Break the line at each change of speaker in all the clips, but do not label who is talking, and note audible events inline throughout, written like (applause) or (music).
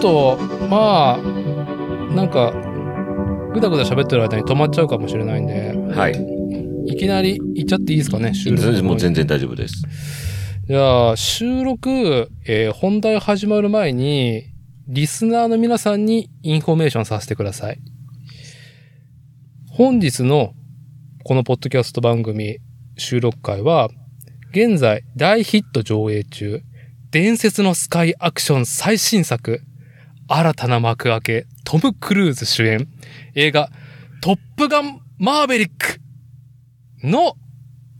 とまあなんかぐだぐだ喋ってる間に止まっちゃうかもしれないんで
はい。
いきなり行っちゃっていいですかね収録の方に
もう全然大丈夫です。
じゃあ、収録、えー本題始まる前に、リスナーの皆さんにインフォメーションさせてください。本日のこのポッドキャスト番組収録会は、現在大ヒット上映中、伝説のスカイアクション最新作、新たな幕開け、トム・クルーズ主演、映画、トップガン・マーベリックの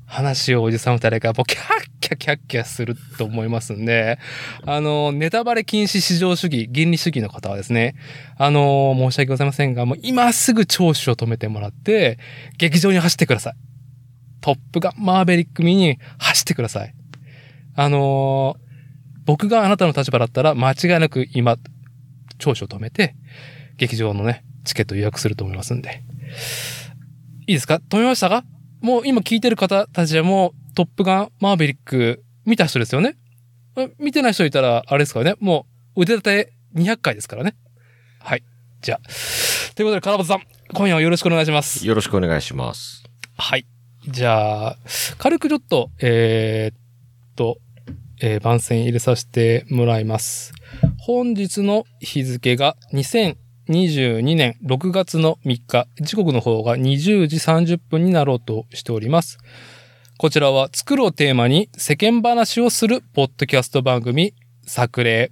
話をおじさん二人がもうキャッキャキャッキャすると思いますんで、あの、ネタバレ禁止市場主義、原理主義の方はですね、あの、申し訳ございませんが、もう今すぐ聴取を止めてもらって、劇場に走ってください。トップガンマーベリック見に走ってください。あの、僕があなたの立場だったら間違いなく今、聴取を止めて、劇場のね、チケット予約すると思いますんで。いいですか止めましたかもう今聞いてる方たちはもうトップガンマーベリック見た人ですよねえ見てない人いたらあれですからね。もう腕立て200回ですからね。はい。じゃあ。ということで、カラバトさん、今夜はよろしくお願いします。
よろしくお願いします。
はい。じゃあ、軽くちょっと、えーっと、えー番宣入れさせてもらいます。本日の日付が2022年6月の3日、時刻の方が20時30分になろうとしております。こちらは、作ろうテーマに世間話をするポッドキャスト番組、作例。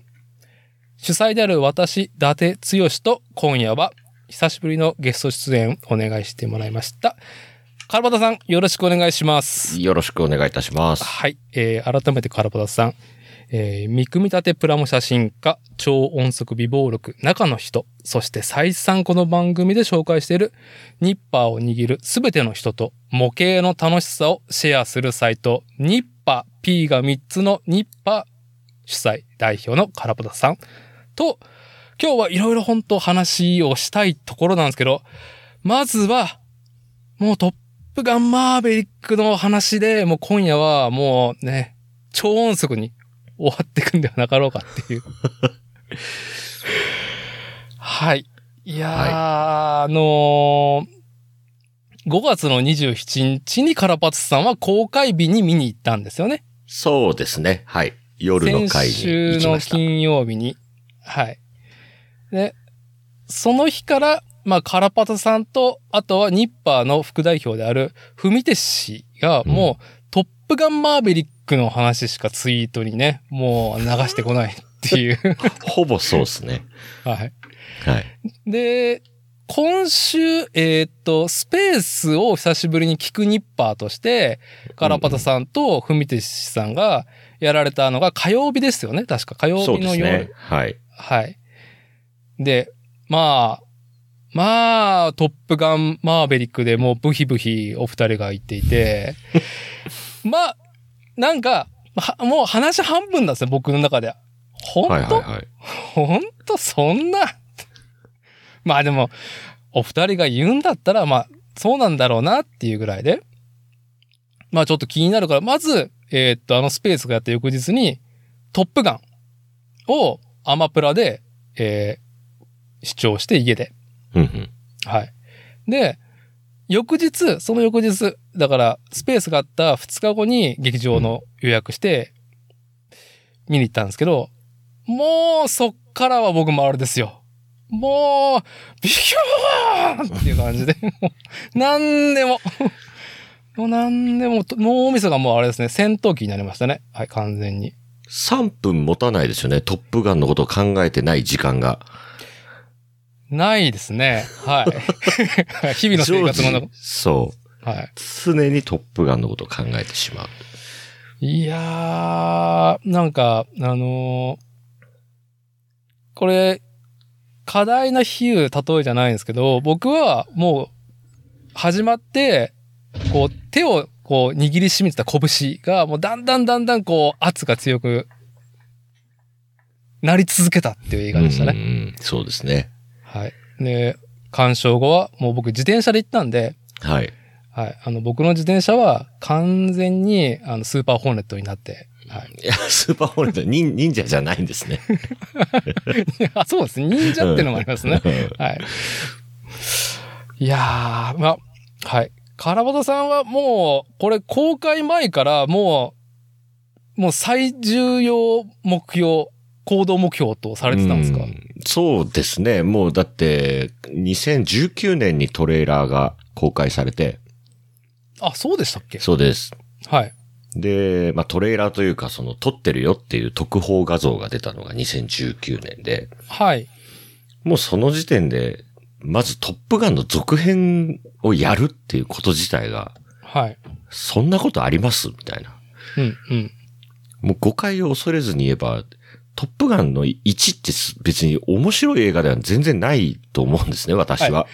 主催である私、伊達剛と今夜は、久しぶりのゲスト出演お願いしてもらいました。カルバタさん、よろしくお願いします。
よろしくお願いいたします。
はい。えー改めてカラパダさん。えー見組み立てプラモ写真家、超音速微暴力、中の人、そして再三この番組で紹介している、ニッパーを握るすべての人と模型の楽しさをシェアするサイト、ニッパー、P が3つのニッパー主催代表のカラパダさんと、今日はいろいろ本当話をしたいところなんですけど、まずは、もうトップガンマーベリックの話で、もう今夜はもうね、超音速に終わっていくんではなかろうかって
(laughs)
いう。はい。いやー、
はい
あのー、5月の27日にカラパツさんは公開日に見に行ったんですよね。
そうですね。はい。夜の
先
会に
週
行き
の
ました。
金曜日に。はい。で、その日から、まあ、カラパタさんと、あとはニッパーの副代表である、フミテ氏が、もう、トップガンマーベリックの話しかツイートにね、もう流してこないって
(laughs)
いう。
ほぼそうですね。
はい。
はい。
で、今週、えーっと、スペースを久しぶりに聞くニッパーとして、カラパタさんとフミテ氏さんがやられたのが火曜日ですよね。確か火曜
そう
日
で
の
す
夜。
ね。はい。
はい。で、まあ、まあ、トップガンマーベリックでもうブヒブヒお二人が言ってい
(laughs)
て、まあ、なんか、はもう話半分なんですね、僕の中では。本当、
はいはいはい。
本当そんな。まあでも、お二人が言うんだったら、まあ、そうなんだろうなっていうぐらいで。まあちょっと気になるから、まず、えーっと、あのスペースがやった翌日に、トップガンをアマプラで、えー視聴して家で。
うんうん。
はい。で、翌日、その翌日、だから、スペースがあった2日後に劇場の予約して、見に行ったんですけど、もうそっからは僕もあれですよ。もう、ビキューンっていう感じで、もう、なんでも、もうなんでも、脳みそがもうあれですね、戦闘機になりましたね。はい、完全に。
3分持たないですよね。トップガンのことを考えてない時間が。
ないですね。はい。 (laughs) 日々の生活の
常
中
時、そう。
はい。
常にトップガンのことを考えてしまう。
いやー、なんか、あのーこれ、過大な比喩、例えじゃないんですけど、僕はもう、始まって、こう、手をこう握りしめてた拳が、もうだんだんだんだんこう、圧が強くなり続けたっていう映画でしたね。
うんうんそうですね。
はい。で、鑑賞後は、もう僕自転車で行ったんで、
はい。
はい。あの、僕の自転車は完全に、あの、スーパーホーネットになって、はい。
いや、スーパーホーネット、忍忍者じゃないんですね。
あ、そうです。忍者ってのもありますね。はい。いやー、まあ、はい。カラバタさんはもう、これ公開前からもう、もう最重要目標、行動目標とされてたんですか、
うんそうですね。もうだって、2019年にトレーラーが公開されて、
あ、そうでしたっけ
そうです。
はい。
で、まあ、トレーラーというか、その、撮ってるよっていう特報画像が出たのが2019年で、
はい。
もうその時点で、まずトップガンの続編をやるっていうこと自体が、
はい。
そんなことありますみたいな。
うん、うん。
もう誤解を恐れずに言えば、トップガンの1ってす別に面白い映画では全然ないと思うんですね、私は。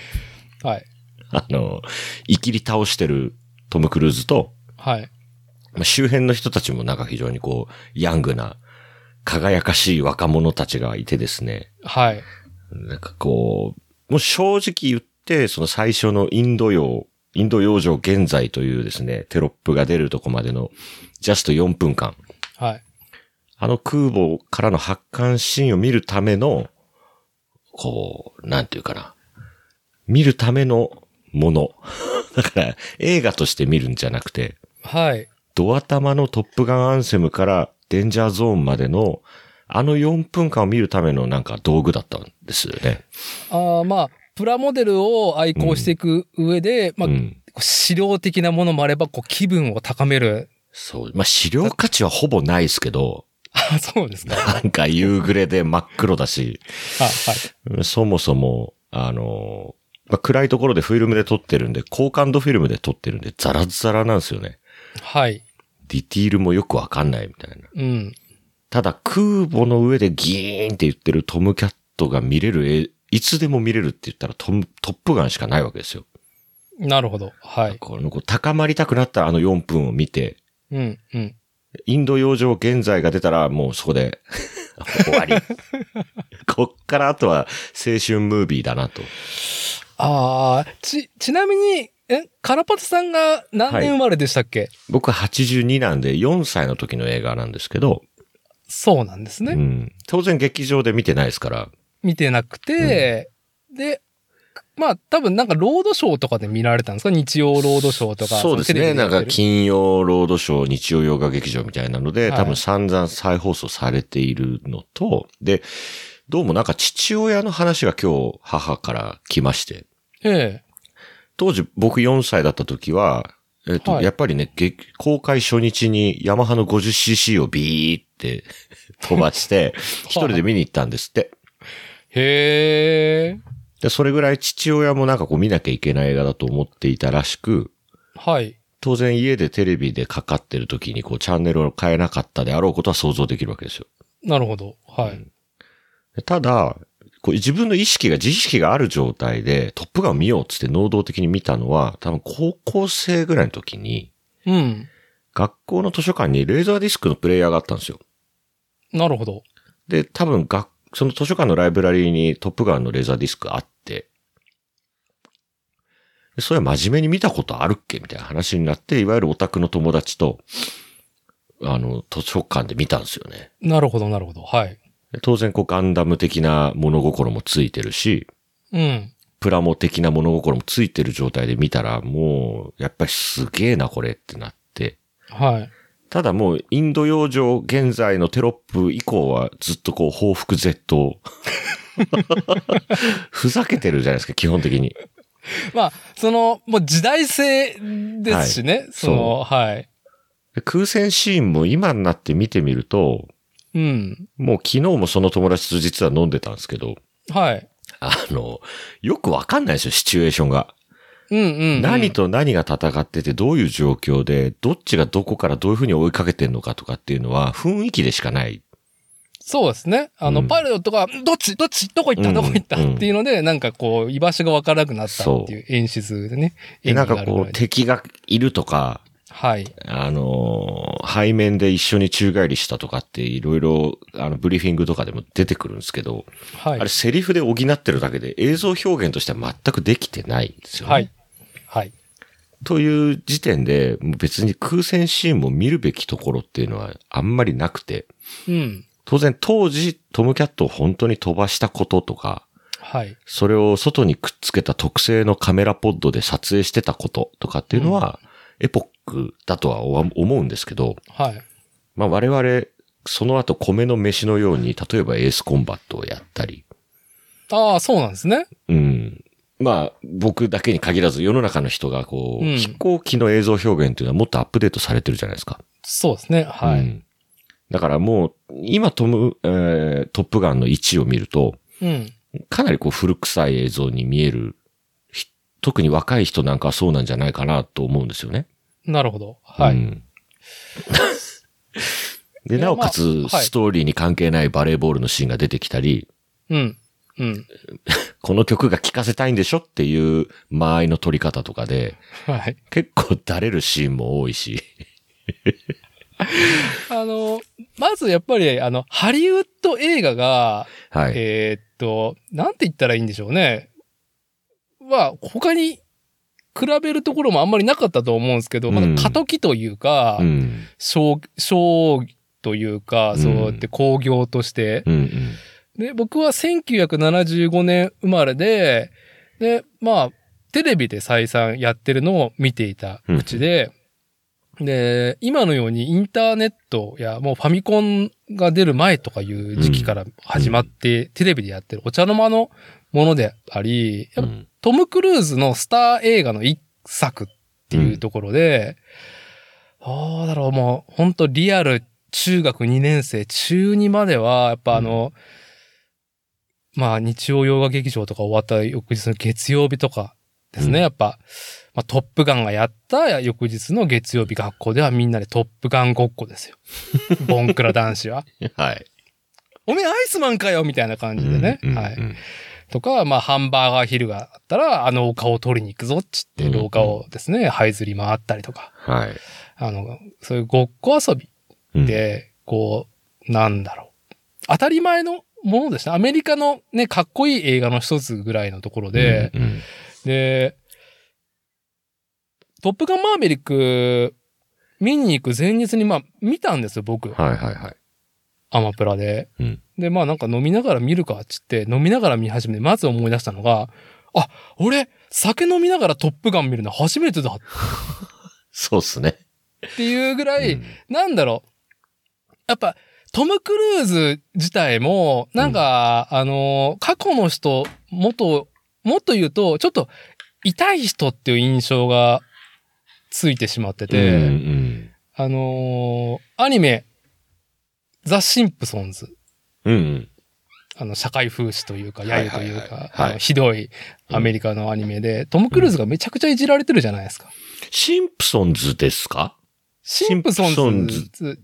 はい。
あの、いきり倒してるトム・クルーズと、
はい。
まあ周辺の人たちもなんか非常にこう、ヤングな、輝かしい若者たちがいてですね、
はい。
なんかこう、もう正直言って、その最初のインド洋、インド洋上現在というですね、テロップが出るとこまでの、ジャスト4分間、
はい。
あの空母からの発艦シーンを見るための、こう、なんていうかな。見るためのもの。 (laughs) だから、映画として見るんじゃなくて、
はい。
ドア玉のトップガンアンセムからデンジャーゾーンまでの、あの4分間を見るためのなんか道具だったんですよね。
ああ、まあ、プラモデルを愛好していく上で、まあ
う、ん。
資料的なものもあれば、こう、気分を高める。
そう。まあ、資料価値はほぼないですけど、
あそうですか。は
なんか夕暮れで真っ黒だし。
い。
そもそも、あの、まあ、暗いところでフィルムで撮ってるんで、高感度フィルムで撮ってるんで、ザラザラなんですよね。
はい。
ディティールもよくわかんないみたいな。
うん。
ただ、空母の上でギーンって言ってるトムキャットが見れる絵、いつでも見れるって言ったらトムトップガンしかないわけですよ。
なるほど。はい。
このこう高まりたくなったらあの4分を見て、
うん、うん。
インド洋上現在が出たらもうそ
(laughs)
こで終わり。こっからあとは青春ムービーだなと。
ああ、ち、ちなみに、え、カラパトさんが何年生まれでしたっけ、
僕は82なんで4歳の時の映画なんですけど、
そうなんですね。
うん、当然劇場で見てないですから、
見てなくて、で、まあ、多分なんかロードショーとかで見られたんですか日曜ロードショーとか。
そうですね。
のテレビ
な
やっ
んか
てる
金曜ロードショー、日曜洋画劇場みたいなので、
はい
多分散々再放送されているのと、で、どうもなんか父親の話が今日母から来まして、
ええ。
当時僕4歳だった時は、えっ、と、
はい
やっぱりね、劇公開初日にヤマハの 50cc をビーって飛ばして、一人で見に行ったんですって。
へえ。
で、それぐらい父親もなんかこう見なきゃいけない映画だと思っていたらしく、
はい。
当然家でテレビでかかってる時にこうチャンネルを変えなかったであろうことは想像できるわけですよ。
なるほど。はい。
でただ、こう自分の意識が、自意識がある状態でトップガンを見ようっつって能動的に見たのは、多分高校生ぐらいの時に、
うん。
学校の図書館にレーザーディスクのプレイヤーがあったんですよ。
なるほど。
で、多分学、その図書館のライブラリーにトップガンのレーザーディスクあって、でそれは真面目に見たことあるっけみたいな話になって、いわゆるオタクの友達と、あの、図書館で見たんですよね。
なるほど、なるほど。はい。
で当然、こう、ガンダム的な物心もついてるし、
うん。
プラモ的な物心もついてる状態で見たら、もう、やっぱりすげえな、これってなって。
はい。
ただもう、インド洋上現在のテロップ以降は、ずっとこう、報復絶
(laughs)
倒。ふざけてるじゃないですか、基本的に。
(laughs) まあ、その、もう時代性ですしね。その、はい。
で空戦シーンも今になって見てみると、
うん。
もう昨日もその友達と実は飲んでたんですけど、
はい。
あの、よくわかんないですよ、シチュエーションが。
うんうん、うん。
何と何が戦ってて、どういう状況で、どっちがどこからどういうふうに追いかけてんのかとかっていうのは、雰囲気でしかない。
そうですね。あの、
うん
パイロットが、んどっちどっちどこ行った
うん
どこ行った、
うん
っていうので、なんかこう、居場所がわからなくなったっていう演出でね。
でなん
演技が
か
あ
こ
るぐら
う、
いで
敵がいるとか、
はい。
あのー背面で一緒に宙返りしたとかっていろいろ、あの、ブリーフィングとかでも出てくるんですけど、
はい。
あれセリフで補ってるだけで映像表現としては全くできてないんですよね。
はい。はい。
という時点で、もう別に空戦シーンも見るべきところっていうのはあんまりなくて、
うん。
当然当時トムキャットを本当に飛ばしたこととか、
はい。
それを外にくっつけた特製のカメラポッドで撮影してたこととかっていうのは、エポックだとは思うんですけど、
はい。
まあ我々、その後米の飯のように、例えばエースコンバットをやったり、
ああ、そうなんですね。
うん。まあ、僕だけに限らず世の中の人がこう、
うん
飛行機の映像表現っていうのはもっとアップデートされてるじゃないですか。
そうですね。は
う
い。
んだからもう、今トム、えートップガンの1を見ると、
うん。
かなりこう古臭い映像に見える、ひ特に若い人なんかはそうなんじゃないかなと思うんですよね。
なるほど。はい。 (laughs)
うんで、
いや
なおかつ、
まあはい
ストーリーに関係ないバレーボールのシーンが出てきたり、
うん。うん。
この曲が聴かせたいんでしょっていう間合いの取り方とかで、
はい。
結構だれるシーンも多いし。
あの、まずやっぱり、あの、ハリウッド映画が、
はい。
えーっと、なんて言ったらいいんでしょうね。は、他に比べるところもあんまりなかったと思うんですけど、ま
うん
だ過渡期というか
う、ん。
小、小というか、
うん
そうやって工業として。
うんうん。
で、僕は1975年生まれで、で、まあ、テレビで再三やってるのを見ていた口で、で、今のようにインターネットやもうファミコンが出る前とかいう時期から始まって、テレビでやってるお茶の間のものであり、やっぱ
うん
トム・クルーズのスター映画の一作っていうところで、どうだろう、もう、本当リアル中学2年生、中2までは、やっぱあの、まあ、日曜洋画劇場とか終わった翌日の月曜日とかですね、
うん
やっぱ、まあ、トップガンがやった翌日の月曜日、学校ではみんなでトップガンごっこですよ。
(laughs)
ボンクラ男子は。
はい。
おめえアイスマンかよみたいな感じでね。
うんうんうん
はい。とか、まあ、ハンバーガーヒルがあったら、あの丘を取りに行くぞっちって、廊下をですね、這いずり回ったりとか、
はい。
あの、そういうごっこ遊び
うん、
で、こう、なんだろう。当たり前のものでした。アメリカのね、かっこいい映画の一つぐらいのところで、
うんうん
で、トップガンマーベリック、見に行く前日に、まあ、見たんですよ、僕。
はいはいはい。
アマプラで。
うん
で、まあなんか飲みながら見るかっつって、飲みながら見始めて、まず思い出したのが、あ、俺、酒飲みながらトップガン見るの初めてだっ
そうっすね。
ていうぐらい、
うん
なんだろう。やっぱ、トム・クルーズ自体も、なんか、あの、過去の人、もっと、もっと言うと、ちょっと、痛い人っていう印象がついてしまってて、
うんうん
あのアニメ、ザ・シンプソンズ。
うんうん。
あの、社会風刺というか、揶揄という
はいはいはい
か、
はい
あのひどいアメリカのアニメで、トム・クルーズがめちゃくちゃいじられてるじゃないですか。
シンプソンズですか
シンプソ
シン
ン
プ
ズ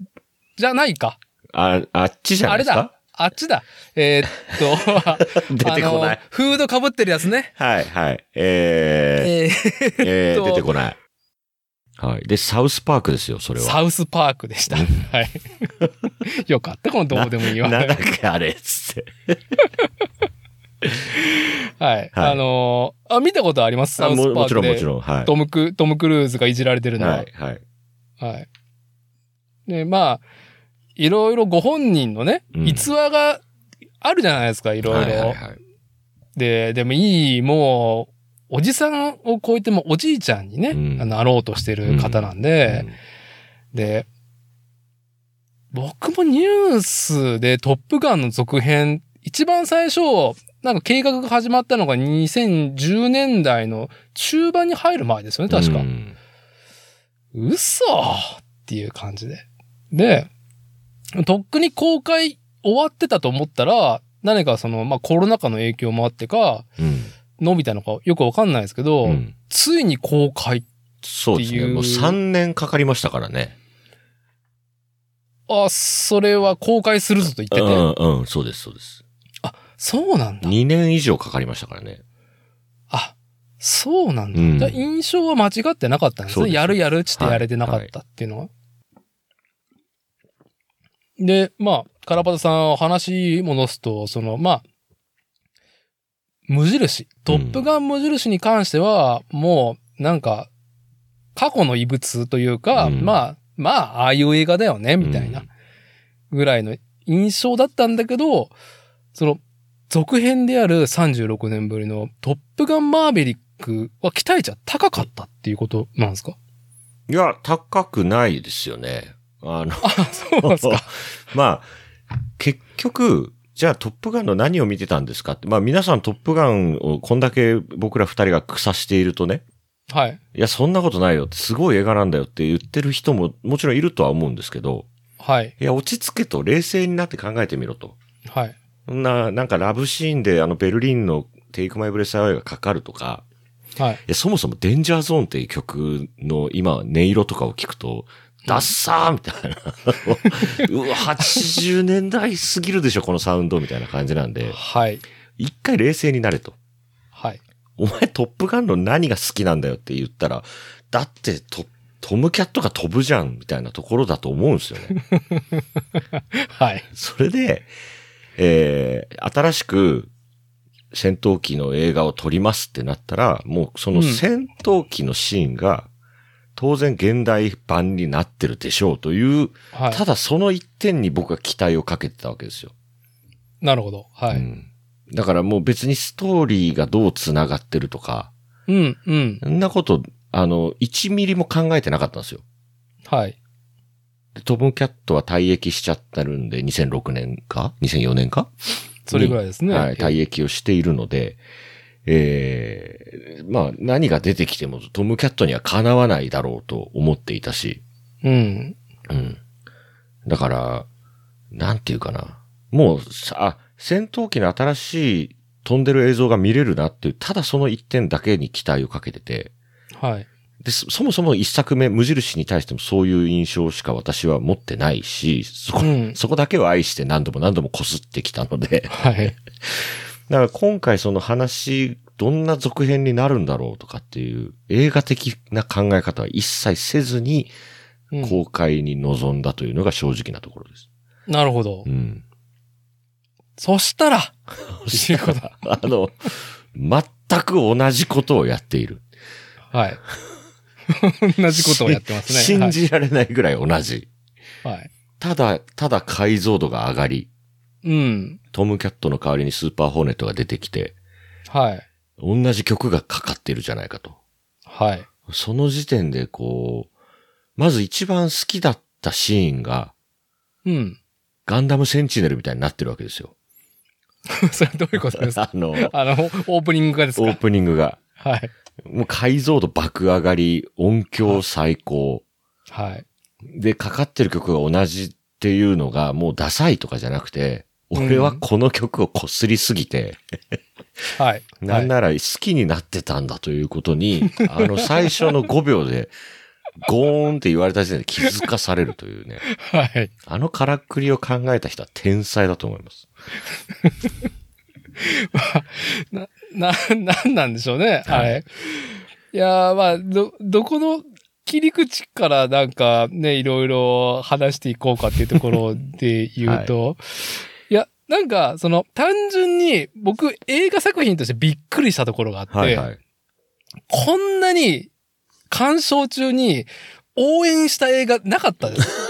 じゃないか。
あ、あっちじゃな
あ
いで
れ
すか
だ。あっちだ。えーっと、
(laughs) 出てこな
あの
い。
フード被ってるやつね。
はいはい。え
え
ー、え
っ
ー、
と
出てこない。はい。で、サウスパークですよ、そ
ー
れは。
サウスパークでした。はい。 (laughs) よかった、このどうでもいいわ。
な
は
ん
い
だっけ、あれ、つって。。
あのーあ、見たことありますサ
あ
ウスパ
もも
ー
ち
ク
ろんもち
で。
ろん。は
トムク、トム・クルーズがいじられてる
い。
のは。
はい。はい。
はい。で、まあ、いろいろご本人のね、
うん
逸話があるじゃないですか、いろいろ。
はいはいはい。
で、でもいい、もう、おじさんを超えてもおじいちゃんにね、
うん
あの、あろうとしてる方なんで、
うん
で、僕もニュースでトップガンの続編、一番最初、なんか計画が始まったのが2010年代の中盤に入る前ですよね、確か。
うん
嘘っていう感じで。で、とっくに公開終わってたと思ったら、何かその、まあコロナ禍の影響もあってか、
うん。
伸びたのかよくわかんないですけど、
うん
ついに公開。
そうです
って
ね。
いう
もう3年かかりましたからね。
あ、それは公開するぞと言って
う
て。
んうん、そうです、そうです。
そうなんだ。
2年以上かかりましたからね。
あ、そうなんだ。
うん
じゃあ印象は間違ってなかったんです
そうで
ね。
す
やるやるっつってやれてなかったっていうのは。で、まあ、カラパタさんを話戻すと、その、まあ、無印、トップガン無印に関しては、もう、なんか、過去の遺物というか、
うん
まあ、まあ、ああいう映画だよね、みたいな
うん
ぐらいの印象だったんだけど、その、続編である36年ぶりのトップガンマーベリックは期待値は高かったっていうことなんですか
いや、高くないですよね。あの、
あ、 (laughs) そうなんですか。
(laughs) まあ、結局、じゃあトップガンの何を見てたんですかって。まあ皆さんトップガンをこんだけ僕ら二人が草しているとね、
はい。
いや、そんなことないよって、すごい映画なんだよって言ってる人ももちろんいるとは思うんですけど、
はい。
いや、落ち着けと冷静になって考えてみろと。
はい。
そんな、なんかラブシーンであのベルリンのテイクマイブレスアワイがかかるとか、
はい。
いや、そもそもデンジャーゾーンっていう曲の今、音色とかを聞くと、ダッサーみたいな。 (laughs) うわ、80年代すぎるでしょ、このサウンドみたいな感じなんで、
はい。
一回冷静になれと。
はい。
お前トップガンの何が好きなんだよって言ったら、だってトトムキャットが飛ぶじゃんみたいなところだと思うんですよね。
はい。
(laughs) それで、えー、新しく戦闘機の映画を撮りますってなったら、もうその戦闘機のシーンが当然現代版になってるでしょうという、
はい。
ただその一点に僕は期待をかけてたわけですよ。
なるほど。は
う
い。
んだからもう別にストーリーがどう繋がってるとか、
うん、うん。
そんなこと、あの、1ミリも考えてなかったんですよ。
はい。
でトム・キャットは退役しちゃってるんで、2006年か ?2004 年か、
それぐらいですね。
はい、
え
退役をしているので、えーまあ、何が出てきてもトム・キャットにはかなわないだろうと思っていたし、
うん。
うん。だから、なんていうかな。もうさ、あ戦闘機の新しい飛んでる映像が見れるなっていう、ただその一点だけに期待をかけてて、
はい。
で、そそもそも一作目、無印に対してもそういう印象しか私は持ってないし、そこ、
うん
そこだけを愛して何度も何度もこすってきたので、
はい。
だから今回その話、どんな続編になるんだろうとかっていう映画的な考え方は一切せずに
うん
公開に臨んだというのが正直なところです。
なるほど
う。ん。
そしたら、 (laughs) いうことだ
あの、全く同じことをやっている。
はい。 (laughs) 同じことをやってますね。
信じられないぐらい同じ。
はい。はい。
ただ、ただ解像度が上がり、
うん。
トムキャットの代わりにスーパーホーネットが出てきて、
はい。
同じ曲がかかってるじゃないかと。
はい。
その時点でこう、まず一番好きだったシーンが、
うん。 (laughs)
ガンダムセンチネルみたいになってるわけですよ。
それはどういうことですか (laughs)
あの、
あの、オープニングがです
オー
か
プニングが。
はい。
もう解像度爆上がり、音響最高。
はい。
で、かかってる曲が同じっていうのが、もうダサいとかじゃなくて、俺はこの曲をこすりすぎて、
はい。
なんなら好きになってたんだということ
(laughs)
に、あの最初の5秒で、ゴーンって言われた時点で気づかされるというね。
はい。
あのからくりを考えた人は天才だと思います。
な、な、 (laughs) なんなんでしょうね。
は
はいい。いやー、まあ、ど、どこの切り口からなんかね、いろいろ話していこうかっていうところで言う
(laughs)
と、い、や、なんか、その、単純に僕映画作品としてびっくりしたところがあって、
はいはい。
こんなに鑑賞中に応援した映画なかったです。
(laughs)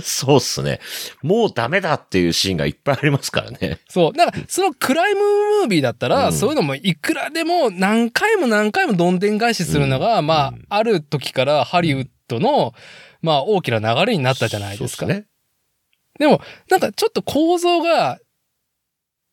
そうっすね。もうダメだっていうシーンがいっぱいありますからね。
そう。だから、そのクライムムービーだったら、
うん
そういうのもいくらでも何回も何回もどんでん返しするのが、
うん
まあ
うん、
ある時からハリウッドの、まあ、大きな流れになったじゃないですか。
そうっね。
でも、なんかちょっと構造が、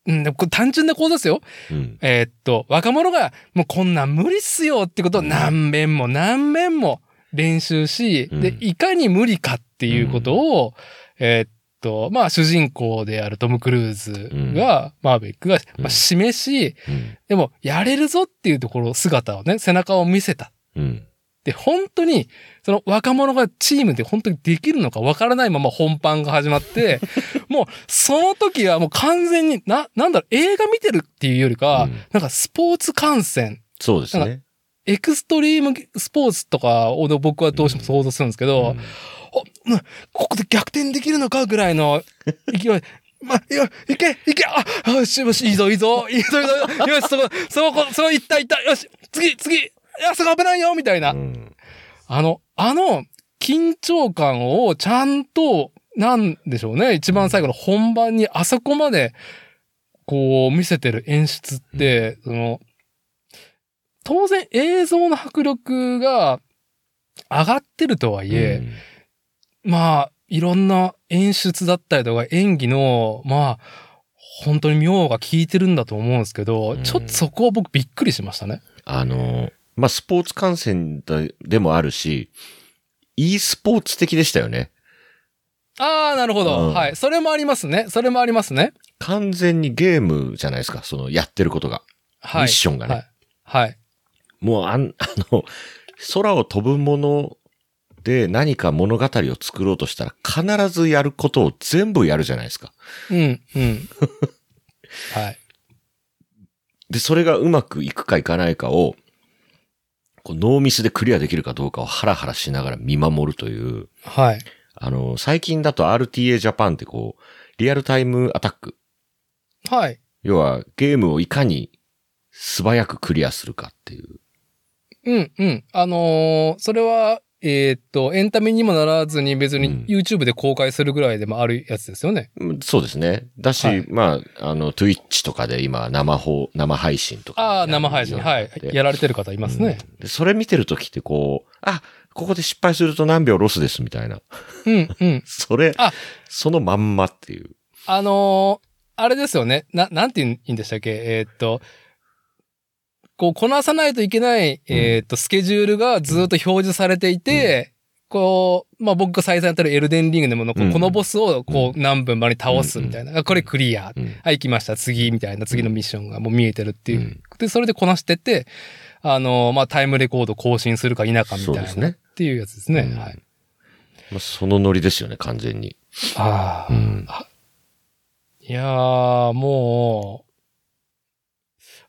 うん、でもこれ単純な構造ですよ。
うん。
えーっと、若者が、もうこんなん無理っすよってことを
うん
何遍も何遍も練習し、
うん
で、いかに無理かっていうことを、えーっと、まあ、主人公であるトム・クルーズが、マーベリックが、
うん
まあ、示し、
うん。
でも、やれるぞっていうところ、姿をね、背中を見せた。
うん。
で、本当に、その若者がチームで本当にできるのかわからないまま本番が始ま
(laughs)
って、もう、その時はもう完全に、な、なんだろう、映画見てるっていうよりか、
うん
なんかスポーツ観戦、
そうですね。
エクストリームスポーツとかを僕はどうしても想像するんですけど、
うん
ここで逆転できるのかぐらいの勢い。ま、いや、いけ、いけ、あ、あよし、よし、いいぞ、いいぞ、いいぞ、いいぞ、よし、そこ、そこ、そこ、行った、行った、よし、次、次、いや、そこ危ないよ、みたいな。
うん
あの、あの、緊張感をちゃんと、なんでしょうね。一番最後の本番にあそこまで、こう、見せてる演出って、その、当然映像の迫力が上がってるとはいえ、
うん
まあ、いろんな演出だったりとか演技の、まあ、本当に妙が効いてるんだと思うんですけど、
うん
ちょっとそこは僕びっくりしましたね。
あの、まあ、スポーツ観戦だでもあるし、e スポーツ的でしたよね。
ああ、なるほど、
うん
はい。それもありますね。それもありますね。
完全にゲームじゃないですか、そのやってることが。
はい。
ミッションがね。
はい。はい。
もうあん、 (laughs) あの、空を飛ぶもので何か物語を作ろうとしたら必ずやることを全部やるじゃないですか。
うん、 (laughs) うん。はい。
で、それがうまくいくかいかないかを、こうノーミスでクリアできるかどうかをハラハラしながら見守るという、
はい。
あの、最近だと RTA ジャパンってこう、リアルタイムアタック
はい。
要はゲームをいかに素早くクリアするかっていう。
うん、うん。あのーそれは、えーっと、エンタメにもならずに別
う
に
ん
YouTube で公開するぐらいでもあるやつですよね。
うんそうですね。だし、
はい
まあ、あの、Twitch とかで今生放、生配信とか。
ああ、生配信。はい。や
り
られてる方いますね。
でそれ見てるときってこう、あ、ここで失敗すると何秒ロスですみたいな。
うん、うん。
それ
あ、
そのまんまっていう。
あのーあれですよね。な、なんて言うんでしたっけえーっと、こう、こなさないといけない、えーっと、スケジュールがずっと表示されていて、こう、まあ、僕が再三やってるエルデンリングでも、こう
うん
このボスを、こう、何分まで倒すみたいな。あこれクリア。
うん
はい、来ました。次、みたいな。次のミッションがもう見えてるっていう。
うん
で、それでこなしてって、あのーまあ、タイムレコード更新するか否かみ
そう
た
で
い
す
な。
ね
っていうやつですね。
うん
はい。
まあ、そのノリですよね、完全に。
ああ。
うん
いやー、も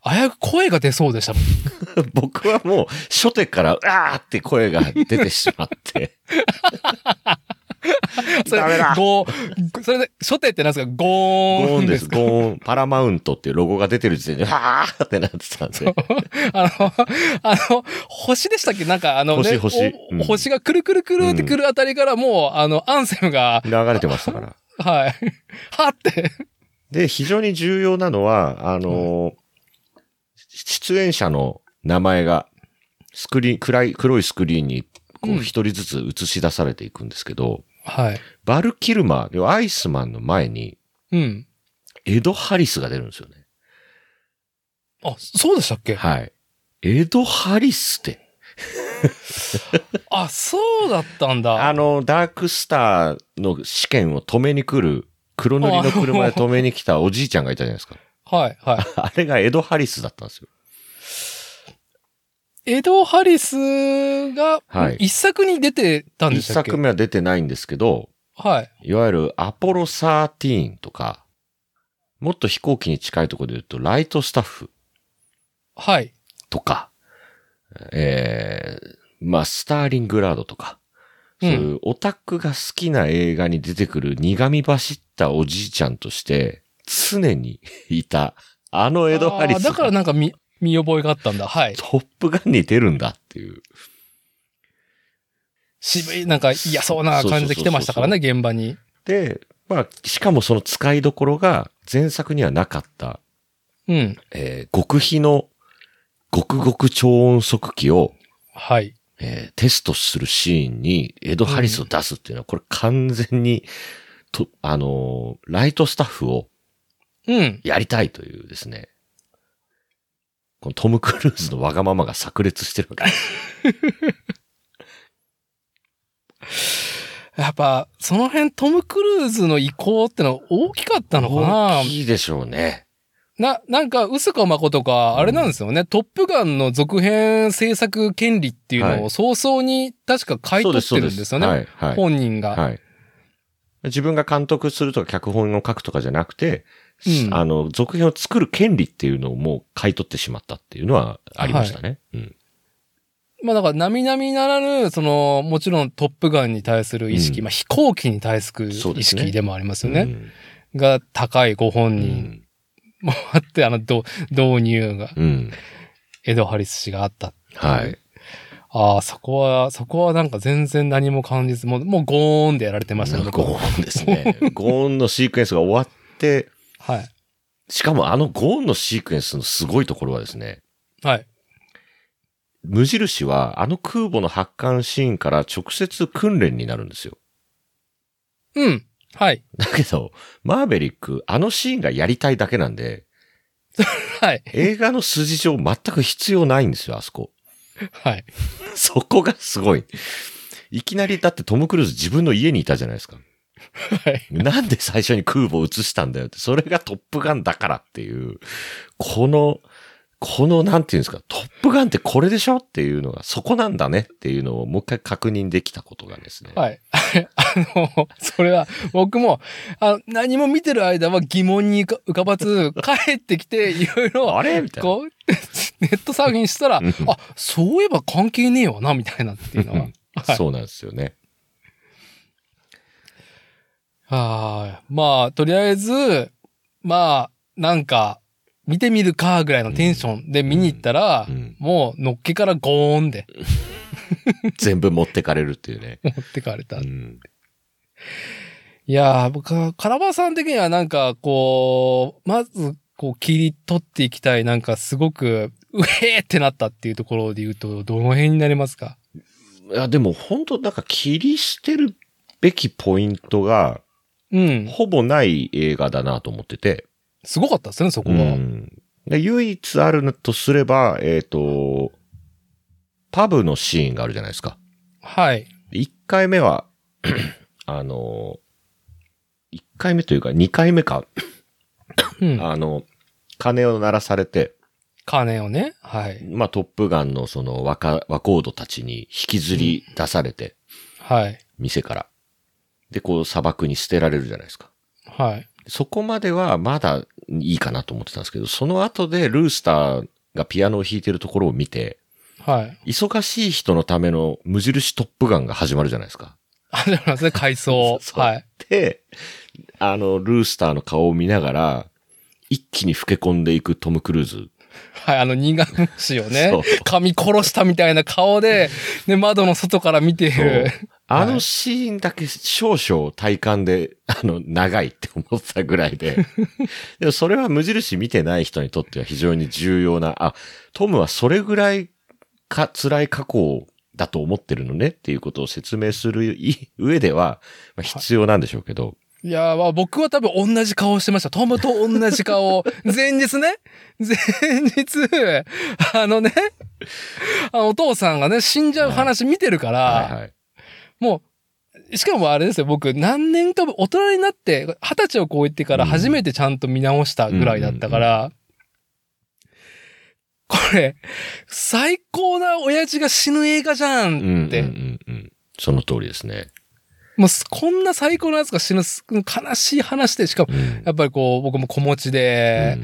う、危うく声が出そうでしたもん。
(laughs) 僕はもう、初手から、あーって声が出てし
(laughs)
まって。
それ
(laughs) ダメだ
ゴー、それで、初手ってなんですかゴーン
ゴーンで、
ですす
ゴ
か
ーン。パラマウントっていうロゴが出てる時 (laughs) 点で、はーってなってたんで。
あの、 (laughs) あの、星でしたっけなんかあの、ね、
星星
お
うん
星がくるくるくるってくるあたりからもう、あの、アンセムが、
流れてましたから。
はい、 (laughs) はって、
で、非常に重要なのは、あのー出演者の名前が、スクリーン、暗い、黒いスクリーンに、
う
こう、
ん
一人ずつ映し出されていくんですけど、
はい。
バルキルマー、要はアイスマンの前に、
うん。
エド・ハリスが出るんですよね。
あ、そうでしたっけ、
はい。エド・ハリスって、
あ、そうだったんだ。
あの、ダークスターの試験を止めに来る、黒塗りの車で止めに来たおじいちゃんがいたじゃない (laughs) ですか。
はい、はい。
あれがエド・ハリスだったんですよ。
エド・ハリスが
はい、
一作に出てたんで
一
したっけ、
作目は出てないんですけど、
はい。
いわゆるアポロ13とか、もっと飛行機に近いところで言うと、ライトスタッフ
はい。
とか、えー、まあ、スターリングラードとか、そういううオタクが好きな映画に出てくる苦味走ったおじいちゃんとして、常にいた、あのエド・ハリ
あー
ス
だから
が
なんか見、見覚えがあったんだ。はい
ト。ップガンに出るんだっていう。
渋い、なんか嫌そうな感じで来てましたからね、現場に。
で、まあ、しかもその使いどころが前作にはなかった、
うん。
えー極秘の極極超音速機を
はい。
えーテストするシーンにエド・ハリスを出すっていうのは、これ完全に、と、あのーライトスタッフを
うん。
やりたいというですね、このトム・クルーズのわがままが炸裂し
(laughs)
てるわけです。
やっぱ、その辺トム・クルーズの意向ってのは大きかったのか
大きいでしょうね。
なな、なんか、薄川誠が、あれなんですよね、トップガンの続編制作権利っていうの
は
を早々に確か買い取ってるんですよね。
はい、はい。
本人が。
はい。自分が監督するとか脚本を書くとかじゃなくて、
うん
あの、続編を作る権利っていうのをもう買い取ってしまったっていうのはありましたね。うん。
まあだから、並々ならぬ、その、もちろんトップガンに対する意識、
うん
まあ飛行機に対する
そう
意
ですね
識でもありますよね。が高いご本
うん。う
人
ん。
もあって、あの、ど導入が、
うん。
エド・ハリス氏があった。
はい。
ああ、そこは、そこはなんか全然何も感じず、もう、もうゴーンでやられてましたね。僕は
ゴーンです
(laughs)
ね。ゴーンのシークエンスが終わって、
はい。
しかもあのゴーンのシークエンスのすごいところはですね、
はい。
無印はあの空母の発艦シーンから直接訓練になるんですよ。
うん。はい。
だけど、マーベリック、あのシーンがやりたいだけなんで、
はい。
映画の筋上全く必要ないんですよ、あそこ。
はい。
そこがすごい。いきなりだってトム・クルーズ自分の家にいたじゃないですか。
はい。
なんで最初に空母を映したんだよって、それがトップガンだからっていう、この、この、なんていうんですか、トップガンってこれでしょっていうのが、そこなんだねっていうのをもう一回確認できたことがですね。
はい。 (laughs) あの、それは、僕も、あ何も見てる間は疑問に浮か浮かば
(laughs)
ず、帰ってきて、いろいろ、
あれみたいな。
こう、 (laughs) ネットサーフィンしたら、
うん
あ、そういえば関係ねえわな、みたいなっていうのは。 (laughs) はい
そうなんですよね。
はい。まあ、とりあえず、まあ、なんか、見てみるか、ぐらいのテンションで見に行ったら、
うん
もう、のっけからゴーンで (laughs)
全部持ってかれるっていうね。
持ってかれた。
う
い
ん
やー、僕は、カラバさん的にはなんか、こう、まず、こう、切り取っていきたい、なんか、すごく、うへーってなったっていうところで言うと、どの辺になりますか
いや、でも本当なんか切り捨てるべきポイントが、
うん。
ほぼない映画だなと思ってて。
すごかったですね、そこ
う
は。
ん。で唯一あるのとすれば、えっ、と、パブのシーンがあるじゃないですか。
はい。
1回目は、 (clears throat) あの、1回目というか2回目か、
うん。
あの、鐘を鳴らされて、
金をね。はい。
まあ、トップガンのその若、若人たちに引きずり出されて、
はい。
店から。で、こう砂漠に捨てられるじゃないですか。
はい。
そこまではまだいいかなと思ってたんですけど、その後でルースターがピアノを弾いてるところを見て、
はい。
忙しい人のための無印トップガンが始まるじゃないですか。。
始まりますね、回想
(laughs) そう
はい。
で、あの、ルースターの顔を見ながら、一気に老け込んでいくトム・クルーズ。
はい、あの、苦虫をね
そう、
噛み殺したみたいな顔で、ね、窓の外から見ている。
あのシーンだけ少々体感で、 (laughs) あの、長いって思ったぐら
(laughs)
いで。でもそれは無印見てない人にとっては非常に重要な、あ、トムはそれぐらいか、辛い過去だと思ってるのねっていうことを説明するい上では、まあ必要なんでしょうけど、
いやー、まあ僕は多分同じ顔してました。トムと同じ顔。 (laughs) 前日ね、前日、あのね、あのお父さんがね、死んじゃう話見てるから、
はいはい。
もう、しかもあれですよ、僕、何年かぶ大人になって、二十歳を超えてから初めてちゃんと見直したぐらいだったから、これ、最高な親父が死ぬ映画じゃ
うん
んって、
うんうんうん。その通りですね。
もうすこんな最高なやつが死ぬす悲しい話で、しかも、
うん
やっぱりこう、僕も子持ちで、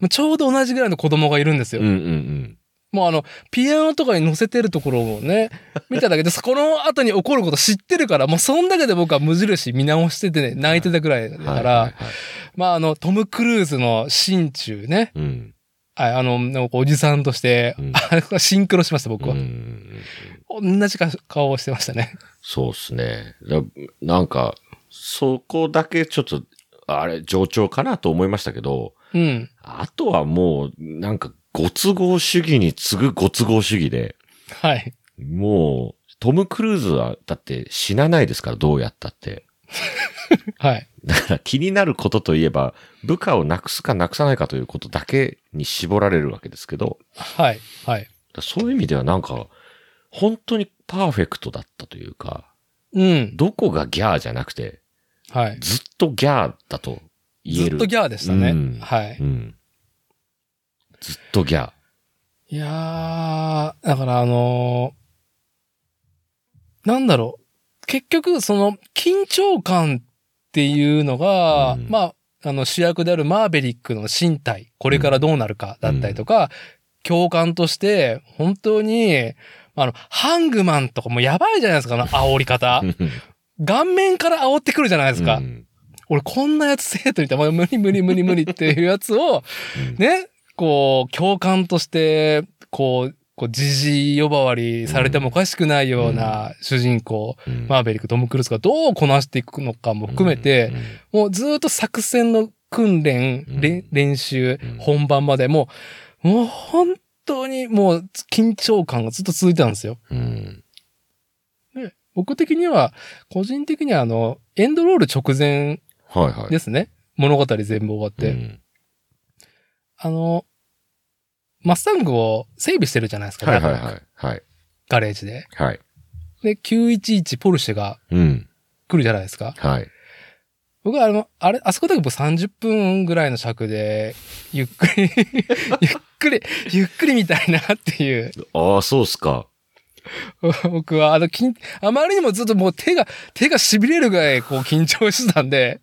もうちょうど同じぐらいの子供がいるんです
う
よ。
んうんうん
もうあの、ピアノとかに乗せてるところを
(laughs)
ね、見ただけで、そこの後に起こること知ってるから、もうそんだけで僕は無印見直しててね、泣いてたぐらいだ
うん。
から、
はいはいはい
まああの、トム・クルーズの心中ね、
うん
ああの、なんかおじさんとして
うん、
あシンクロしました、僕
うんう
は。
ん。
同じか顔をしてました
(laughs)
ね。
そうですね。だなんか、そこだけちょっと、あれ、冗長かなと思いましたけど、
うん。
あとはもう、なんか、ご都合主義に次ぐご都合主義で、
はい。
もう、トム・クルーズは、だって死なないですから、どうやったって。 (laughs)
はい。
だから気になることといえば、部下をなくすかなくさないかということだけに絞られるわけですけど、
はい。はい。
だそういう意味ではなんか、本当にパーフェクトだったというか、
うん。
どこがギャーじゃなくて、
はい。
ずっとギャーだと言え
ず
る。
っとギャーでしたね。
うん
はい。
うん。ずっとギャ
いやー、だからあのーなんだろう。結局、その、緊張感っていうのが、
うん
まあ、あの、主役であるマーベリックの身体、これからどうなるかだったりとか、共感として、本当に、あの、ハングマンとかもやばいじゃないですか、あの煽り方。
ー。
顔面から煽ってくるじゃないですか。
うん
俺こんなやつ生徒にたま無理無理無理無理っていうやつを、
うん
ね、こう、共感として、こう、こう、じじい呼ばわりされてもおかしくないような主人公、
うん
マーベリック、トム・クルーズがどうこなしていくのかも含めて、、もうずーっと作戦の訓練、
うん
れん練習
うん、
本番までもう、もう本当にもう緊張感がずっと続いてたんですよ。
うんうん
僕的には、個人的にはあの、エンドロール直前
はいはい。
ですね。物語全部終わって。
うん
あの、マスタングを整備してるじゃないですか。
はいはい
なん
は
か
い。はい。
ガレージで。
はい。
で、911ポルシェが
うん。
来るじゃないですか。
はい。
僕はあの、あれ、あそこだけ僕30分ぐらいの尺で、ゆっくり、 (laughs) ゆっくり、ゆっくりみたいなっていう、
ああ、そうっすか。
僕はあの、緊あまりにもずっともう手が、手が痺れるぐらいこう緊張してたんで、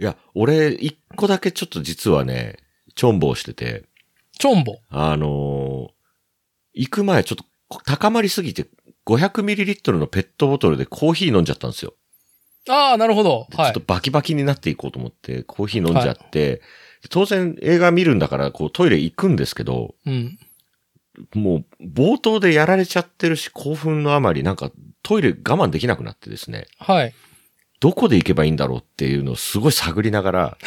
いや、俺、一個だけちょっと実はね、チョンボをしてて、
チョンボ。
あのー行く前ちょっと高まりすぎて、500ml のペットボトルでコーヒー飲んじゃったんですよ。
ああ、なるほど。
で
は
ちょ
い
っ。とバキバキになっていこうと思って、コーヒー飲んじゃって、当然映画見るんだから、こうトイレ行くんですけど、
うん。
もう冒頭でやられちゃってるし、興奮のあまりなんかトイレ我慢できなくなってですね、
はい。
どこで行けばいいんだろうっていうのをすごい探りながら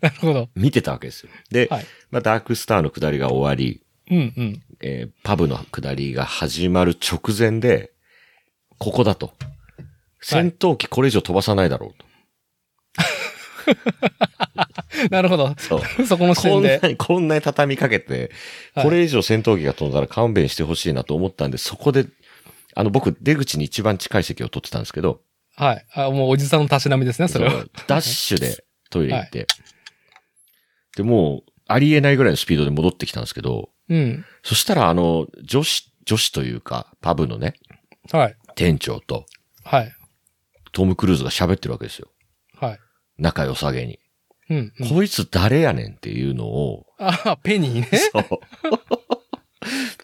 なるほど。
見てたわけですよ。で、
はい
まあダークスターの下りが終わり、
うんうん。
えーパブの下りが始まる直前で、ここだと。戦闘機これ以上飛ばさないだろうと。
なるほど。 (laughs)
そう。
そこの視点
こんな
で。
に、こんなに畳みかけて、
はい
これ以上戦闘機が飛んだら勘弁してほしいなと思ったんで、そこで、あの、僕、出口に一番近い席を取ってたんですけど、
はい。あ、もうおじさんのたしなみですね、それ
そ
は。
うダッシュでトイレ行って、で、もう、ありえないぐらいのスピードで戻ってきたんですけど、
うん。
そしたら、あの、女子、女子というか、パブのね、
はい。
店長と
はい。
トム・クルーズが喋ってるわけですよ。
はい。
仲良さげに。
うん、うん。
こいつ誰やねんっていうのを、
ああ、ペニーね。
そう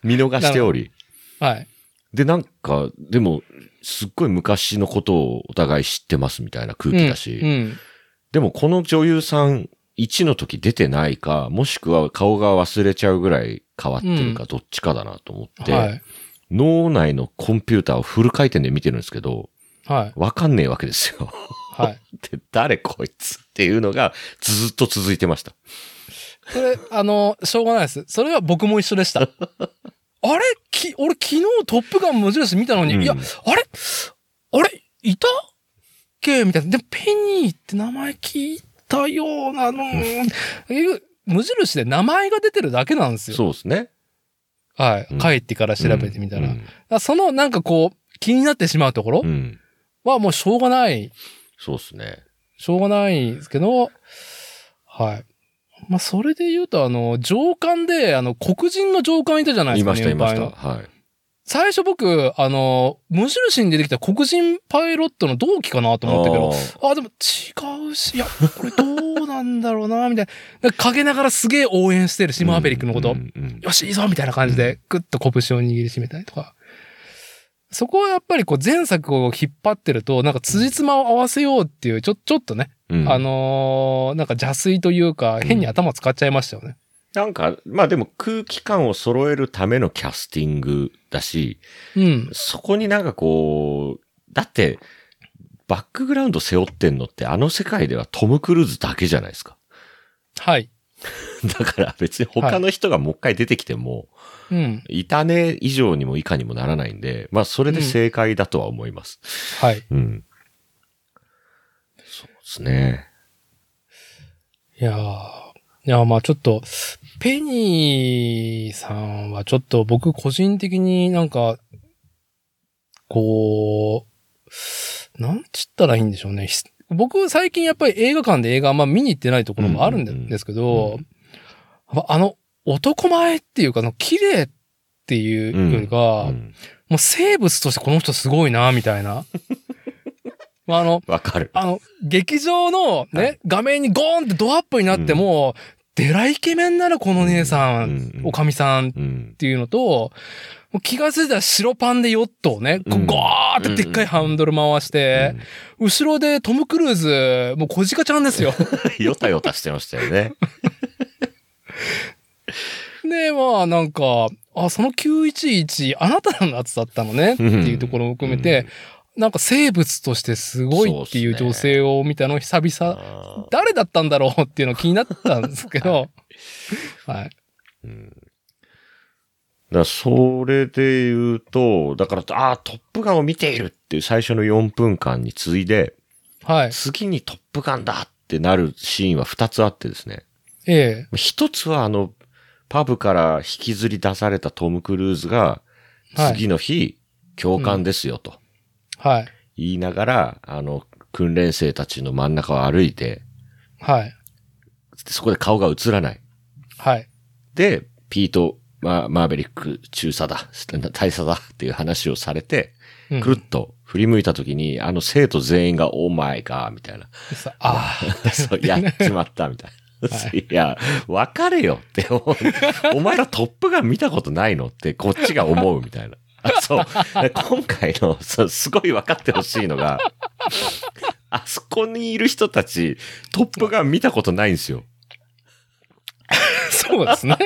見逃しており、
はい。
で、なんか、でも、すっごい昔のことをお互い知ってますみたいな空気だし、
うん。うん
でもこの女優さん、1の時出てないか、もしくは顔が忘れちゃうぐらい変わってるか、どっちかだなと思って、
はい。
脳内のコンピューターをフル回転で見てるんですけど、
はい。
わかんねえわけですよ。 (laughs)
はい。
で、誰こいつっていうのがずっと続いてました。
それ、あの、しょうがないです。それは僕も一緒で
(laughs)
した。あれき、俺昨日トップガン無印見たのに、
うん
いや、あれあれいたっけみたいな。でも、ペニーって名前聞いたようなの。いう無印で名前が出てるだけなんですよ。
そうですね。
は
う
い。
ん
帰ってから調べてみたら。
う
だか
ん
らそのなんかこう、気になってしまうところ
うん。
はもうしょうがない
そうですね。
しょうがないですけど、はい。まあ、それで言うと、あの、上官で、あの、黒人の上官いたじゃないで
い
すか、
ました、いまし
年
た。
配の
はい。
最初僕、あの、無印に出てきた黒人パイロットの同期かなと思ったけど、あでも違うし、いや、これどうなんだろうな、みたいな。 (laughs) なんか陰ながらすげえ応援してるし、マーベリックのこと。
うんうんうん
よし、いいぞみたいな感じで、ぐっと拳を握りしめたりとか。そこはやっぱりこう前作を引っ張ってると、なんか辻褄を合わせようっていう、ちょ、ちょっとね、
うん
あのーなんか邪推というか、変に頭使っちゃいましたよね。
なんか、まあでも空気感を揃えるためのキャスティングだし、
うん。
そこになんかこう、だって、バックグラウンド背負ってんのってあの世界ではトム・クルーズだけじゃないですか。 (laughs)
はい。
だから別に他の人がもう一回出てきても、
うん。
い、たね以上にも以下にもならないんで、まあそれで正解だとは思います。
はい。い
うん。そうですね。
やーいやーまあちょっと、ペニーさんはちょっと僕個人的になんか、こう、なんちったらいいんでしょうね。ひ僕最近やっぱり映画館で映画あんま見に行ってないところもあるんで
うんうんうん
ですけど、やっぱあの、男前っていうか、あの、綺麗っていうよりか、
うん
もう生物としてこの人すごいな、みたいな。 (laughs) まあ、あの、
わ、かる。
あの、劇場のね、
は
画面にゴーンってドアップになっても、デライケメンならこの姉さん、
うんうん
おかみさんっ
うん。
ていうのと、もう気がついたら白パンでヨットをね、こう
うん
ゴーってでっかいハンドル回
(laughs)
して、後ろでトム・クルーズ、もう小鹿ちゃんですよ。
うん、よたよたしてましたよね。
ね、はなんか、あ、その911、あなたらのやつだったのねっていうところも含めて、なんか生物としてすごいっていう女性を見たの久々、
あ
誰だったんだろうっていうの気になったんですけど、はい。
ーうんだからそれで言うと、だから、ああ、トップガンを見ているっていう最初の4分間に次いで、
はい。
次にトップガンだってなるシーンは2つあってですね。
え
一つはあの、パブから引きずり出されたトム・クルーズが、
はい
次の日、教官ですよと
え。はい。
言いながら、あの、訓練生たちの真ん中を歩いて、
はい。
そこで顔が映らない。
はい。
で、ピート、まあ、マーベリック中佐だ、大佐だっていう話をされて、
うん
くるっと振り向いた時に、あの生徒全員が、オーマイガーみたいな。
さあ (laughs)
そう、やっちまったみ (laughs) たいな。、
はい
や、わかれよって思う。お前らトップガン見たことないのってこっちが思うみたいな。あそう。今回の、そうすごい分かってほしいのが、あそこにいる人たち、トップガン見たことないんですよ。
あ、そうですね。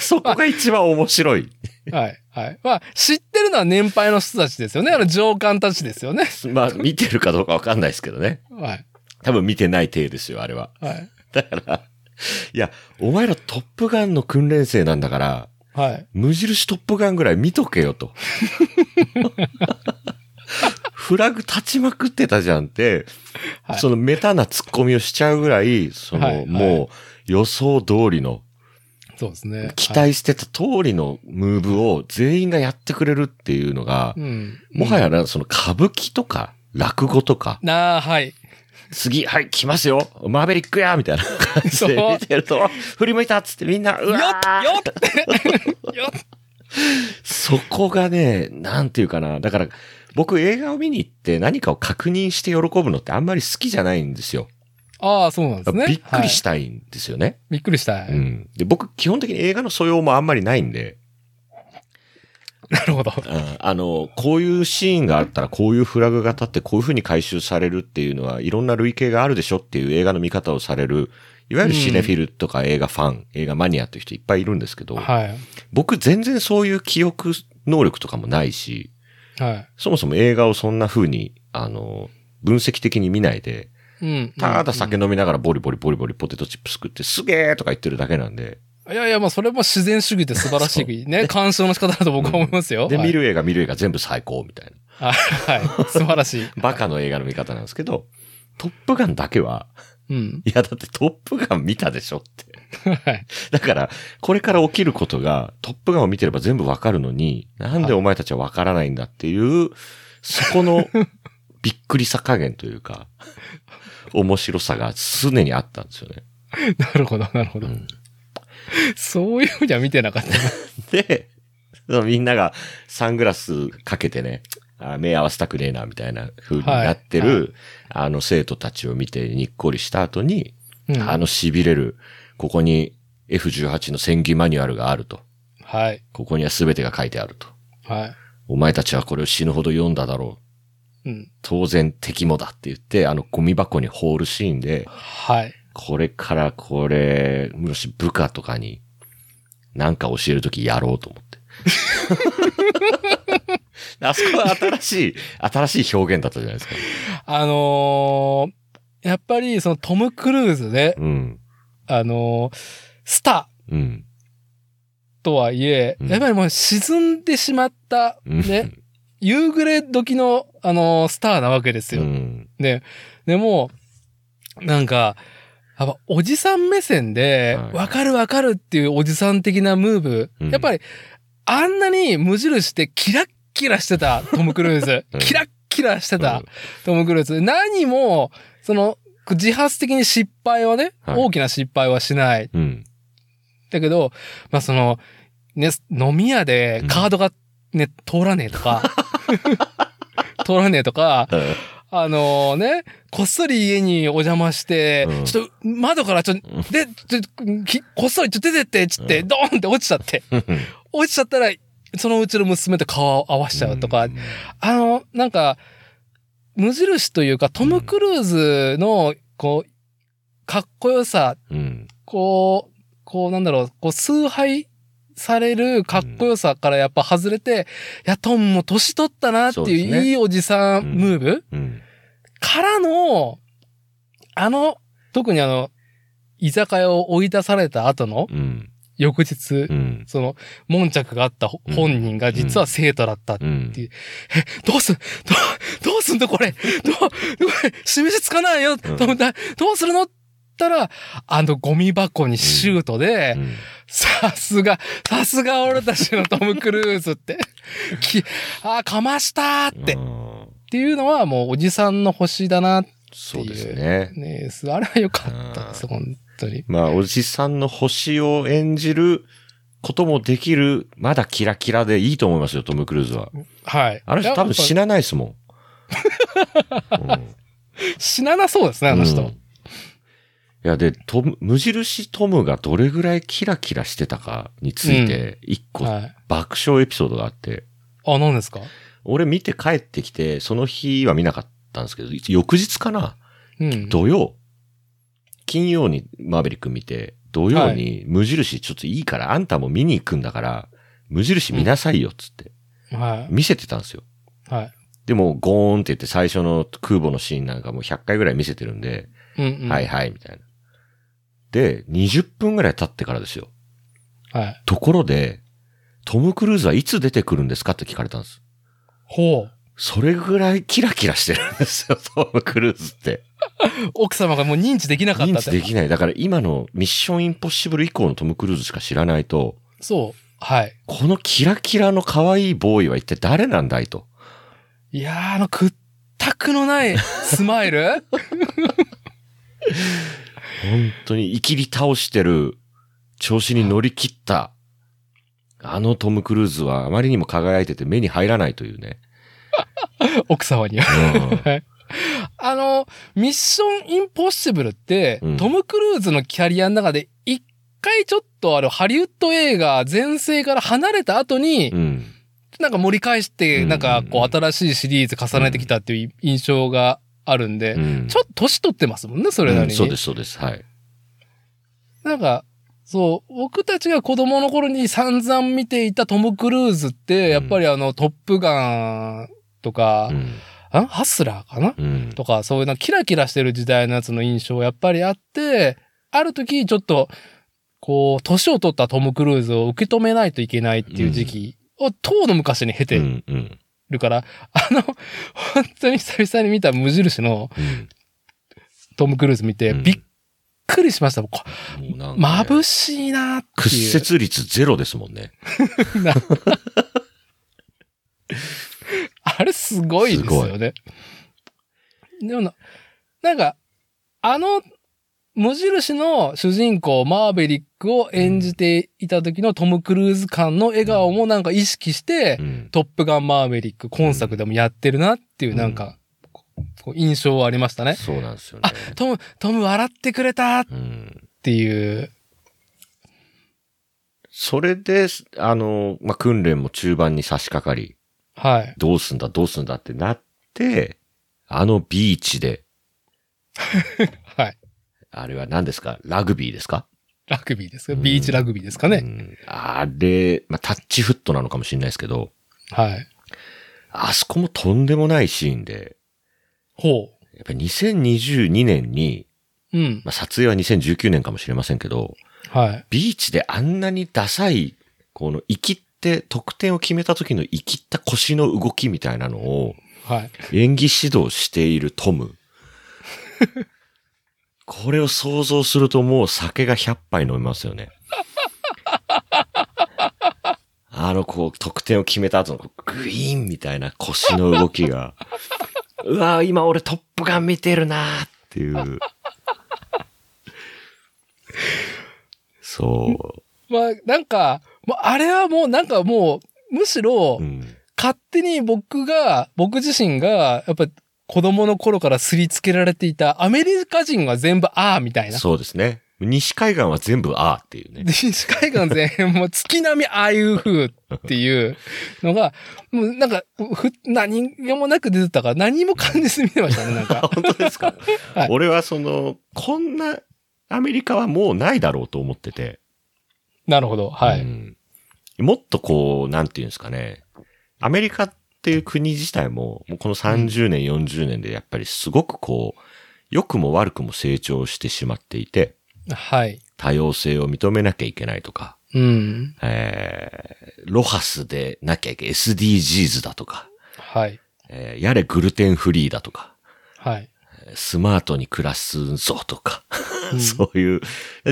そこが一番面白い。
はい。はい。まあ、知ってるのは年配の人たちですよね。あの上官たちですよね。
まあ、見てるかどうか分かんないですけどね。
はい。
多分見てない体ですよ、あれは。
はい。
だから、いや、お前らトップガンの訓練生なんだから、
はい。
無印トップガンぐらい見とけよと。 (laughs) フラグ立ちまくってたじゃんって、
はい
そのメタなツッコミをしちゃうぐらい、その、
はいはい
もう予想通りの、
そうですね。
期
はい。
待してた通りのムーブを全員がやってくれるっていうのが、
うん。
もはやな、その歌舞伎とか、落語とか、
なあ、はい。
次、はい、来ますよマーベリックやみたいな感じ
(laughs) そう
で見てると、振り向いたっつってみんな、う
よっ
わー
よっよっ
そこがね、なんていうかな。だから、僕映画を見に行って何かを確認して喜ぶのってあんまり好きじゃないんですよ。
ああ、そうなんですね。
びっくりし
は
たいんですよね、
いびっくりしたい。
うん。で、僕基本的に映画の素養もあんまりないんで、
なるほど。
うんあの、こういうシーンがあったらこういうフラグが立ってこういう風に回収されるっていうのはいろんな類型があるでしょっていう映画の見方をされる、いわゆるシネフィルとか映画ファン、映画マニアっていう人いっぱいいるんですけど、
はい。
僕全然そういう記憶能力とかもないし、
はい。
そもそも映画をそんな風に、あの、分析的に見ないで、
うん。
ただ酒飲みながらボリボリボリボリポテトチップス食ってすげーとか言ってるだけなんで、
うんいやいや、まあ、それも自然主義って素晴らしいね、鑑賞の仕方だと僕は思いますよ。
で、
はい
見。る映画見る映画全部最高みたい
はい。はい素晴らしい。
な、バカの映画の見方なんですけど、トップガンだけは、
うん。
いやだってトップガン見たでしょって。
はい。
だから、これから起きることが、トップガンを見てれば全部わかるのに、なんでお前たちはわからないんだっていう、そこのびっくりさ加減というか、面白さが常にあったんですよね。
なるほど、なるほど。
うん
そういうふうには見てなかった。
で、そのみんながサングラスかけてね、あ目合わせたくねえな、みたいな風になってる、
はい
あの生徒たちを見てにっこりした後に、
うん
あの痺れる、ここに F18 の戦技マニュアルがあると。
はい。
ここには全てが書いてあると。
はい。
お前たちはこれを死ぬほど読んだだろう。
うん。
当然敵もだって言って、あのゴミ箱に放るシーンで、
はい。
これからこれ、むしろ部下とかに、なんか教えるときやろうと思って。 (laughs) あそこは新しい、新しい表現だったじゃないですか。
あのーやっぱりそのトム・クルーズで、
うん。
あのースタ
うん。
ーとはいえ、
うん
やっぱりもう沈んでしまった、
うん
ね、夕暮れ時の、あのースターなわけです
う
よ。
ん。
で、でも、なんか、やっぱおじさん目線で
は、い
わかるわかるっていうおじさん的なムーブ。
うん
やっぱり、あんなに無印でキラッキラしてたトム・クルーズ
(laughs) うん。
キラッキラしてた
うん
トム・クルーズ。何も、その、自発的に失敗はね、
はい
大きな失敗はしない。
うん。
だけど、まあその、ね、飲み屋でカードがね、通らねえと
(laughs)
か、通らねえとか、あのね、こっそり家にお邪魔して、
うん
ちょっと窓からちょっと、
うん
で、ちょっと、きこっそりちょっと出てって、つって、
う
ドーンって落ちちゃって、落ちちゃったら、そのうちの娘と顔を合わしちゃうとか、
ん
あの、なんか、無印というか、トム・クルーズの、こう、かっこよさ、
うん。
こう、こうなんだろう、こう、崇拝されるかっこよさからやっぱ外れて、いや、トンも年取ったなって
そうです
いう、
ね
いいおじさんムーブ、
うん。
からの、あの、特にあの、居酒屋を追い出された後の
うん。
翌日、
うん。
その、悶着があった
うん
本人が実は生徒だった。
うん。
どうすんどう、どうすんのこれどう、これ示しつかないよ、と思ったどうするのったら、あのゴミ箱にシュートで、
うん
さすが、さすが俺たちのトム・クルーズって。 (laughs) き、あーかましたーって。っ
うん
ていうのはもうおじさんの星だな、
そうですね。
ねすあれは良かったです、本当に。
まあ、おじさんの星を演じることもできる、まだキラキラでいいと思いますよ、トム・クルーズは。
はい。
あの人多分死
な、
なないですもん。うん
死ななそうですね、あの人。
うんいや、で、トム、無印トムがどれぐらいキラキラしてたかについて、一個
はい。
爆笑エピソードがあって、
あ、何ですか
俺見て帰ってきて、その日は見なかったんですけど、翌日かな
うん。
土曜、金曜にマーベリック見て、土曜に無印ちょっといいから、あんたも見に行くんだから、無印見なさいよ、つって、
は
見せてたんですよ。
い。はい。
でも、ゴーンって言って最初の空母のシーンなんかもう100回ぐらい見せてるんで、
うん、うん。
はい。はい、みたいな。で、20分ぐらい経ってからですよ。
はい。
ところで、トム・クルーズはいつ出てくるんですかって聞かれたんです。
ほう。
それぐらいキラキラしてるんですよ、トム・クルーズって。
奥様がもう認知できなかったっ
認
て。
知できない。だから今のミッション・インポッシブル以降のトム・クルーズしか知らないと、
そう。はい。
このキラキラの可愛いボーイは一体誰なんだいと。
いやー、あの屈託のないスマイ
(laughs)
ル
本当に生きり倒してる、調子に乗り切った、あのトム・クルーズはあまりにも輝いてて目に入らないという
(laughs)
ね。
奥様には。あの、ミッションインポッシブルって、
うん
トム・クルーズのキャリアの中で一回ちょっとあるハリウッド映画全盛から離れた後に、
うん。うん
なんか盛り返して、
うん
なんかこう新しいシリーズ重ねてきたっていう印象があるんで、
うん
ちょっと年取ってますもんね、それなり
うん
に。
そうです、そうです。はい。
なんか、そう、僕たちが子供の頃に散々見ていたトム・クルーズって、やっぱりあの、トップガンとか、
うん
あハスラーかな
うん。
とか、そういうのキラキラしてる時代のやつの印象やっぱりあって、ある時ちょっと、こう、年を取ったトム・クルーズを受け止めないといけないっていう時期を、当の昔に経
う
て
んうん
るから、あの、本当に久々に見た無印の
うん
トム・クルーズ見て、
うん
びっくりしました。こ
もうなんかね
眩しいなっていう。
屈折率ゼロですもんね。
あれすごいですよね。でもな、なんか、あの、無印の主人公、マーベリックを演じていた時のトム・クルーズ感の笑顔もなんか意識して、
うん
トップガンマーベリック今作でもやってるなっていう
うん
なんか、ここう印象はありましたね。
そうなんですよね
あ。、トム、トム笑ってくれたっ
うん
ていう。
それで、あの、まあ、訓練も中盤に差し掛かり、
はい。
どうすんだ、どうすんだってなって、あのビーチで、
はい。
あれは何ですかラグビーですか
ラグビーです
う
か
ん
ビーチラグビーですかね。
うんあれ、まあ、タッチフットなのかもしれないですけど、
はい。
あそこもとんでもないシーンで、
ほ
やっぱり2022年に、
う。うん。
まあ、撮影は2019年かもしれませんけど、
はい。
ビーチであんなにダサい、この、生きって、得点を決めた時の生きった腰の動きみたいなのを、
はい。
演技指導しているトム。これを想像するともう酒が100杯飲みますよね。あの、こう、得点を決めた後のこうグイーンみたいな腰の動きが。うわー今俺トップガン見てるなーっていう。そ
まあ、なんか、まあ、あれはもう、なんかもう、むしろ
う。う、ん。
勝手に僕が、僕自身が、やっぱ、子供の頃からすりつけられていた、アメリカ人は全部ああ、みたいな。
そうですね。西海岸は全部あーっていうね
で。西海岸全編も月並みああいう風っていうの
(laughs)
が、もうなんか、ふ、何もなく出てたから、何も感じず見てました
(laughs)
ね、なん
あ
か。
本当ですか、
(laughs) はい
俺はその、こんなアメリカはもうないだろうと思ってて。
なるほど、は
う
い。
んもっとこう、なんていうんですかね。アメリカっていう国自体も、もうこの30年、40年でやっぱりすごくこう、良くも悪くも成長してしまっていて、
はい。
多様性を認めなきゃいけないとか、
うん。
えー、ロハスでなきゃいけない、SDGs だとか、
はい。
えーやれグルテンフリーだとか、
はい。
スマートに暮らすぞとか、
うん
(laughs) そういう、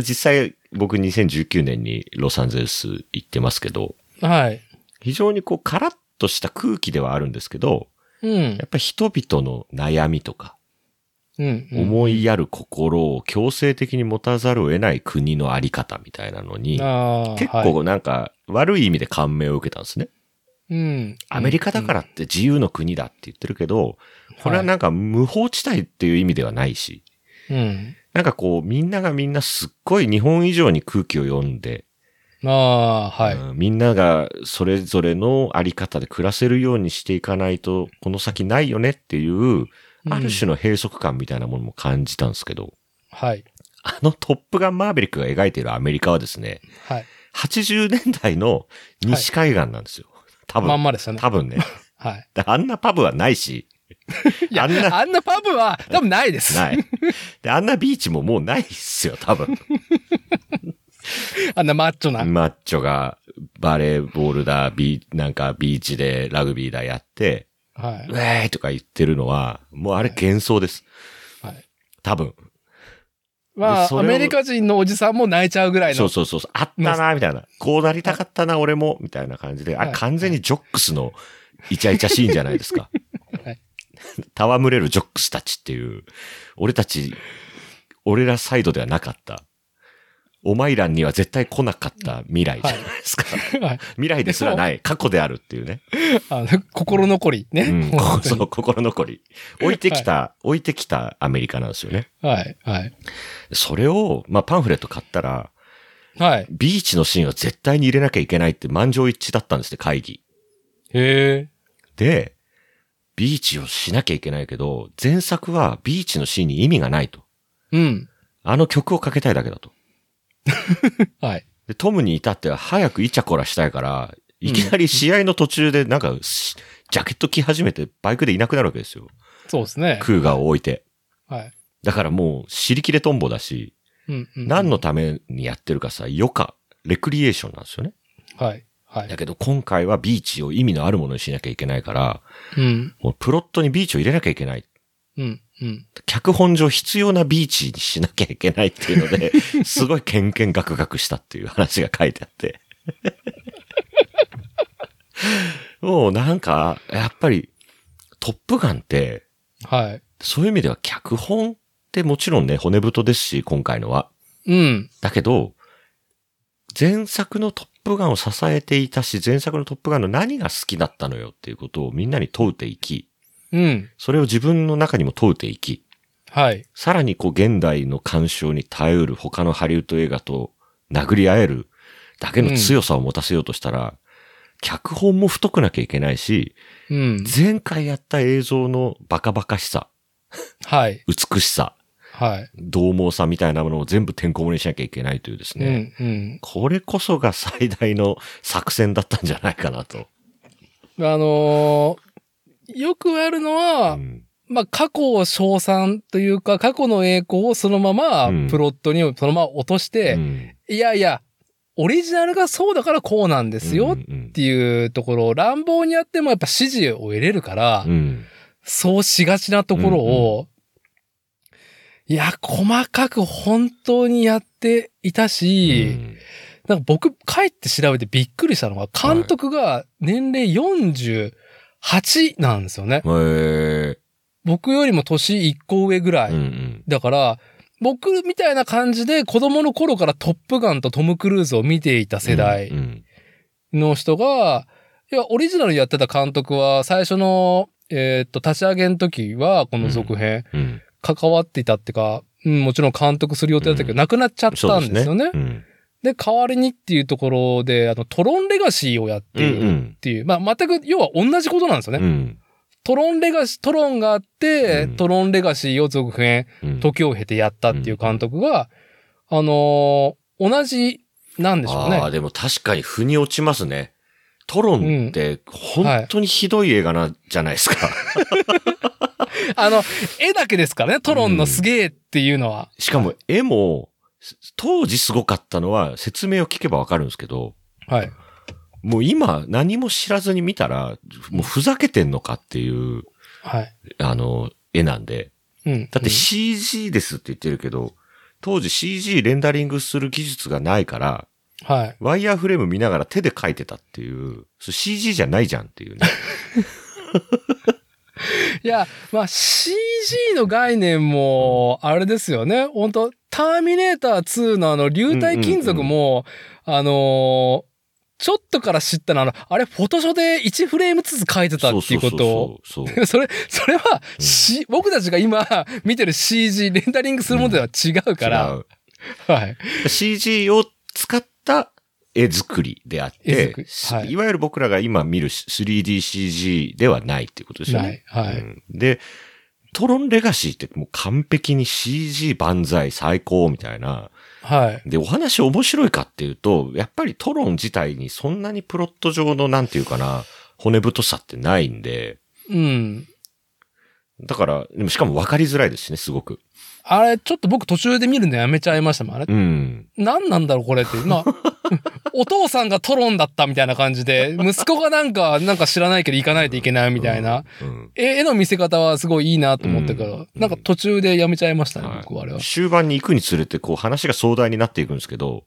実際僕2019年にロサンゼルス行ってますけど、
はい。
非常にこうカラッとした空気ではあるんですけど、
うん
やっ。ぱ人々の悩みとか、
うん。うん
思いやる心を強制的に持たざるを得ない国のあり方みたいなのに、
ああ
結
はい
構なんか悪い意味で感銘を受けたんですね。
うん。
アメリカだからって自由の国だって言ってるけど、これはなんか無法地帯っていう意味ではないし、
うん。うん。
なんかこうみんながみんなすっごい日本以上に空気を読んで、
ああー、はい。
うんみんながそれぞれのあり方で暮らせるようにしていかないと、この先ないよねっていう、ある種の閉塞感みたいなものも感じたんですけど、
はい。
あのトップガンマーヴェリックが描いているアメリカはですね、
はい。
80年代の西海岸なんですよ。多分。
まんまでしたね。
多分ね。
はい。
であんなパブはな
(laughs)
いし、あんな、
あんなパブは多分ないです。
ない。で、あんなビーチももうないっすよ、多分。
あんなマッチョな。
マッチョがバレーボールだ、ビー、なんかビーチでラグビーだやって、
はい
ウ。ェーイとか言ってるのは、もうあれ幻想です。
はい。
多分。
ま
で
あ、
そ
ア
れを
メリカ人のおじさんも泣いちゃうぐらい
そ
の
う。そうそうそう。あったな、みたいな。こうなりたかったな、俺も、みたいな感じで。あ
は
れ
い
完全にジョックスのイチャイチャシーンじゃないですか。
(laughs) はい
戯れるジョックスたちっていう、俺たち、俺らサイドではなかった。お前らには絶対来なかった未来じゃないですか。
はい
(laughs) 未来ですらない、過去であるっていうね。
(laughs) あの心残りね。
うん、
(laughs) 本当
そ
に
う、心残り。置いてきた、置いてきたアメリカなんですよね。
はい。はい。
それを、まあ、パンフレット買ったら、
はい。
ビーチのシーンは絶対に入れなきゃいけないって満場一致だったんですね、会議。
へえ。
で、ビーチをしなきゃいけないけど、前作はビーチのシーンに意味がないと。
うん。
あの曲をかけたいだけだと。
はい。
で、トムに至っては早くイチャコラしたいから、いきなり試合の途中でなんか、しジャケット着始めてバイクでいなくなるわけですよ。
そうですね。
クーガーを置いて。
はい。
だからもう、尻切れトンボだし、
うんうん。
何のためにやってるかさ、余暇、レクリエーションなんですよね。
はい。はい
だ。けど今回はビーチを意味のあるものにしなきゃいけないから、
うん。
もうプロットにビーチを入れなきゃいけない。
うん。うん。
脚本上必要なビーチにしなきゃいけないっていうの
(laughs)
で、すごいケンケンガクガクしたっていう話が書いてあって。もうなんか、やっぱり、トップガンって、
はい。
そういう意味では脚本ってもちろんね、骨太ですし、今回のは。
うん。
だけど、前作のトップガンを支えていたし、前作のトップガンの何が好きだったのよっていうことをみんなに問うていき、
うん。
それを自分の中にも問うていき、
はい。
さらにこう現代の干渉に耐えうる他のハリウッド映画と殴り合えるだけの強さを持たせようとしたら、脚本も太くなきゃいけないし、
うん。
前回やった映像のバカバカしさ、
はい。
美しさ、
はい。
獰猛さみたいなものを全部てんこ盛りにしなきゃいけないというです
う
ね、
ん。うん。
これこそが最大の作戦だったんじゃないかなと。
あのーよくあるのは、
うん
まあ、過去を称賛というか、過去の栄光をそのまま
うん、
プロットにそのまま落として、
うん
いやいや、オリジナルがそうだからこうなんですよ
う
っ
ん
ていうところを乱暴にやってもやっぱ支持を得れるから、
うん
そうしがちなところを、いや、細かく本当にやっていたし、
うん
なんか僕、帰って調べてびっくりしたのが、監督が年齢48なんですよね。
へー
僕よりも年1個上ぐらい。
うんうん
だから、僕みたいな感じで子供の頃からトップガンとトム・クルーズを見ていた世
う
代
ん
の人が、いや、オリジナルやってた監督は最初の、えーっと、立ち上げの時は、この続編、
うんうん
関わっていたっていうか、うん、もちろん監督する予定だったけど、
うん
亡くなっちゃったんですよね。
うん
で、代わりにっていうところで、あの、トロンレガシーをやっているっていう、まあ、全く、要は同じことなんですよね。
うん
トロンレガシー、トロンがあって、
うん
トロンレガシーを続編、
うん
時を経てやったっていう監督が、あのー同じなんでしょう
ああ、
ね。
でも確かに腑に落ちますね。トロンって本当にひどい映画なんじゃないですか。
あの、絵だけですからね、トロンのすげえっていうのは。
(laughs) しかも絵も、当時すごかったのは説明を聞けばわかるんですけど、
はい。
もう今何も知らずに見たら、もうふざけてんのかっていう、
はい。
あの、絵なんで。
うん。
だって
うん
CG ですって言ってるけど、当時 CG レンダリングする技術がないから、
はい。
ワイヤーフレーム見ながら手で描いてたっていう、それ CG じゃないじゃんっていう
(laughs)
ね。
いや、まあ CG の概念も、あれですよね。本当ターミネーター2のあの、流体金属も、あのーちょっとから知ったのは、あのあれ、フォトショで1フレームずつ書いてたっていうことを。
そうそうそうそう。
(laughs) それ、それは、
うん
し、僕たちが今見てる CG、レンダリングするものでは違うから、はい。
違う CG を使った絵作りであっ
絵
て
作り、
し
はい
い、わゆる僕らが今見る 3DCG ではないっていうことですよ
ない
ね。。
はい。
うんで、トロンレガシーってもう完璧に CG 万歳最高みたいな。
はい。
で、お話面白いかっていうと、やっぱりトロン自体にそんなにプロット上のなんていうかな、骨太さってないんで、
うん。
だから、でもしかも分かりづらいですしね、すごく。
あれ、ちょっと僕途中で見るのやめちゃいましたもん。あれ、
うん。
何なんだろうこれって。
(laughs)
まあ、お父さんがトロンだったみたいな感じで、息子がなんか、なんか知らないけど行かないといけないみたいな。
うん。
え絵の見せ方はすごいいいなと思ったから、
うん
なんか途中でやめちゃいましたね、
はい
僕はあれは。
終盤に行くにつれて、こう話が壮大になっていくんですけど、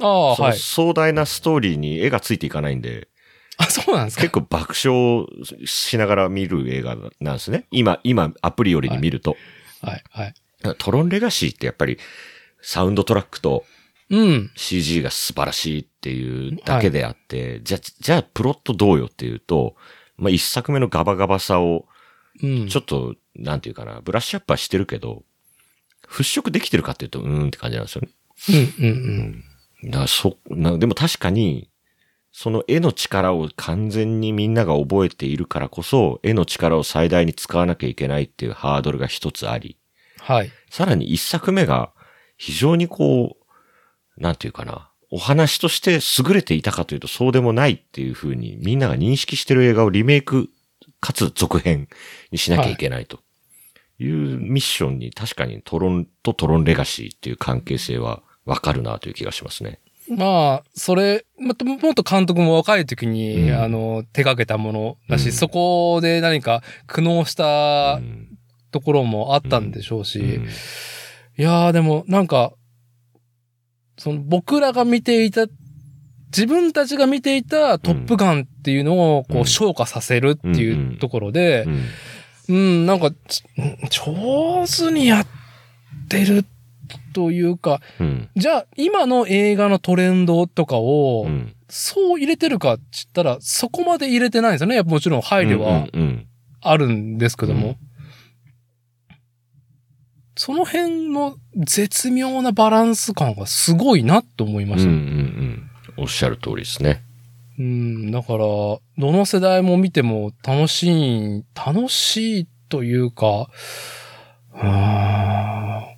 ああ、
その
はい。
壮大なストーリーに絵がついていかないん
(laughs)
で、
あ、そうなんですか
結。構爆笑しながら見る映画なんですね。今、今、アプリよりに見ると。
はい、はい。
トロンレガシーってやっぱり、サウンドトラックと
うん。
CG が素晴らしいっていうだけであって、じゃ、じゃあプロットどうよっていうと、まあ、一作目のガバガバさを、
うん。
ちょっと、なんていうかな、ブラッシュアップはしてるけど、払拭できてるかっていうと、うーんって感じなんですよね。
うん、うん、うん。
だからそなでも確かに、その絵の力を完全にみんなが覚えているからこそ、絵の力を最大に使わなきゃいけないっていうハードルが一つあり、
はい。
さらに一作目が非常にこう、なんていうかな、お話として優れていたかというとそうでもないっていうふうにみんなが認識してる映画をリメイクかつ続編にしなきゃいけないというミッションに確かにトロンとトロンレガシーっていう関係性はわかるなという気がしますね。
まあ、それ、また、もっと監督も若い時に、
うん
あの、手掛けたものだし、
うん
そこで何か苦悩した
うん
ところもあったんでしょうし、
うん
いやーでも、なんか、その僕らが見ていた、自分たちが見ていたトップガンっていうのを、こ
うん
う、昇華させるっていうところで
う、ん
うん、なんか、ちうん上手にやってるというか、
うん
じゃあ、今の映画のトレンドとかを、
うん
そう入れてるかって言ったら、そこまで入れてないんですよね。やっぱもちろん配慮は
うんうん
あるんですけども。
うん
その辺の絶妙なバランス感がすごいなと思いま
うんう
し
んう
た。うん、
んおっしゃる通りですね。
だから、どの世代も見ても楽しい、楽しいというか、うーんま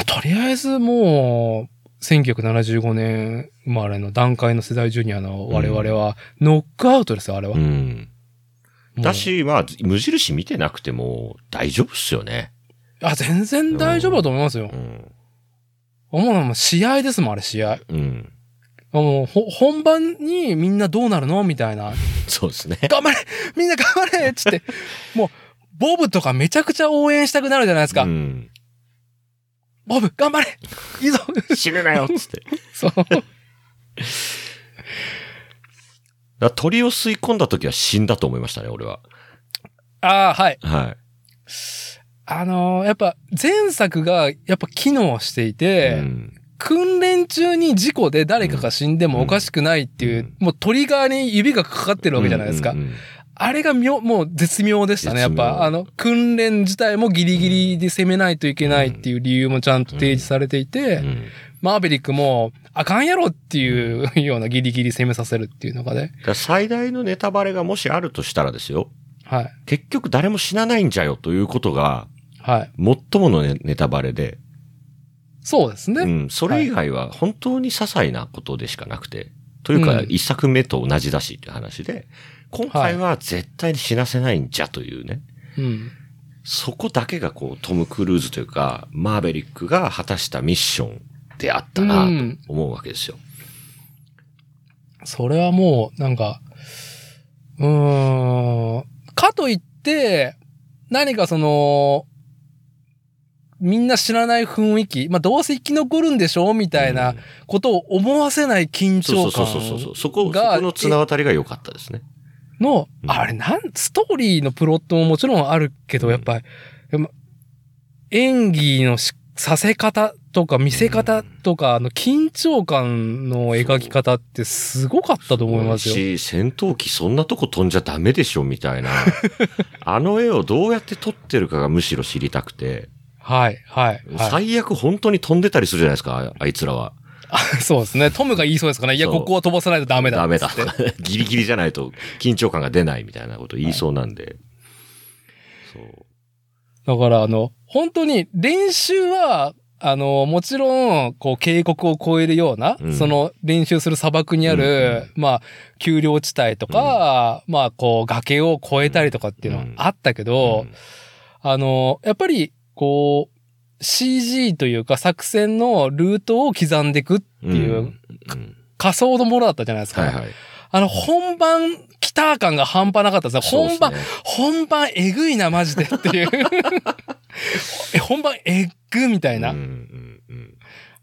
あ、とりあえずもう、1975年生まれの段階の世代ジュニアの我々は、ノックアウトですよ、あれは。
う
も
ん。
う
だし、まあ、無印見てなくても大丈夫っすよね。
あ、全然大丈夫だと思いますよ
う。ん。
もうもう試合ですもん、あれ試合。
うん。
もうほ、本番にみんなどうなるのみたいな。 (laughs)
そうですね。
頑張れみんな頑張れっつって。もう、ボブとかめちゃくちゃ応援したくなるじゃないですか。
うん、
ボブ、頑張れいいぞ
(laughs)
(laughs)
死ぬなよっつって。
そう。
だ鳥を吸い込んだ時は死んだと思いましたね、俺は。
ああ、はい。
は
あのーやっぱ前作がやっぱ機能してい
い。
て、
うん
訓練中に事故で誰かが死んでもおかしくないっていう、
うん
もうトリガーに指がかかってるわけじゃないですか。
うんうんうん
あれが妙、もう絶妙でしたね。やっ
絶妙
ぱ、あの、訓練自体もギリギリで攻めないといけないっていう理由もちゃんと提示されていて、
うん
マーベリックも、あかんやろっていうようなギリギリ攻めさせるっていうのがね。
だから最大のネタバレがもしあるとしたらですよ。
はい。
結局誰も死なないんじゃよということが、
はい。
最ものねネタバレで、
そうですね。
うん。それ以外は本当に些細なことでしかなくて。というか
う、ん
一作目と同じだしっていう話で、今回は絶対に死なせないんじゃというね。
うん。
そこだけがこう、トム・クルーズというか、マーベリックが果たしたミッションであった
う。
なんと思うわけですよ。
それはもう、なんか、うーん。かといって、何かその、みんな知らない雰囲気、まあ、どうせ生き残るんでしょうみたいな
うん
ことを思わせない緊
そ
張
うそうそうそう
感
そう。そこ、そ
が
この綱渡りが良かったですね。
の
う、ん
あれなん、ストーリーのプロットももちろんあるけ
う
ど、
ん
やっぱり、でも演技のしさせ方とか見せ方とか、あの緊張感の描き方ってすごかったと思いますよ。
し、戦闘機そんなとこ飛んじゃダメでしょみた
(laughs)
いな。あの絵をどうやって撮ってるかがむしろ知りたくて、
はい、はい、はい。
最悪本当に飛んでたりするじゃないですか、あいつらは。
(laughs) そうですね。トムが言いそうですからね。いや、
そう
ここは飛ばさないとダメだ。
ダメだ
つ (laughs) って。
ギリギリじゃないと緊張感が出ないみたいなこと言いそうなんで。そう。
だから、あの、本当に練習は、あの、もちろん、こう、渓谷を越えるような、
うん
その練習する砂漠にある、まあ、丘陵地帯とか、まあ、こう、崖を越えたりとかっていうのはあったけど、
うん
あの、やっぱり、こう、CG というか作戦のルートを刻んでいく
うん
いう
うん
仮想のものだったじゃないですか。
はいはい。
あの、本番、来た感が半端なかったですね。
そう
本
ですね
番、本番えぐいな、マジでっていう。 (laughs) え本番えっぐみたいな。
うんうんうん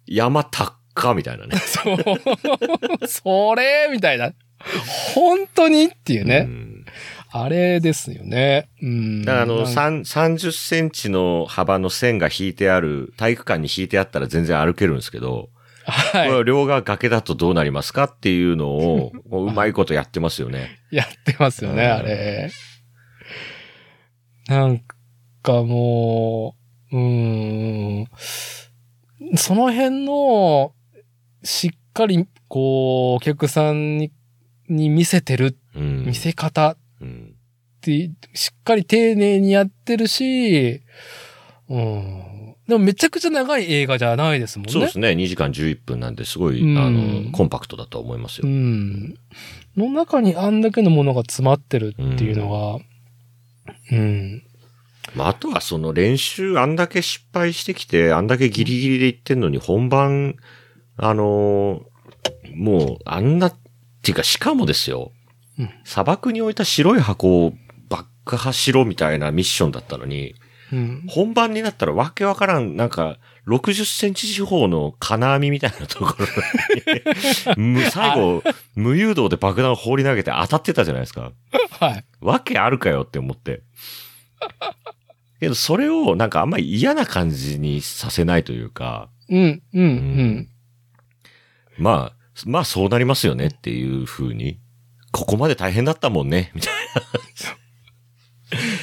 山高っみたいなね。
そう。 (laughs) それみたいな。本当にっていう
う
ね。
ん
あれですよね。うん。
だからあの、
なんか
三30センチの幅の線が引いてある、体育館に引いてあったら全然歩けるんですけど、
は
これ両側崖だとどうなりますかっていうのを、もううまいことやってますよね。
い。やってますよね、
うん
あれ。なんかもう、うーん。その辺の、しっかり、こう、お客さんに、に見せてる
うん。
見せ方っ
うん
て、しっかり丁寧にやってるし、うん。でもめちゃくちゃ長い映画じゃないですもんね。
そうですね。2時間11分なんで、すごい、
うん
あの、コンパクトだと思います
う
よ。
ん。の中にあんだけのものが詰まってるっていうのが、うん。
まあ、あとはその練習、あんだけ失敗してきて、あんだけギリギリで行ってんのに、本番、あのーもう、あんな、っていうか、しかもですよ
うん、
砂漠に置いた白い箱を爆破しろみたいなミッションだったのに、
うん。
本番になったらわけわからん、なんか、60センチ四方の金網みたいなところ
(laughs)
にむ、最後、無誘導で爆弾を放り投げて当たってたじゃないですか。
はい。
わけあるかよって思って。 (laughs) けど、それをなんかあんまり嫌な感じにさせないというか、
うん、うん、う。
うんまあ、まあそうなりますよねっていう風に、ここまで大変だったも
(laughs)
んね、みたい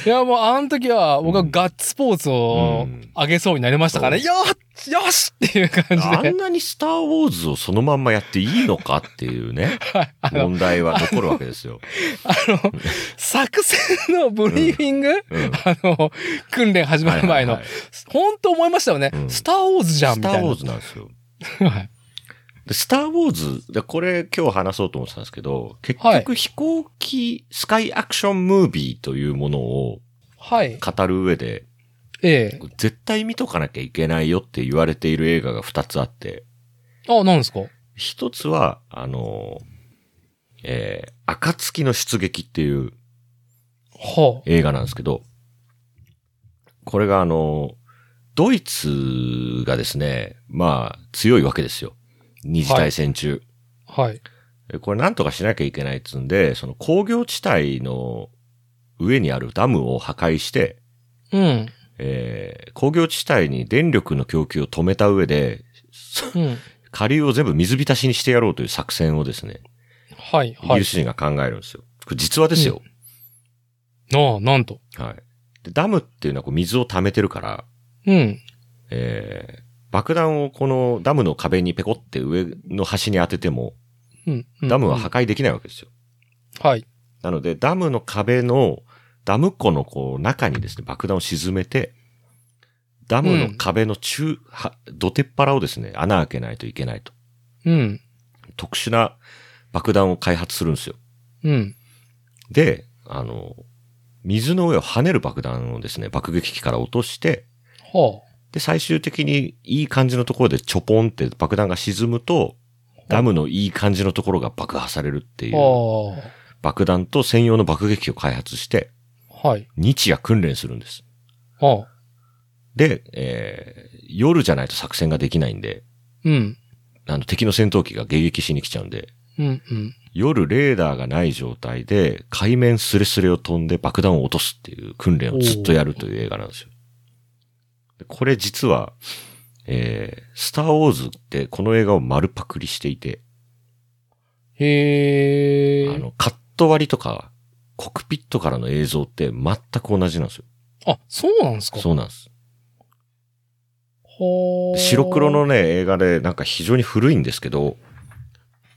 いや、もうあの時は僕はガッツポーズを
うん
上げそうになりましたからね。
そ
よーよしっていう感
な。あ
じで
ん。なにスターウォーズをそのまんまやっていいのかっていうね、
はい (laughs) あの、
問題は残るわけで
(laughs)
すよ。
あの、作戦のブリーフィング、
うん。
あの、訓練始まる前の
はいはいはい。
本当思いましたよね。
うん
スターウォーズじゃん
ス
み
タ
た
ー・
い
ウォ
な
ー。ズなんですよ。
はい
で、スター・ウォーズ、で、これ今日話そうと思ってたんですけど、結
は
局飛行機、スカイアクションムービーというものを
(laughs) はい。
語る上で、
ええ
絶対見とかなきゃいけないよって言われている映画が2つあって、
あ、何ですか
1つは、あの、えー、暁の出撃っていう
は
映画なんですけど、これがあの、ドイツがですね、まあ、強いわけですよ。二次大戦中。
あ、はい。
でこれなんとかしなきゃいけないっつうんで、その工業地帯の上にあるダムを破壊して、
うん。
えー工業地帯に電力の供給を止めた上で、そ
うん。
下流を全部水浸しにしてやろうという作戦をですね、
はい、
イギ
はい
リ。ス人が考えるんですよ。これ実話ですよ。
なあ、なんと。
はいで。ダムっていうのはこう水を溜めてるから、
うん。
えー爆弾をこのダムの壁にペコって上の端に当てても、
うん。うん
ダムは破壊できないわけですよ。
はい。
なので、ダムの壁の、ダム湖のこう、中にですね、爆弾を沈めて、ダムの
うん
壁の中、は土手っ腹をですね、穴開けないといけないと。
うん。
特殊な爆弾を開発するんですよ。
うん。
で、あの、水の上を跳ねる爆弾をですね、爆撃機から落として、
は
で、最終的にいい感じのところでちょぽんって爆弾が沈むと、ダムのいい感じのところが爆破されるってい
あ。
う、
は
爆弾と専用の爆撃機を開発して、
あ。はい。
日夜訓練するんです。
はあ。
で、えー夜じゃないと作戦ができないんで、
うん。
あの、敵の戦闘機が迎撃しに来ちゃうんで、
うん。うん。
夜レーダーがない状態で、海面スレスレを飛んで爆弾を落とすっていう訓練をずっとやるという映画なんですよ。でこれ実は、えー、スターウォーズってこの映画を丸パクリしていて、
へえ。
あの、カット割りとか、コクピットからの映像って全く同じなんですよ。
あ、そうなんですか
そうなんです。
はあ。
白黒のね、映画でなんか非常に古いんですけど、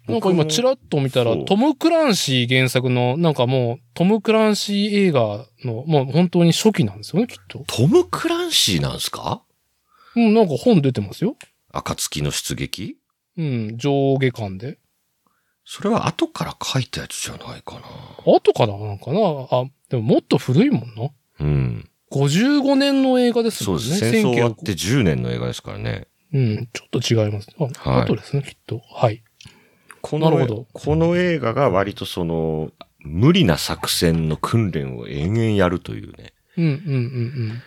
なんか今ちらっと見たら
そう、
トム・クランシー原作の、なんかもう、トム・クランシー映画の、もう本当に初期なんですよね、きっと。
トム・クランシーなんですか
うん、なんか本出てますよ。
暁の出撃
うん、上下巻で。
それは後から書いたやつじゃないかな。
後からなんかなあ、でももっと古いもんな。
うん。
55年の映画です
そ
も
うんで
ね。
す。戦争終わっ
1900
て10年の映画ですからね。
うん、ちょっと違います。あ、
はい
後ですね、きっと。はい。
こ
なるほど
この映画が割とその、無理な作戦の訓練を延々やるというね。
うん、うん、うん、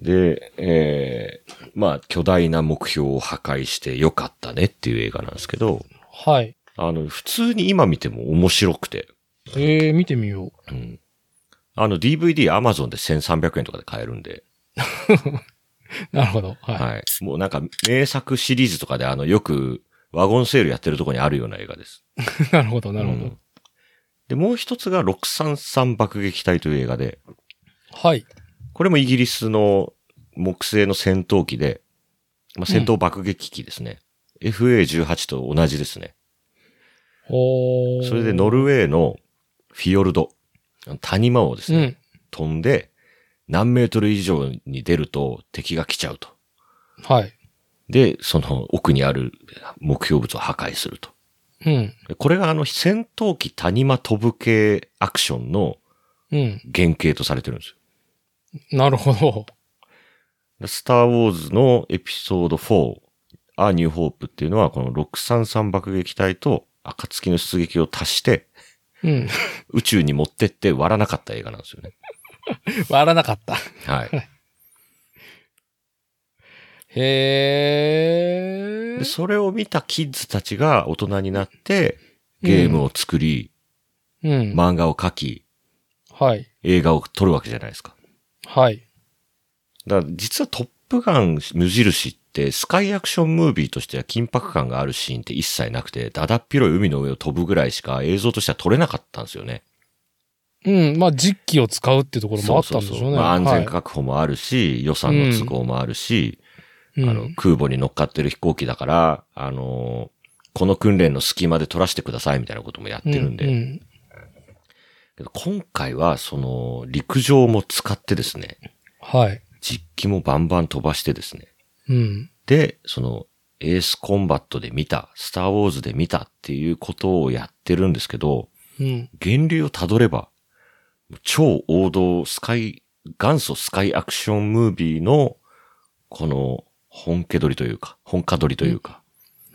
で、えー、まあ、巨大な目標を破壊してよかったねっていう映画なんですけ
う
ど、
ん。はい。
あの、普通に今見ても面白くて、
えー、見てみよ
うん。あの、DVD、Amazon で1300円とかで買えるんで、
う。なるほど。は
はい。もうなんか、名作シリーズとかで、あの、よく、ワゴンセールやってるとこにあるような映画です。
い。 (laughs) なるほど、なるほど。
うんで、もう一つが633爆撃隊という映画で、
はい。
これもイギリスの木製の戦闘機で、まあ、戦闘爆撃機ですね。FA18 と同じですね。
おー
それでノルウェーのフィヨルド、谷間をですね、
うん。
飛んで、何メートル以上に出ると敵が来ちゃうと。
はい。
で、その奥にある目標物を破壊すると。
うん。
でこれがあの戦闘機谷間飛ぶ系アクションの
うん。
原型とされてるんですよ
なるほど。
スター・ウォーズのエピソード4、アー・ニュー・ホープっていうのは、この633爆撃隊と暁の出撃を足して、
うん。 (laughs)
宇宙に持ってって割らなかった映画なんですよね。
割らなかった。
はい。
(laughs) へ
で
ー。
それを見たキッズたちが大人になって、ゲームを作り、
うん。
漫画を描き、
はい。
映画を撮るわけじゃないですか。
はい。
だから実はトップガン無印って、スカイアクションムービーとしては緊迫感があるシーンって一切なくて、だだっ広い海の上を飛ぶぐらいしか映像としては撮れなかったんですよね。
うん。まあ、実機を使うってところもあったんでしょうね。
そうそうそうまあ、安全
はい
確保もあるし、予算の都合もあるし、
うん
あの、空母に乗っかってる飛行機だから、あのーこの訓練の隙間で取らせてくださいみたいなこともやってるんで。
う
けど今回は、その、陸上も使ってですね、
はい。
実機もバンバン飛ばしてですね。
うん。
で、その、エースコンバットで見た、スターウォーズで見たっていうことをやってるんですけど、
うん。
源流をたどれば、超王道スカイ、元祖スカイアクションムービーの、この、本家取りというか、本家取りというか、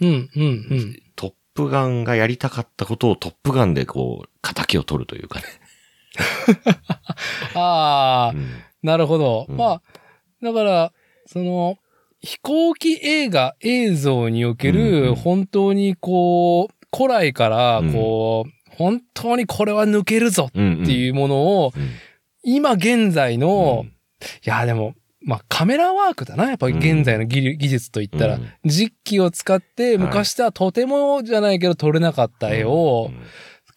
うん。うん。うん。
トップガンがやりたかったことをトップガンでこう、仇を取るというかね。
ああ、なるほど。
うん
まあ、だから、その、飛行機映画映像における、
うんうん
本当にこう、古来から
うん、
こう、本当にこれは抜けるぞ
うん。
って
う
いうものを、
ん。
今現在
うん
の、いや、でも、まあ、カメラワークだな。やっぱり現在の技,、技術といったら、
うん
実機を使って、
はい
昔ではとてもじゃないけど撮れなかった絵を、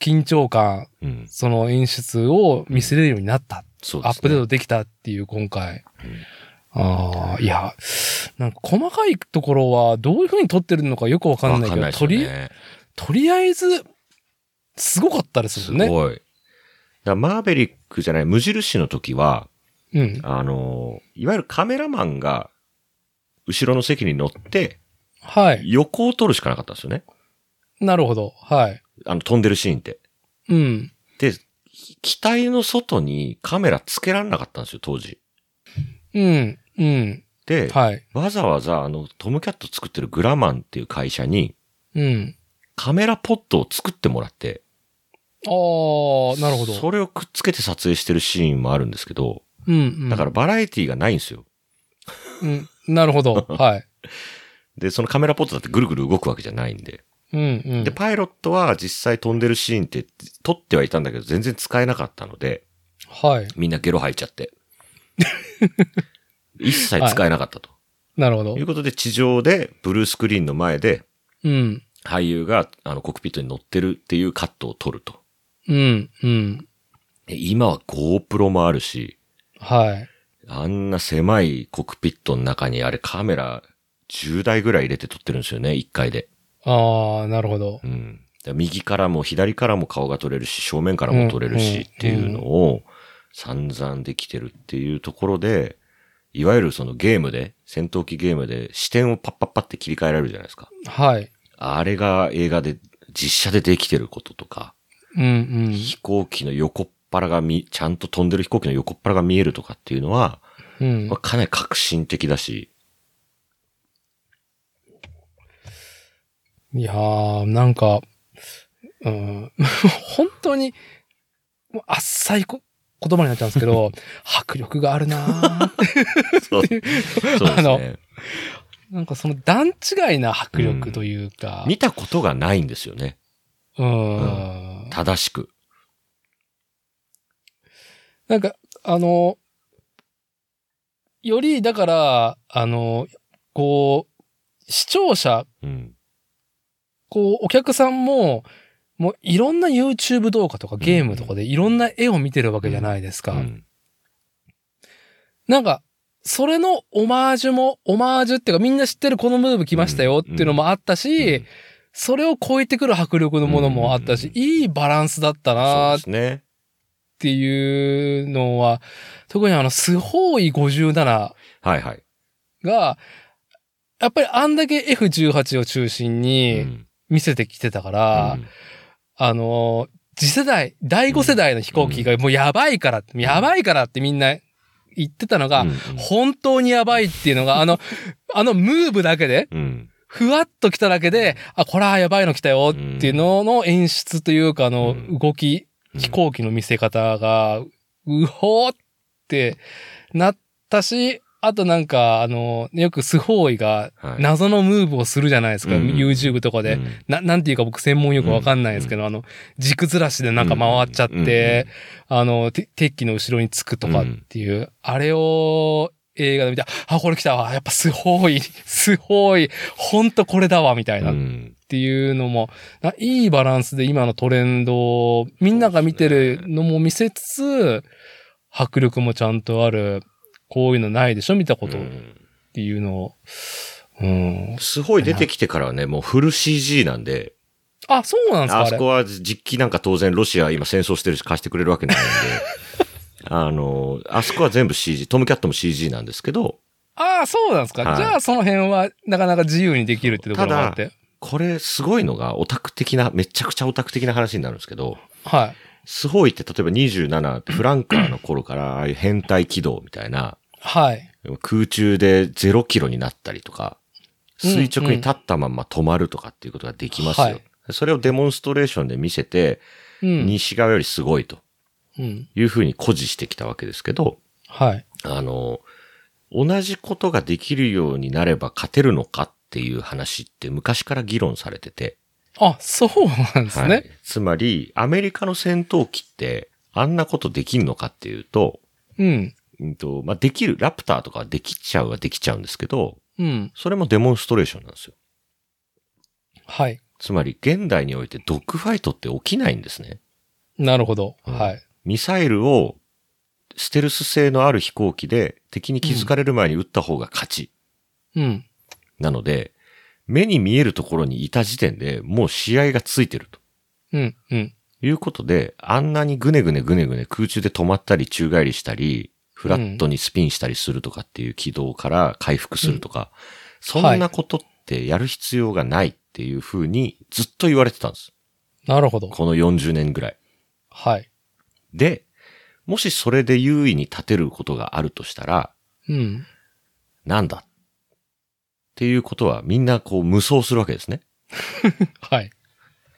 緊張感、
うん、うん
その演出を見せれるようになった。
そうですね
アップデートできたっていう今回。ああ、いや、なんか細かいところはどういう風に撮ってるのかよくわかんないけど、
わかんないです
と
よね
り、とりあえず、すごかったです
す
もんね。
ごい。だからマーベリックじゃない、無印の時は、
うん。
あの、いわゆるカメラマンが、後ろの席に乗って、
はい。
横を撮るしかなかったんですよね。
なるほど。はい。
あの、飛んでるシーンって。
うん。
で、機体の外にカメラつけられなかったんですよ、当時。
うん。うん。
で、
はい。
わざわざあの、トムキャット作ってるグラマンっていう会社に、
うん。
カメラポットを作ってもらって、
ああ、なるほど。
それをくっつけて撮影してるシーンもあるんですけど、
うん、うん。
だから、バラエティがないんですよ。
うん。なるほ
(laughs)
ど。はい。
で、そのカメラポットだってぐるぐる動くわけじゃないんで。
うん、うん。
で、パイロットは実際飛んでるシーンって撮ってはいたんだけど、全然使えなかったので、
はい。
みんなゲロ吐いちゃ
(laughs)
って。一切使えなかったと。
なるほど
という。ことで、地上でブルースクリーンの前で、
うん。
俳優があのコックピットに乗ってるっていうカットを撮ると。
うん、うん。
で今は GoPro もあるし、
はい。
あんな狭いコックピットの中にあれカメラ10台ぐらい入れて撮ってるんですよね、1回で。
ああ、なるほど。
うん。だから右からも左からも顔が撮れるし、正面からも撮れる
うんうん
しっていうのを散々できてるっていうところで、いわゆるそのゲームで、戦闘機ゲームで視点をパッパッパって切り替えられるじゃないですか。
はい。
あれが映画で、実写でできてることとか、
うん、うん。
飛行機の横っ腹が見、ちゃんと飛んでる飛行機の横っ腹が見えるとかっていうのは、
うん
まあ、かなり革新的
(laughs)
だし、
いやー、なんか、うん、 (laughs) 本当に、もうあっさいこ言葉になっちゃうんですけど、迫力があるなー
そうそうです
あの
ね。
なんかその段違いな迫力というか、
見たことがないんですよね。
うん、
正しく。
なんか、あの、より、だから、あの、こう、視聴者、
うん。
こう、お客さんも、もういろんな YouTube 動画とかゲームとかでいろんな絵を見てるわけじゃないですか。
うん
なんか、それのオマージュも、オマージュっていうかみんな知ってるこのムーブ来ましたよっていうのもあったし、それを超えてくる迫力のものもあったし
う、ん
いいバランスだった
そう
な
で
っ
すね。
ていうのは、特にあの、スホーイ57
はいはい。
が、やっぱりあんだけ F18 を中心に
ん
見せてきてたから、
うん
あの、次世代、第5世代の飛行機がもうやばいから、やばいからってみんな言ってたのが、
うん
本当にやばいっていうのが、
(laughs)
あの、あのムーブだけで、
うん
ふわっと来ただけで、あ、こら、やばいの来たよっていうのの演出というか、あの
うん、
動き、
うん
飛行機の見せ方が、うほーってなったし、あとなんか、あの、よくスホーイが
はい
謎のムーブをするじゃないですか、
うん
YouTube とかで。
うん
な、なんていうか僕専門用語わかんないですけど、あの、軸ずらしでなんか回っちゃって、あの、て鉄器の後ろにつくとかっていう、あれを映画で見て、あ、これ来たわ、やっぱすごい、 (laughs) すごい、ほんとこれだわ、みたいな
う
っ
ん
ていうのも、ないいバランスで今のトレンドを、みんなが見てるのも見せつつ、迫力もちゃんとある、こういうのないでしょ見たこと
う
っ
ん
ていうのを。うん。
すごい出てきてからはね、もうフル CG なんで、
あ、そうなんですか
あ
あ
そ
れ。
こは実機なんか当然ロシア今戦争してるし貸してくれるわけないんで、
(laughs)
あの、あそこは全部 CG、トムキャットも CG なんですけど、
ああ、そうなんですか。
はい
じゃあ、その辺は、なかなか自由にできるってところもあって。
これすごいのがオタク的な、めちゃくちゃオタク的な話になるんですけど、
はい。
スホイって例えば27ってフランカーの頃からああいう変態軌道みたいな、
はい。
空中で0キロになったりとか、
うん
垂直に立ったまま止まるとかっていうことができますよ。
はい
それをデモンストレーションで見せて、
うん。
西側よりすごいと
うん。
いうふうに誇示してきたわけですけど、
はい。
あの、同じことができるようになれば勝てるのかっていう話って昔から議論されてて、
あ、そうなんですね。
はいつまり、アメリカの戦闘機ってあんなことできんのかっていうと、
うん。
うんと、まあ、できる、ラプターとかはできちゃうはできちゃうんですけど、
うん。
それもデモンストレーションなんですよ。
はい。
つまり、現代においてドッグファイトって起きないんですね。
なるほど。
うん
はい。
ミサイルを、ステルス性のある飛行機で敵に気づかれる前に撃った方が勝ち。
うん。
なので、目に見えるところにいた時点でもう試合がついてると。
うん。うん。
いうことで、あんなにぐねぐねぐねぐね空中で止まったり宙返りしたり、フラットにスピンしたりするとかっていう軌道から回復するとか、そんなことってやる必要がないっていうふうにずっと言われてたんです。
なるほど。
この40年ぐらい。
はい。
で、もしそれで優位に立てることがあるとしたら、
うん。
なんだっていうことはみんなこう無双するわけですね。
はい。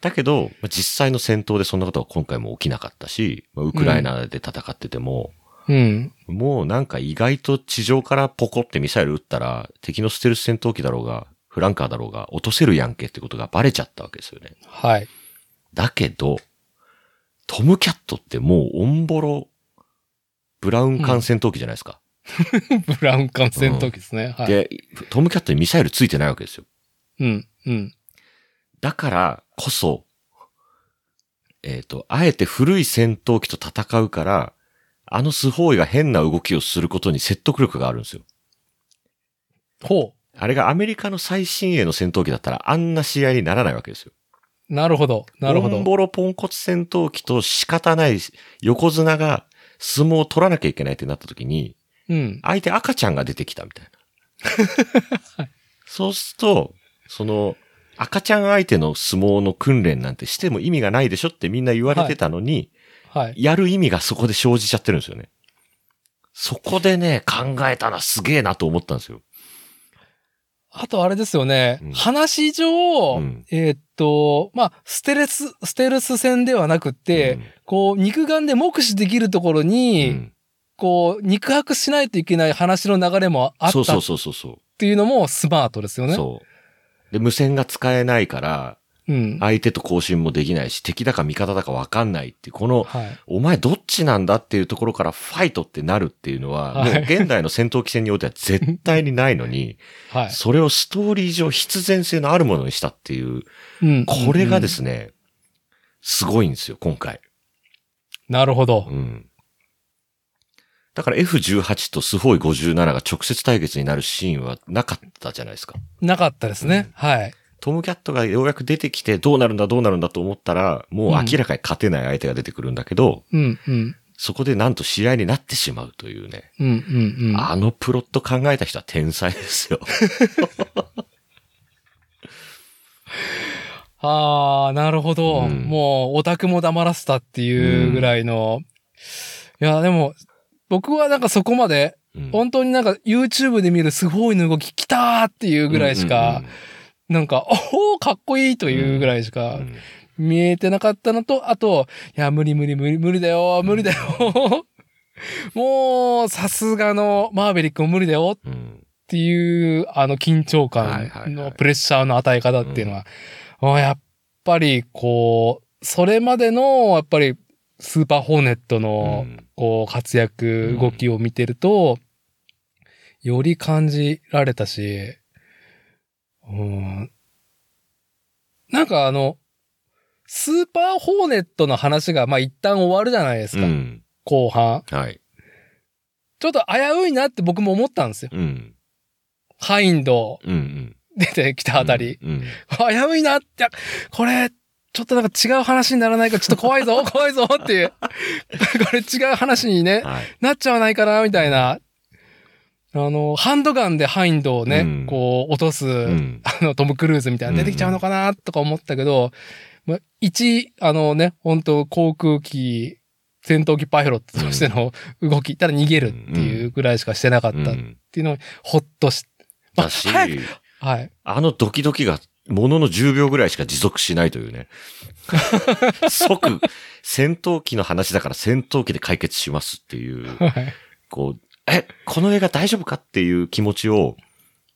だけど、まあ実際の戦闘でそんなことは今回も起きなかったし、まあウクライナで戦ってても、
うん。
もうなんか意外と地上からポコってミサイル撃ったら、敵のステルス戦闘機だろうが、フランカーだろうが、落とせるやんけってことがバレちゃったわけですよね。
はい。 (laughs)
だけど、トムキャットってもうオンボロ、ブラウン管戦闘機じゃないですか。
ブラウン艦戦闘機ですね。はい。
で、トムキャットにミサイルついてないわけですよ。
うん。うん。
だからこそ、えっ、と、あえて古い戦闘機と戦うから、あのスホーイが変な動きをすることに説得力があるんですよ。
ほ
あれがアメリカの最新鋭の戦闘機だったらあんな試合にならないわけですよ。
う。なるほど。なるほ
オン
ど。
ボロポンコツ戦闘機と仕方ない横綱が相撲を取らなきゃいけないってなった時に、
うん。
相手赤ちゃんが出てきたみたいな。
(laughs)
そうすると、その、赤ちゃん相手の相撲の訓練なんてしても意味がないでしょってみんな言われてたのに、
はい。
やる意味がそこで生じちゃってるんですよね。そこでね、考えたな、すげえなと思ったんですよ。
あとあれですよね。
うん
話上、
うん
えーっと、まあ、ステレス、ステルス戦ではなくて、こう、肉眼で目視できるところ
うん、
に、
うん
こう、肉薄しないといけない話の流れもあっ
そう
た
そう
っ
そうそうそ
ていうのもスマートですよ
う。
ね。
そう。で、無線が使えないから、
う。ん。
相手と交信もできないし、敵だか味方だかわかんないっていう、この、
はい。
お前どっちなんだっていうところからファイトってなるっていうのは、
はい
もう現代の戦闘機戦においては絶対にないのに、
はい。
それをストーリー上必然性のあるものにしたっていう、
うん。
これが
ね。
ですね、すごいんですよ、今回。
なるほど
う。ん。だから F18 とスホイ57が直接対決になるシーンはなかったじゃないですか。
なかったですね。はい。
トムキャットがようやく出てきてどうなるんだどうなるんだと思ったら、もう明らかに勝てない相手が出てくるんだけど、
うん、うん。
そこでなんと試合になってしまうというね。
うん、うん、うん。
あのプロット考えた人は天才で
(laughs)
すよ。
ああ、なるほど。
うん
もう、オタクも黙らせたっていうぐらいの。いや、でも、僕はなんかそこまで、
うん
本当になんか YouTube で見るすごいの動き来たーっていうぐらいしか、、なんか、おおかっこいいというぐらいし
うんうん
か
うん
見えてなかったのと、あと、いや、無理無理無理無理だよ、無理だよ。 (laughs) もう、さすがのマーベリックも無理だよ
うんうん
っていう、あの緊張
はい
感
はいはい
のプレッシャーの与え方っていうのは、あやっぱりこう、それまでの、やっぱり、スーパーホーネットの、
うん
こう、活躍、
うん
動きを見てると、より感じられたし、うん。なんかあの、スーパーホーネットの話が、まあ一旦終わるじゃないですか、
うん
後半。
はい。
ちょっと危ういなって僕も思ったんですよ。
うん。
ハインド
うんうん。
出てきたあたり。
うん。
危ういなって、あこれ、ちょっとなんか違う話にならないか、ちょっと怖いぞ、怖いぞっていう。 (laughs) これ違う話にね、
はい。
なっちゃわないかな、みたいな。あの、ハンドガンでハインドをね、
うん
こう、落とす、
うん
あの、トム・クルーズみたいなの出てきちゃうのかな、とか思ったけど、まあ、一、あのね、本当航空機、戦闘機パイロットとしての動き、ただ逃げるっていうぐらいしかしてなかった
う
っ
ん
ていうのに、ほっとし、まあ
だし、
早くはい。
あのドキドキが、ものの10秒ぐらいしか持続しないというね。即、戦闘機の話だから戦闘機で解決しますっていう、
はい。
こう、え、この映画大丈夫かっていう気持ちを、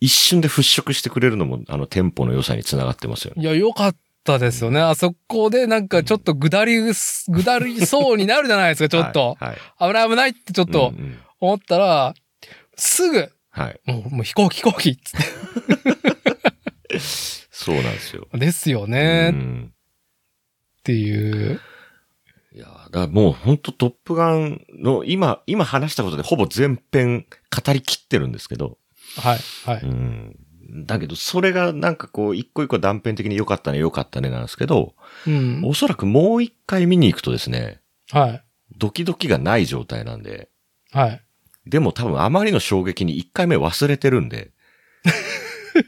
一瞬で払拭してくれるのも、あの、テンポの良さにつながってますよね。
いや、良かったですよね。あそこでなんかちょっとぐだりぐす、ぐだりそうになるじゃないですか、ちょっと。
はい。はい
危ない危ないってちょっと
うんうん
思ったら、すぐ、
はい。
もうもう飛行機飛行機っつっ
そうなんですよ。
て。ですよ
う
ね、っ
ん
ていう。
いやーだからもう本当トップガンの今、今話したことでほぼ全編語りきってるんですけど、
はい、は
う
い。
ん、だけどそれがなんかこう一個一個断片的に良かったね良かったねなんですけど、
うん。
おそらくもう一回見に行くとですね、
はい、
ドキドキがない状態なんで、
はい。
でも多分あまりの衝撃に1回目忘れてるんで。
(laughs)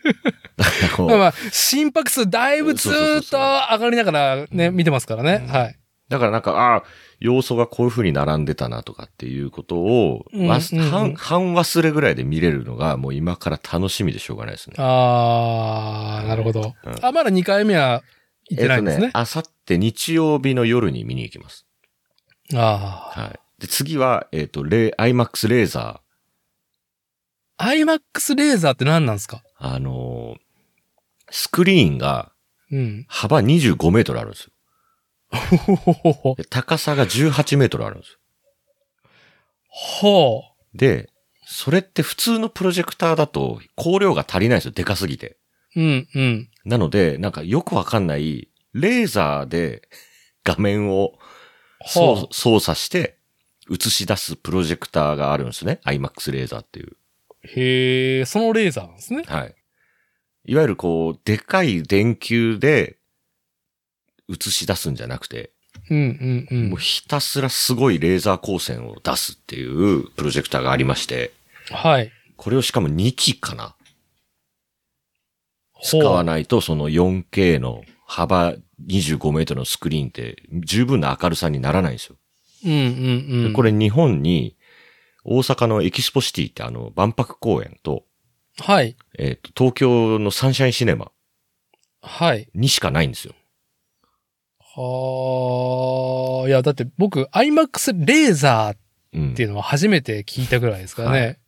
だからこう
まあまあ、心拍数だいぶずーっ
そ
と
うそうそうそう
上がりながらね、見てますからね。
うん
はい。
だからなんか、ああ、要素がこういう風に並んでたなとかっていうことを、
うん
わ
うんうん
半、半忘れぐらいで見れるのがもう今から楽しみでしょうがないですね。
あー、なるほど。
うん
あ、まだ2回目は行ってないんですね。
あさって日曜日の夜に見に行きます。
あ
はい。で、次は、えっ、と、レイ、IMAX レーザ
あ。IMAX レーザーって何なんですか
ー、あのースクリーンが
うん。
幅25メートルあるんですよ。
ほほほほ。
で高さが18メートルあるんですよ。
ほ
で、それって普通のプロジェクターだと光量が足りないんですよ。でかすぎて。
う。うん、うん。
なので、なんかよくわかんない、レーザーで画面を操,、
ほ
操作して映し出すプロジェクターがあるんですね。IMAX レーザーっていう。
う。へえ、そのレーザーなんですね。
はい。いわゆるこう、でかい電球で映し出すんじゃなくて、
うん、うん、う。
もうんひたすらすごいレーザー光線を出すっていうプロジェクターがありまして、
はい。
これをしかも2機かな使
ほう
わないと、その 4K の幅25メートルのスクリーンって十分な明るさにならないんですよ。
うん、うん、う
で
ん。
こ。れ日本に、大阪のエキスポシティってあの万博公園と、
はい。
えっ、と、東京のサンシャインシネマ
はい。
にしかないんですよ。
はあ。いや、だって僕、IMAX レーザーっ
うん
ていうのは初めて聞いたぐらいですからね。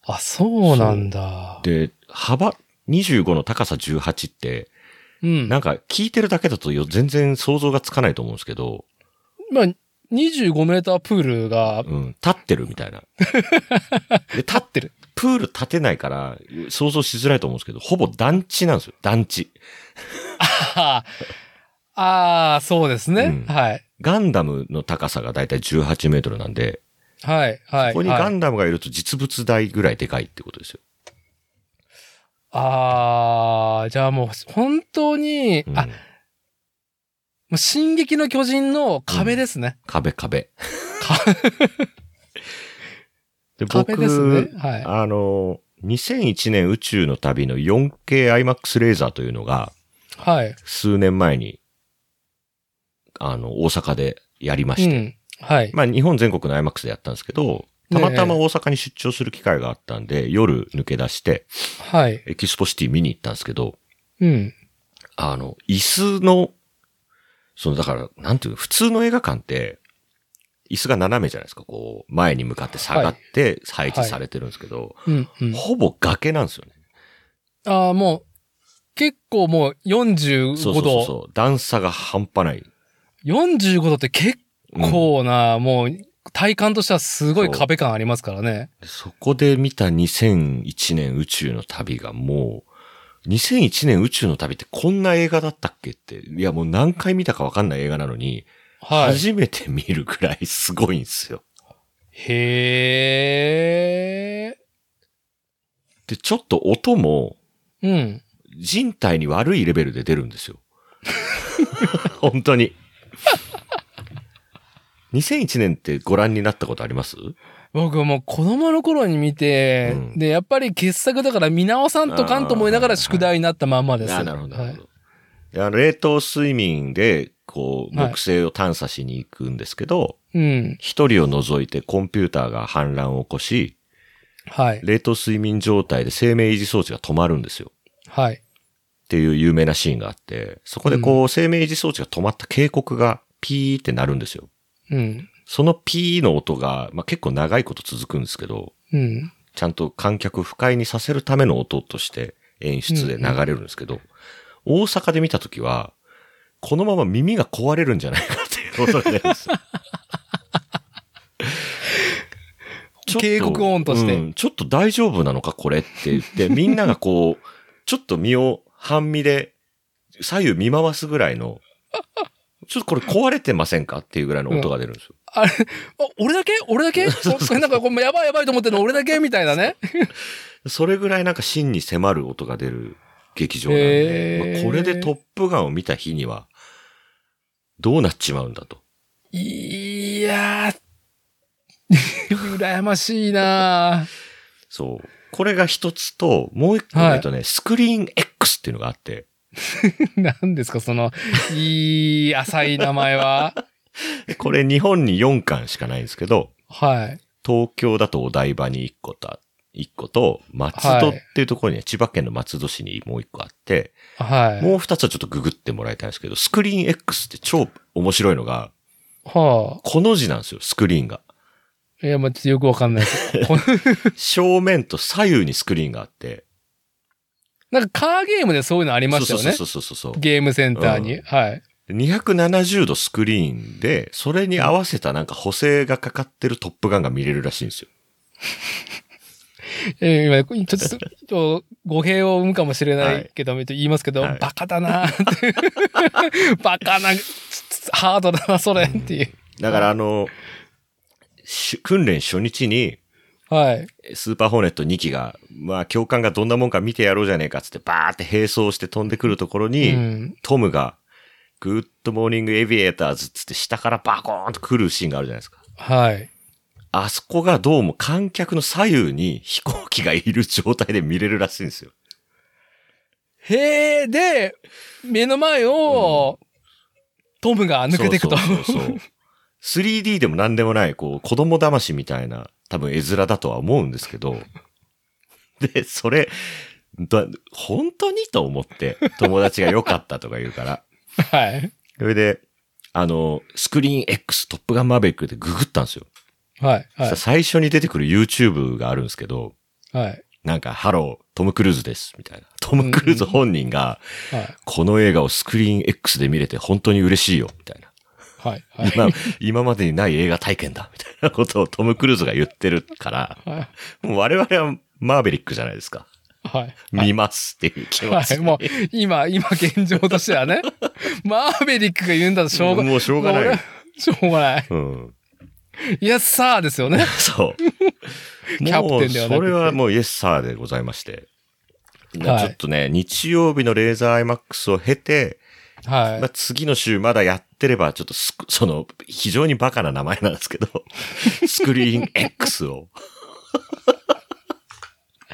は
あ、そうなんだ。
で、幅25の高さ18って、
うん。
なんか聞いてるだけだとよ全然想像がつかないと思うんですけど、
まあ、25メータープールが、 (laughs)
うん、立ってるみたいな。で、立っ
ってる。
プール立てないから想像しづらいと思うんですけど、ほぼ団地なんですよ。団地。
ああー、そうですね。
うん
はい。
ガンダムの高さがだいたい18メートルなんで、
はい、はい。
ここに
はい
ガンダムがいると実物大ぐらいでかいってことですよ。
ああ、じゃあもう、本当に、
うん
あ、もう進撃の巨人の壁ですね。
壁壁。 (laughs) で
壁ですね。はい。
あの、2001年宇宙の旅の 4KIMAX レーザーというのが、
はい。
数年前に、あの、大阪でやりま
う
して、
ん。はい。
まあ日本全国の IMAX でやったんですけど、たまたま大阪に出張する機会があったんで、夜抜け出して、
はい。
エキスポシティ見に行ったんですけど、
うん。
あの、椅子の、その、だから、なんていうの普通の映画館って、椅子が斜めじゃないですか。こう、前に向かって下がって配置されてるんですけど、
うん。うん。
ほぼ崖なんですよね。
ああ、もう、結構もう45度。
そうそうそうそう。段差が半端ない。
45度って結
うん
構な、もう、体感としてはすごい壁感ありますからね。
でそこで見た2001年宇宙の旅がもう、2001年宇宙の旅ってこんな映画だったっけって、いやもう何回見たかわかんない映画なのに、
はい。
初めて見るくらいすごいんですよ。
へえ。
で、ちょっと音も
うん。
人体に悪いレベルで出る
(laughs)
んですよ。本当に。2001年ってご覧になったことあります
僕はもう子供の頃に見て、
うん
で、やっぱり傑作だから見直さんとかんと思いながら宿題になったまんまです。
あなるほど、なる
はい
ほど。いや冷凍睡眠で、こう、
はい
木星を探査しに行くんですけど、
うん。
一、人を除いてコンピューターが反乱を起こし、
はい。
冷凍睡眠状態で生命維持装置が止まるんですよ。
はい。
っていう有名なシーンがあって、そこでこう、生命維持装置が止まった警告がピーって鳴るんですよ。
うん。
そのピーの音が、まあ、結構長いこと続くんですけど、
うん。
ちゃんと観客を不快にさせるための音として演出で流れるんですけど、大阪で見たときは、このまま耳が壊れるんじゃないかっていう音が出るんですよちょ
(laughs)
っ
警告音として
うんちょっと大丈夫なのかこれって言って、みんながこう、ちょっと身を半身で左右見回すぐらいの、ちょっとこれ壊れてませんかっていうぐらいの音が出るんですよ。
あれ、あ俺だけ俺だけ
(laughs)
なんかこう、やばいやばいと思ってるの俺だけみたいなね。
それぐらいなんか真に迫る音が出る劇場なん
へ
で、
ー
まあこれでトップガンを見た日には、どうなっちまうんだと。
いやー、 (laughs) 羨ましいなぁ
そう。これが一つと、もう一個、
はい
えっとね、スクリーン X っていうのがあって、
(laughs) 何ですか、その、いい、浅い名前は。
これ日本に4巻しかないんですけど、
はい。
東京だとお台場に1個と、一個と、松戸っていうところには、千葉県の松戸市にもう1個あって、
はい。
もう2つはちょっとググってもらいたいんですけど、スクリーン X って超面白いのが、
は
この字なんですよ、スクリーンが。
あ。いや、まあ、ちょっとよくわかんないです。この
正面と左右にスクリーンがあって。
なんか、カーゲームでそういうのありましたよね
そ。うそうそうそうそう。
ゲームセンターに。
う
はい。
270度スクリーンで、それに合わせたなんか補正がかかってるトップガンが見れるらしいんですよ。
えー今、ちょっとす、ちょっと語弊を生むかもしれないけど、言いますけど、
はい
バカだなぁって。 (laughs) バカな、ハードだな、それっていう。
だからあの、し訓練初日に、
はい。
スーパーホーネット2機が、まあ、教官がどんなもんか見てやろうじゃねえかっつって、バーって並走して飛んでくるところに、
うん
トムが、グッドモーニングエビエーターズっつって下からバコーンと来るシーンがあるじゃないですか。
はい。
あそこがどうも観客の左右に飛行機がいる状態で見れるらしいんですよ。
へえ、で、目の前を、トム (laughs) が抜けていくと。
そうそうそうそう 3D でも何でもない、こう、子供騙しみたいな、多分絵面だとは思うんですけど、 (laughs) で、それ、だ本当にと思って、友達が良かったとか言うから。
はい。
それで、あの、スクリーン X トップガンマーベリックでググったんですよ。
はい。は
さ最初に出てくる YouTube があるんですけど、
い。はい。
なんか、ハロー、トム・クルーズです、みたいな。トム・クルーズ本人が、
はい。
この映画をスクリーン X で見れて本当に嬉しいよ、みたいな。
はい。はい。 (laughs)
今、今までにない映画体験だ、みたいなことをトム・クルーズが言ってるから、
はい。
もう我々はマーベリックじゃないですか。
はい。
見ますっていう気持
は
ち。
い。もう、今、今現状としては
(laughs)
ね、マーベリックが言うんだとしょうが、
もうしょうがない。。
しょうがない。
うん。
いや、さあですよね。 (laughs)
そう。
キャプテンではなくて
もうそれはもうイエスサーでございまして。
はい
ちょっとね、日曜日のレーザーアイマックスを経て、まあ、
は
次の週まだやってれば、ちょっとすく、その、非常にバカな名前なんです
(laughs)
けど、スクリーン X を。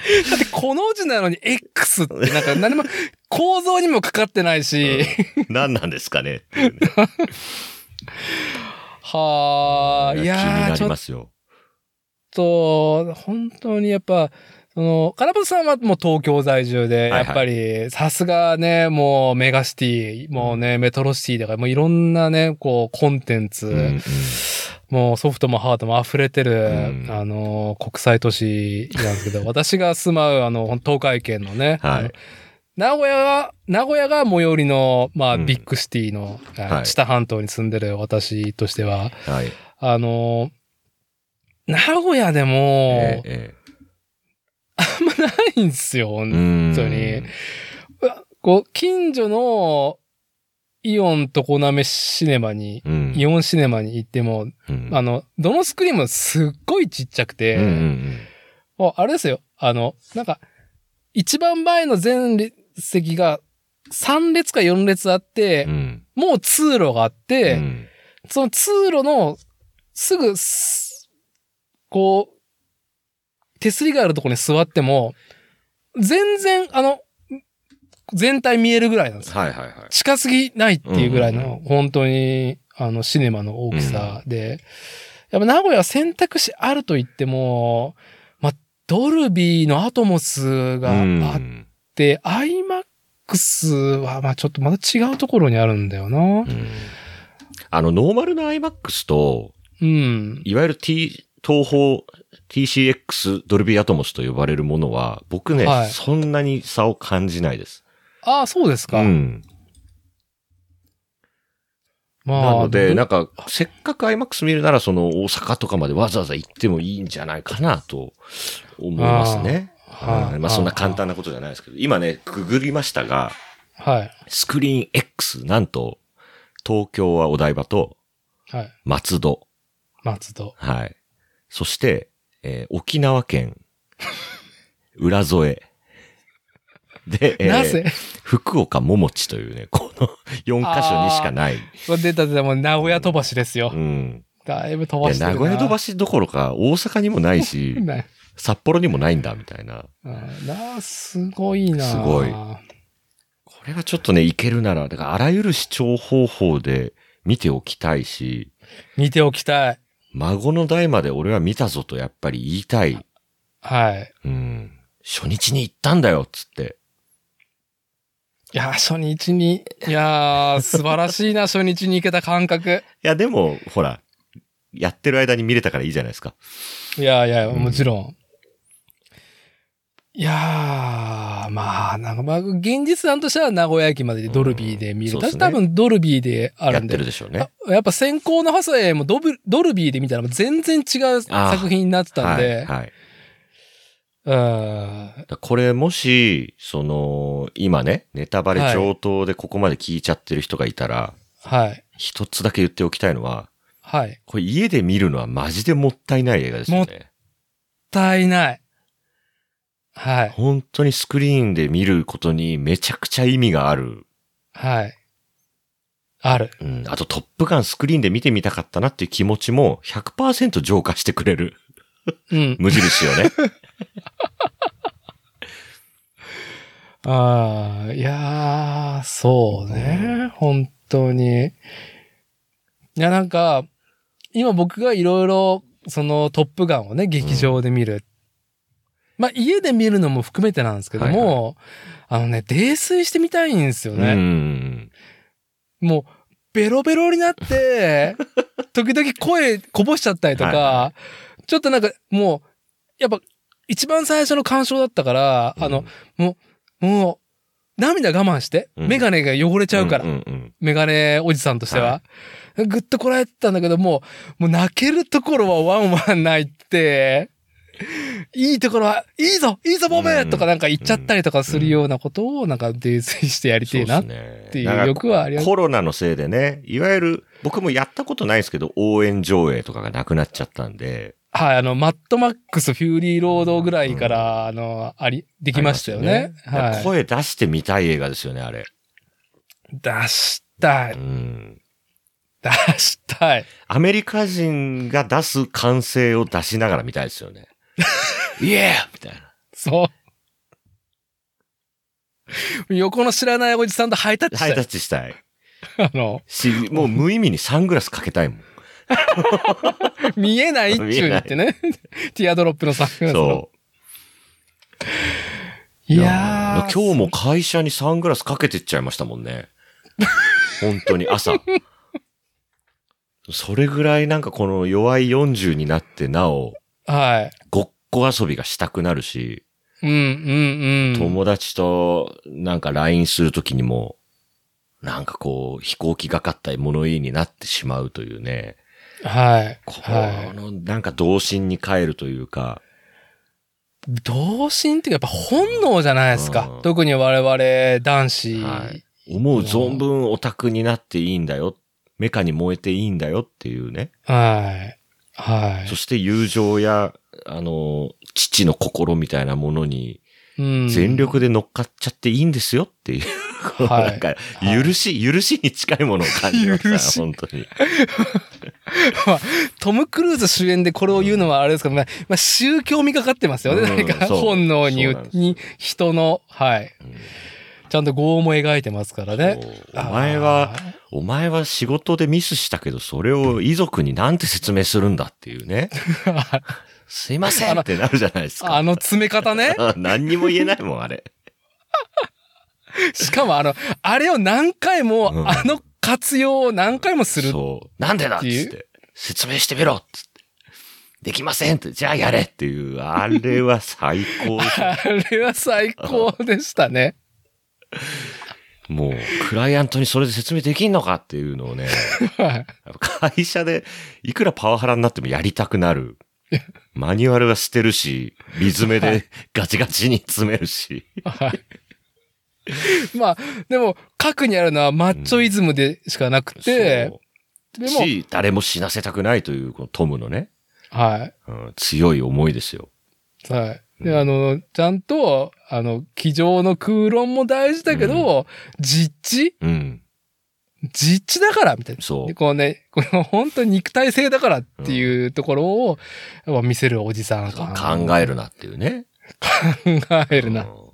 い。だって、この字なのに X って、なんか何も、構造にもかかってないし、
何なんですかねっていうね
はあ、い
気に
や
な
ー、ちょ
り
っ
ますよ。
と、本当にやっぱ、その、金本さんはもう東京在住で、
は
や
いはい
っぱり、さすがね、もうメガシティ、もうね、メトロシティだから、もういろんなね、こう、コンテンツ、
うんうん
もうソフトもハートも溢れてる、
ん
あの、国際都市なんですけ
(laughs)
ど、私が住まう、あの、東海圏のね、
はい
あの名古屋が、名古屋が最寄りの、まあ、
うん
ビッグシティの、あの
はい
知多半島に住んでる私としては、
はい。
あの、名古屋でも、
ええ
あんまないんですよ、
ええうん
当にこう、近所のイオンとこなめシネマに、
うん
イオンシネマに行っても、
うん
あの、どのスクリーンもすっごいちっちゃくて、
うんうんうん
もうあれですよ、あの、なんか、一番前の前列席が3列か4列あって、
うん
もう通路があっ
う
て、
ん
その通路のすぐす、こう、手すりがあるところに座っても、全然、あの、全体見えるぐらいなんですよ。
はいはいはい。
近すぎないっていうぐらい
うんうん
の、本当に、あの、シネマの大きさで、やっぱ名古屋は選択肢あると言っても、まあ、ドルビーのアトモスがあっ
うん
て、アイマックスは、まあ、ちょっとまた違うところにあるんだよな
う。んあの、ノーマルな iMAX と、
うん。
いわゆる T、東方 TCX ドルビーアトモスと呼ばれるものは、僕ね、
はい
そんなに差を感じないです。
ああ、そうですか。
うん
まあ、
なので、
ど
なんか、せっかく IMAX 見るなら、その大阪とかまでわざわざ行ってもいいんじゃないかなと思いますね。
はい
うんまあ、そんな簡単なことじゃないですけど、今ね、ググりましたが、
はい。
スクリーン X、なんと、東京はお台場と
はい。
松戸、
松戸。
はい。そして、えー沖縄県、浦添。で、えー
なぜ (laughs)
福岡桃地というね、この4カ所にしかない。
出た出た、もう名古屋飛ばしですよ
う。ん。
だいぶ飛
い
ば
や、
してるな。
名古屋飛ばしどころか、大阪にもない
(laughs)
し、
な
札幌にもないんだ、みたいな。
うんなすごいな
すごいこれはちょっとね、いけるなら、だからあらゆる視聴方法で見ておきたいし、
見ておきたい。
孫の代まで俺は見たぞとやっぱり言いたい。
はい。
うん。初日に行ったんだよ、つって。
いや、初日に、い
(laughs)
やー、素晴らしいな、初日に行けた感覚。
いや、でも、ほら、やってる間に見れたからいいじゃないですか。
いやいや、
うん
もちろん。いやー、まあ、なんか、まあ、現実案としては名古屋駅まででドルビーで見
う
る。
んそうっ
だ
すね
多分ドルビーであ
や
る
っ
ん
て
で
る。でしょうね。
あやっぱ先行のハサウェイもドブドルビーで見たらもう全然違う
あー
作品になってたん
はい。
で、
はい、
うん
だからこれもし、その、今ね、ネタバレ上等でここまで聞いちゃってる人がいたら、
はい。
一つだけ言っておきたいのは、
はい。もっ
これ家で見るのはマジでもったいない映画ですよね。
たいない。はい。
本当にスクリーンで見ることにめちゃくちゃ意味がある。
はい。ある。
うん。あとトップガンスクリーンで見てみたかったなっていう気持ちも100%浄化してくれる。
うん。
無印をね。
ああ、いやー、そうね。本当に。いや、なんか、今僕がいろいろ、そのトップガンをね、劇場で見る。まあ、家で見るのも含めてなんですけども、あのね、泥酔してみたいんですよ
う
(laughs) ね。
ん。
もう、ベロベロにな
(laughs)
って、時々声こぼしちゃったりとか、
は
ちょっとなんか、もう、やっぱ、一番最初の鑑賞だったから、あの、、もう、涙我慢して、
うん
メガネが汚れちゃうから、
うんうん
メガネおじさんとしては。ぐっとこらえてたんだけど、もう、もう泣けるところはワンワン泣いて、いいところは、いいぞいいぞボブ、
うん
とかなんか言っちゃったりとかするようなことを、なんか泥酔してやりてえなっ
って
ていう欲はあります。
コロナのせいでね、いわゆる、僕もやったことないですけど、応援上映とかがなくなっちゃったんで。
はい、あの、マッドマックス、フューリーロードぐらいから、あの、あり、で
で
きましたよね。は
声出してみたい映画ですよね、あれ。
い。出した
う
い。
ん。
出したい。
アメリカ人が出す歓声を出しながら見たいですよ
(laughs)
ね。イエーみたいな。
そう。横の知らないおじさんとハイタッチ
ハ
し
イタ
て
ッ、チしたい。
あの、
し、もう無意味にサングラスかけ
(laughs)
たいもん。
見えないっちゅうにって
(laughs)
ね。ティアドロップの作品
そう。
ういやー。
今日も会社にサングラスかけてっちゃいましたもん
(laughs)
ね。本当に朝。それぐらいなんかこの弱い40になってなお、
は
ごっこ遊びがしたくなるし、
い。うん、うん、うん。
友達となんか LINE するときにも、なんかこう、飛行機がかった物言いになってしまうというね。
はい。
こ
は
の、なんか童心に帰るというか、
い。童心っていうか、やっぱ本能じゃないです
う
か
ん。
特に我々男子。
はい思う存分オタクになっていいんだよ。メカに燃えていいんだよっていうね。
はい。はい
そ。して友情や、あの、父の心みたいなものに
うん
全。力で乗っかっちゃっていいんですよっていう、この
はい
なんか、
はい
許し、許しに近いものを感じま
許
した、
し
本当に。
トム・クルーズ主演でこれを言うのはあれですけど、まあ、まあ宗教味がかってますよね。
う
何
ん
か
そう
本能に
そうなんで、す
に、人の、はい。ちゃんと業も描いてますからね。
そうお前は、お前は仕事でミスしたけど、それを遺族になんて説明するんだってい
(laughs)
うね。すいませんってなるじゃないです
あ
か。
の詰め方ね。
(laughs) 何にも言えないもん、あれ。
しかもあの、あれを何回も、
うん
あの活用を何回もする。
そう。なんでだっ
ってい
つ
う
って。説明してみろっつって。できませんって。じゃあやれっていう。あれは最高ですよ
あれは最高でしたね。
もう、クライアントにそれで説明できんのかっていうの
(laughs)
をね、
はい
やっぱ会社でいくらパワハラになってもやりたくなる。マニュアルは捨てるし、リズムでガチガチに詰めるし。
はい。まあ、でも、核にあるのはマッチョイズムでしかなくて、
そ
で
う
も、
し、誰も死なせたくないという、このトムのね、
はい。
うん強い思いですよ。
はい。
うん
で、あの、ちゃんと、あの、机上の空論も大事だけど、実地
うん。
実地だからみたいな。
そう
で、こうね、これは本当に肉体性だからっていうところを、やっぱ見せるおじさん
そう
感。
考えるなっていうね。
考える
う
な。
ん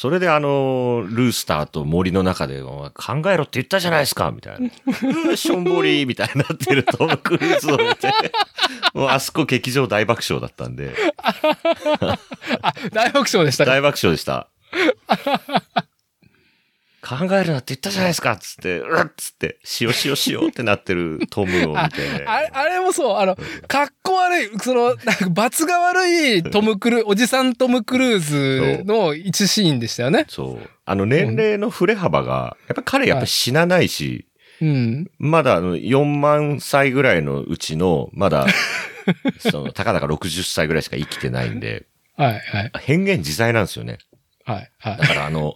それであの、ルースターと森の中で、お前考えろって言ったじゃないですかみたいな。 (laughs) うーしょんぼりみたいになってるトム・クルーズを見て、 (laughs) もうあそこ劇場大爆笑だったんで、
あ、大爆笑でしたか。
大爆笑でした。考えるなって言ったじゃないですかっつって、うわっつって、しようしようしようってなってるトムを見て。
あれ、あれもそう、あの、格好悪い、その、なんか、罰が悪いトム・クルー、おじさんトム・クルーズの一シーンでしたよね。
そう。あの年齢の振れ幅が、やっぱ彼やっぱ死なないし、
うん。
まだあの4万歳ぐらいのうちの、
(laughs)
まだ、その、たかだか60歳ぐらいしか生きてないんで、
はい、はい、
変幻自在なんですよね。
はい、はい (laughs)
だ。からあの、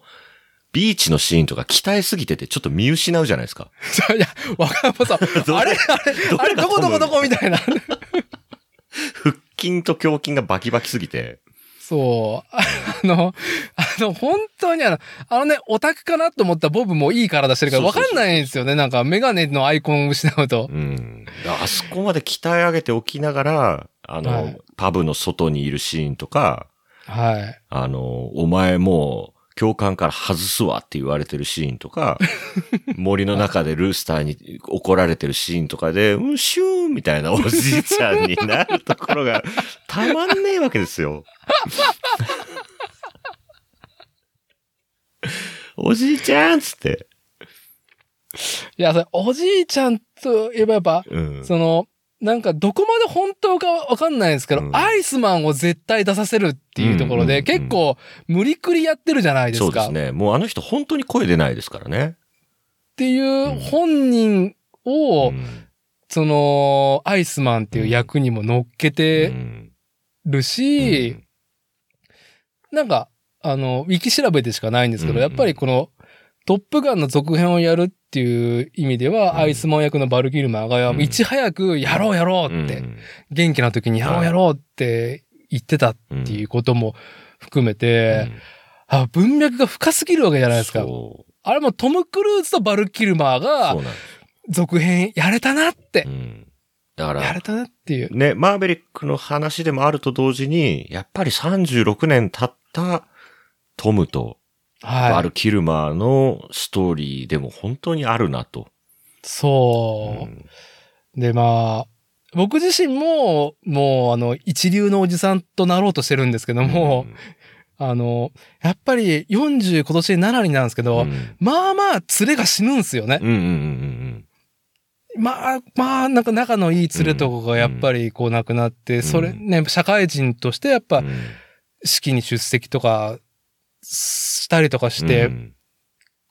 ビーチのシーンとか鍛えすぎててちょっと見失うじゃないですか。
いや、わかんない。
(laughs) ど
そう
れ
あれ、あれ、あれ、どこどこどこみたいな。
腹筋と胸筋がバキバキすぎて。
そう。あの、あの、本当にあの、あのね、オタクかなと思ったボブもいい体してるから
そ
わ
うそ
か
うそうん
ないんですよね。なんか、メガネのアイコンを失うと
う。ん。だからあそこまで鍛え上げておきながら、あの、
はい
パブの外にいるシーンとか、
はい。
あの、お前もう教官から外すわって言われてるシーン
(laughs)
とか、森の中でルースターに怒られてるシーンとかで、うん、シューみたいなおじいちゃんになるとこ
(laughs)
ろがたまんねえわけですよ。おじいちゃんっつって。
いや、それ、おじいちゃんといえばやっぱ、
うん。
その、なんか、どこまで本当かわかんないんですけど、
うん
アイスマンを絶対出させるっていうところで、
うんうんうん
結構、無理くりやってるじゃないですか。
そうですね。もうあの人本当に声出ないですからね。
っていう
うん
本人を、
うん
その、アイスマンっていう役にも乗っけ
う
て
ん
るし、
うん
なんか、あの、ウィキ調べでしかないんですけど、
うんう
や
ん
っぱりこの、トップガンの続編をやるっていう意味では、
うん
アイスマン役のバルキルマーが、
うん
いち早くやろうやろうって、
うん
元気な時にやろ
は
う
い
やろうって言ってたっていうことも含めて、
うん
あ文脈が深すぎるわけじゃないですか。
そう
あれもトム・クルーズとバルキルマー
そうな
が
んです
続編やれたなって
う、ん。だから、
やれたなっていう。
ね、マーベリックの話でもあると同時に、やっぱり36年経ったトムとバ
はい。
ル・キルマーのストーリーでも本当にあるなと。
そう。
うん
で、まあ、僕自身も、もう、あの、一流のおじさんとなろうとしてるんですけども、あの、やっぱり40、今年7になるんですけ
うん
ど、
うん
まあまあ、連れが死ぬんですよね。
うんうんうん
まあ、まあ、なんか仲のいい連れとかがやっぱりこう亡くなって、
ん
それね、社会人としてやっ
うんう
ぱ
ん。
式に出席とかしたりとかして、
うん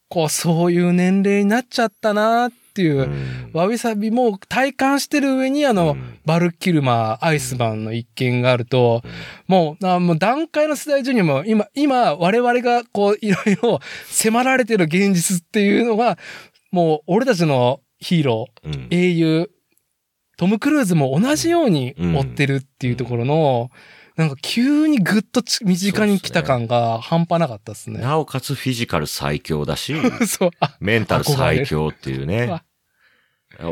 こう、そういう年齢になっちゃったなっていうう、
ん、
わびさびも体感してる上に、あの、
うん
バルキルマー、アイスマンの一件があると、もう、なもう段階の世代中にも、今、今、我々がこう、いろいろ迫られてる現実っていうのが、もう、俺たちのヒーロ
うんうん
ー、英雄、トム・クルーズも同じように
うん
追ってるっていうところの、なんか急にぐっとち身近に来た感が半端なかったですね。
なおかつフィジカル最強だし、
(laughs) そう、あ、
メンタル最強っていうね。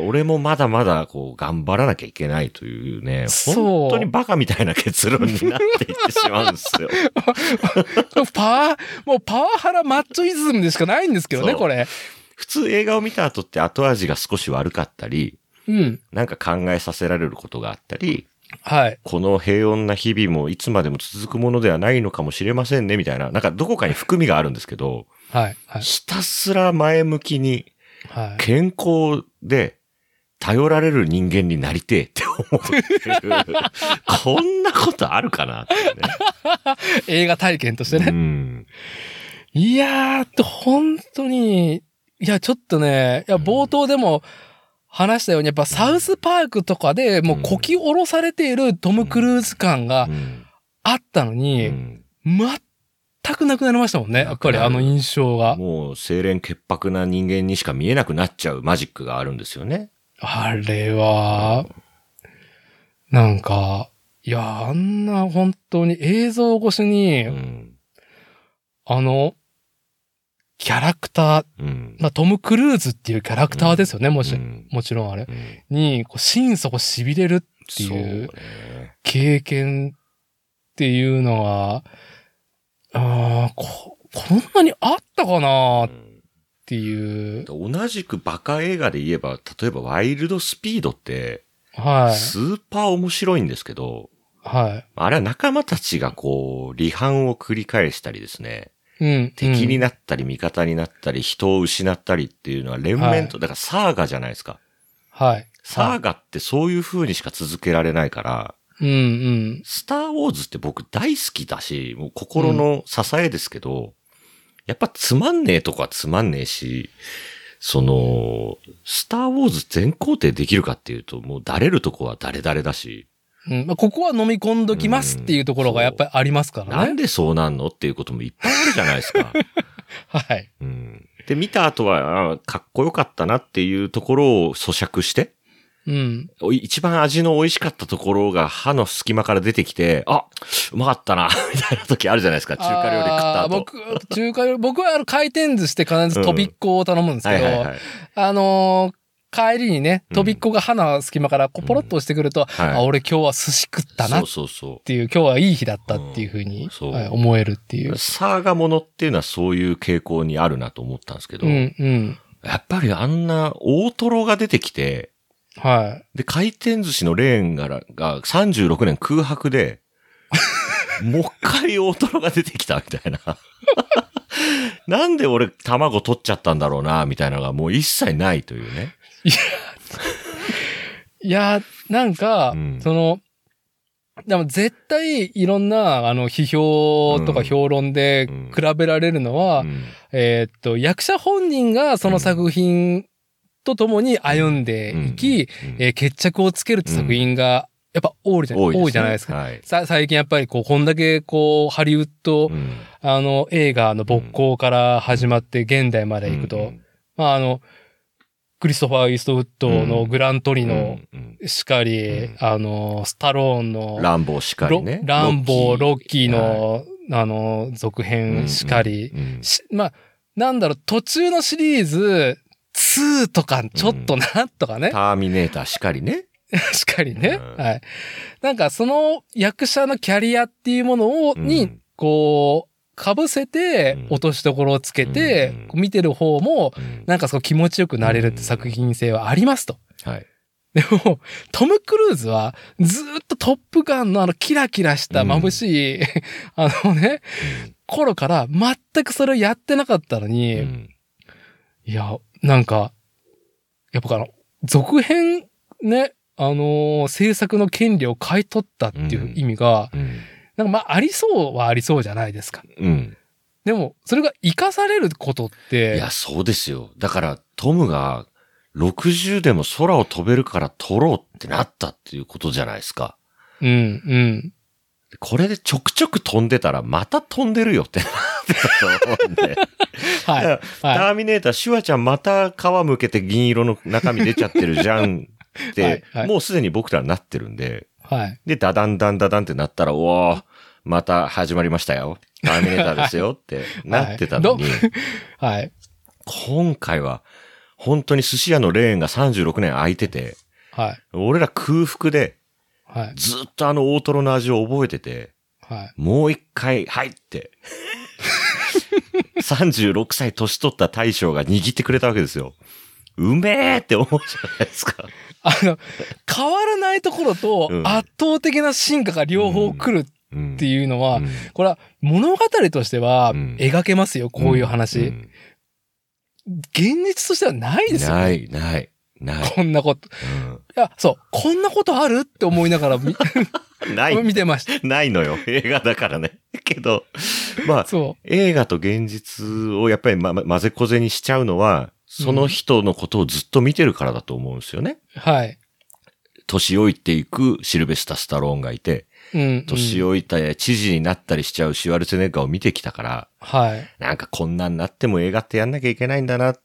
俺もまだまだこう頑張らなきゃいけないというね、
そう
本当にバカみたいな結論になっていってしまうんですよ。
(laughs) パワー、もうパワハラマッチョイズムでしかないんですけどね、
そう
これ。
普通映画を見た後って後味が少し悪かったり、
うん。
なんか考えさせられることがあったり、
はい。
この平穏な日々もいつまでも続くものではないのかもしれませんね、みたいな、なんかどこかに含みがあるんですけど、
はい。はい。
ひたすら前向きに
はい。
健康で頼られる人間になりてえって思うっていう、こんなことあるかなってい
映画体験として (laughs)
うね。う
ね。
ん。
いやー、本当に、いや、ちょっとね、いや、
うん
冒頭でも話したように、やっぱサウスパークとかでもうこき下ろされているトム・クルーズ感が
うん
あったの
う
に、
ん
全くなくなりましたもんね。やっぱり
なくなる
あの印象が。
もう清廉潔白な人間にしか見えなくなっちゃうマジックがあるんですよね。
あれは、なんか、いやー、あんな本当に映像越しに、
うん
あの、キャラクター、
うん。
まあ、トム・クルーズっていうキャラクターですよね、もし、
うん
もちろんあれ。
うん
に、こう、心底痺れるって
そう
いう
ね。
経験っていうのは、あーこ、こんなにあったかなっ
うん
ていう。
同じくバカ映画で言えば、例えばワイルドスピードって、
はい。
スーパー面白いんですけど、
は
あれは仲間たちがこう、離反を繰り返したりです
い。
ね、
うん。
敵に
な、
なったり味方になったり、人を失ったりっていうのは連綿と、だからサーガじゃないですか。
はい。
サーガってそういう風にしか続けられないから、
うんうん。
スターウォーズって僕大好きだし、もう心の支えですけど、やっぱつまんねえとこはつまんねえし、その、スターウォーズ全肯定できるかっていうと、もうだれるとこは誰々だし、
うんまあ、ここは飲み込んどきますっていうところがやっぱりありますか
な
ら
ん
ね。
でそうなんのっていうこともいっぱいあるじゃないです (laughs) か。
はい。
うん、で、見た後は、あーかっこよかったなっていうところを咀嚼して、
うん。
おい一番味の美味しかったところが歯の隙間から出てきて、あうまかったな、 (laughs) みたいな時あるじゃないですか。中華料理食った
あー
後。
僕、中華料理、僕はあの回転寿司って必ず飛びっこを頼むんです
は
け
い
ど、
はいはい。
あのー帰りにね、飛びっこが歯の隙間からこうポロッと落ちてくると、
はい、
あ、俺今日は寿司食ったなっ
そうそうそ
ていう、今日はいい日だったっていうふうに、
うんそう
はい思えるっていう
う。。サーガものっていうのはそういう傾向にあるなと思ったんですけど、
うんうん。
やっぱりあんな大トロが出てきて、
は
で、回転寿司のレーンがらが36年空
(laughs)
白で、もう一回大トロが出てきたみたいな。なんで俺卵取っちゃったんだろうな、みたいなのがもう一切ないというね。
い。いやー、なんか、
うん
その、でも絶対いろんな、あの、批評とか
うん
評論で
うん
比べられるのは、
うん
えーっと、役者本人がその作品と共に歩んでいき、
うん
えー決着をつけるって作品が、やっぱ多いじゃない,、
多いですね
多いじゃないですか。
はい。
さ最近やっぱりこう、こんだけこう、ハリウッド、
うん
あの、映画の勃興から始まって現代まで行くと、
うん
まああの、クリストファー・イーストウッドのグラントリの
うん
しかり、
うん
あの、スタローン
う
の
んランボーしかりね
ロ。ランボー、ロッキー
は
の、あの、続編しかり、
うん
しまあ、なんだろう、途中のシリーズ、2とか、ちょっとな、とかね。
ターミネーターしかりね。
しかりね、
うん
はい。なんか、その役者のキャリアっていうものを、 (laughs) に
うん、
こう、被せて
うん、
落としどころをつけて
うん、
こう見てる方も、
うん
なんかそう気持ちよくなれるって作品性はありますと。
はい。
でも、トム・クルーズは、ずーっとトップガンのあの、キラキラした眩しい、 (laughs) あのね、頃から、全くそれをやってなかったの
う
に、
ん
いや、なんか、やっぱあの、続編ね、あのー制作の権利を買い取ったっていう意味が、
うん
なんかまあ、ありそうはありそうじゃないですか。
うん。
でも、それが活かされることっ
い
て
や、、そうですよ。だから、トムが60でも空を飛べるから撮ろうってなったっていうことじゃないですか。
うん、うん。
これでちょくちょく飛んでたら、また飛んでるよってなってたと思うんで。
はい。
(laughs) だからタ
は
ーミネーター、シュワちゃんまた皮むけて銀色の中身出ちゃってるじゃんっ
(laughs)
て、
はいはい
もうすでに僕らなってるんで。
い。はい。
で、ダダンダンダダンってなったら、おー、また始まりましたよ。ターミネーターですよってなってたのに、
はい。
今回は本当に寿司屋のレーンが36年空いてて、
はい。
俺ら空腹で
はい。
ずっとあの大トロの味を覚えてて、
はい。
もう一回、はいって。36歳年取った大将が握ってくれたわけですよ。うめえって思うじゃないですか。
あの、変わらないところと
う、ん
圧倒的な進化が両方来る
うん
っていうのは、
うん
これは物語としては
うん
描けますよ、こういう話。
うん
現実としてはないですよ。
ない、ない、ない。
こんなこと。いや、そう、こんなことあるって思いながら
(laughs)
見
うんない
(laughs) 見てました。
ないのよ。映画だからね。けど、まあ、
そ
映画と現実をやっぱりま、ま混ぜこぜにしちゃうのは、その人のことをずっと見てるからだと思うんですよね。
う。はい。
年老いていくシルベスタ・スタローンがいて、
うん、うん。
年老いた知事になったりしちゃうシュワルツェネッガーを見てきたから、
はい。
なんかこんなんなっても映画ってやんなきゃいけないんだな。
う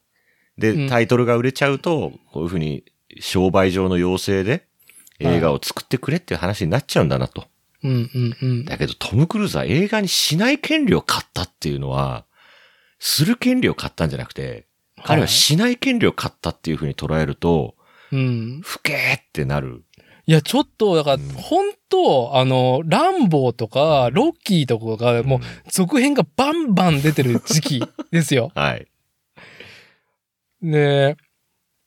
で、
ん
タイトルが売れちゃうと、こういうふうに商売上の要請で映画を作ってくれっていう話になっちゃうんだなと。
うん、うん、うん。
だけどトム・クルーズは映画にしない権利を買ったっていうのは、する権利を買ったんじゃなくて、彼はしない権利を買ったっていうふうに捉えると、
うん。
ふけーってなる。
いや、ちょっと、だから、
うん
本当あの、ランボーとか、ロッキーとかが、もう、続編がバンバン出てる時期
(laughs)
ですよ。
はい。
ね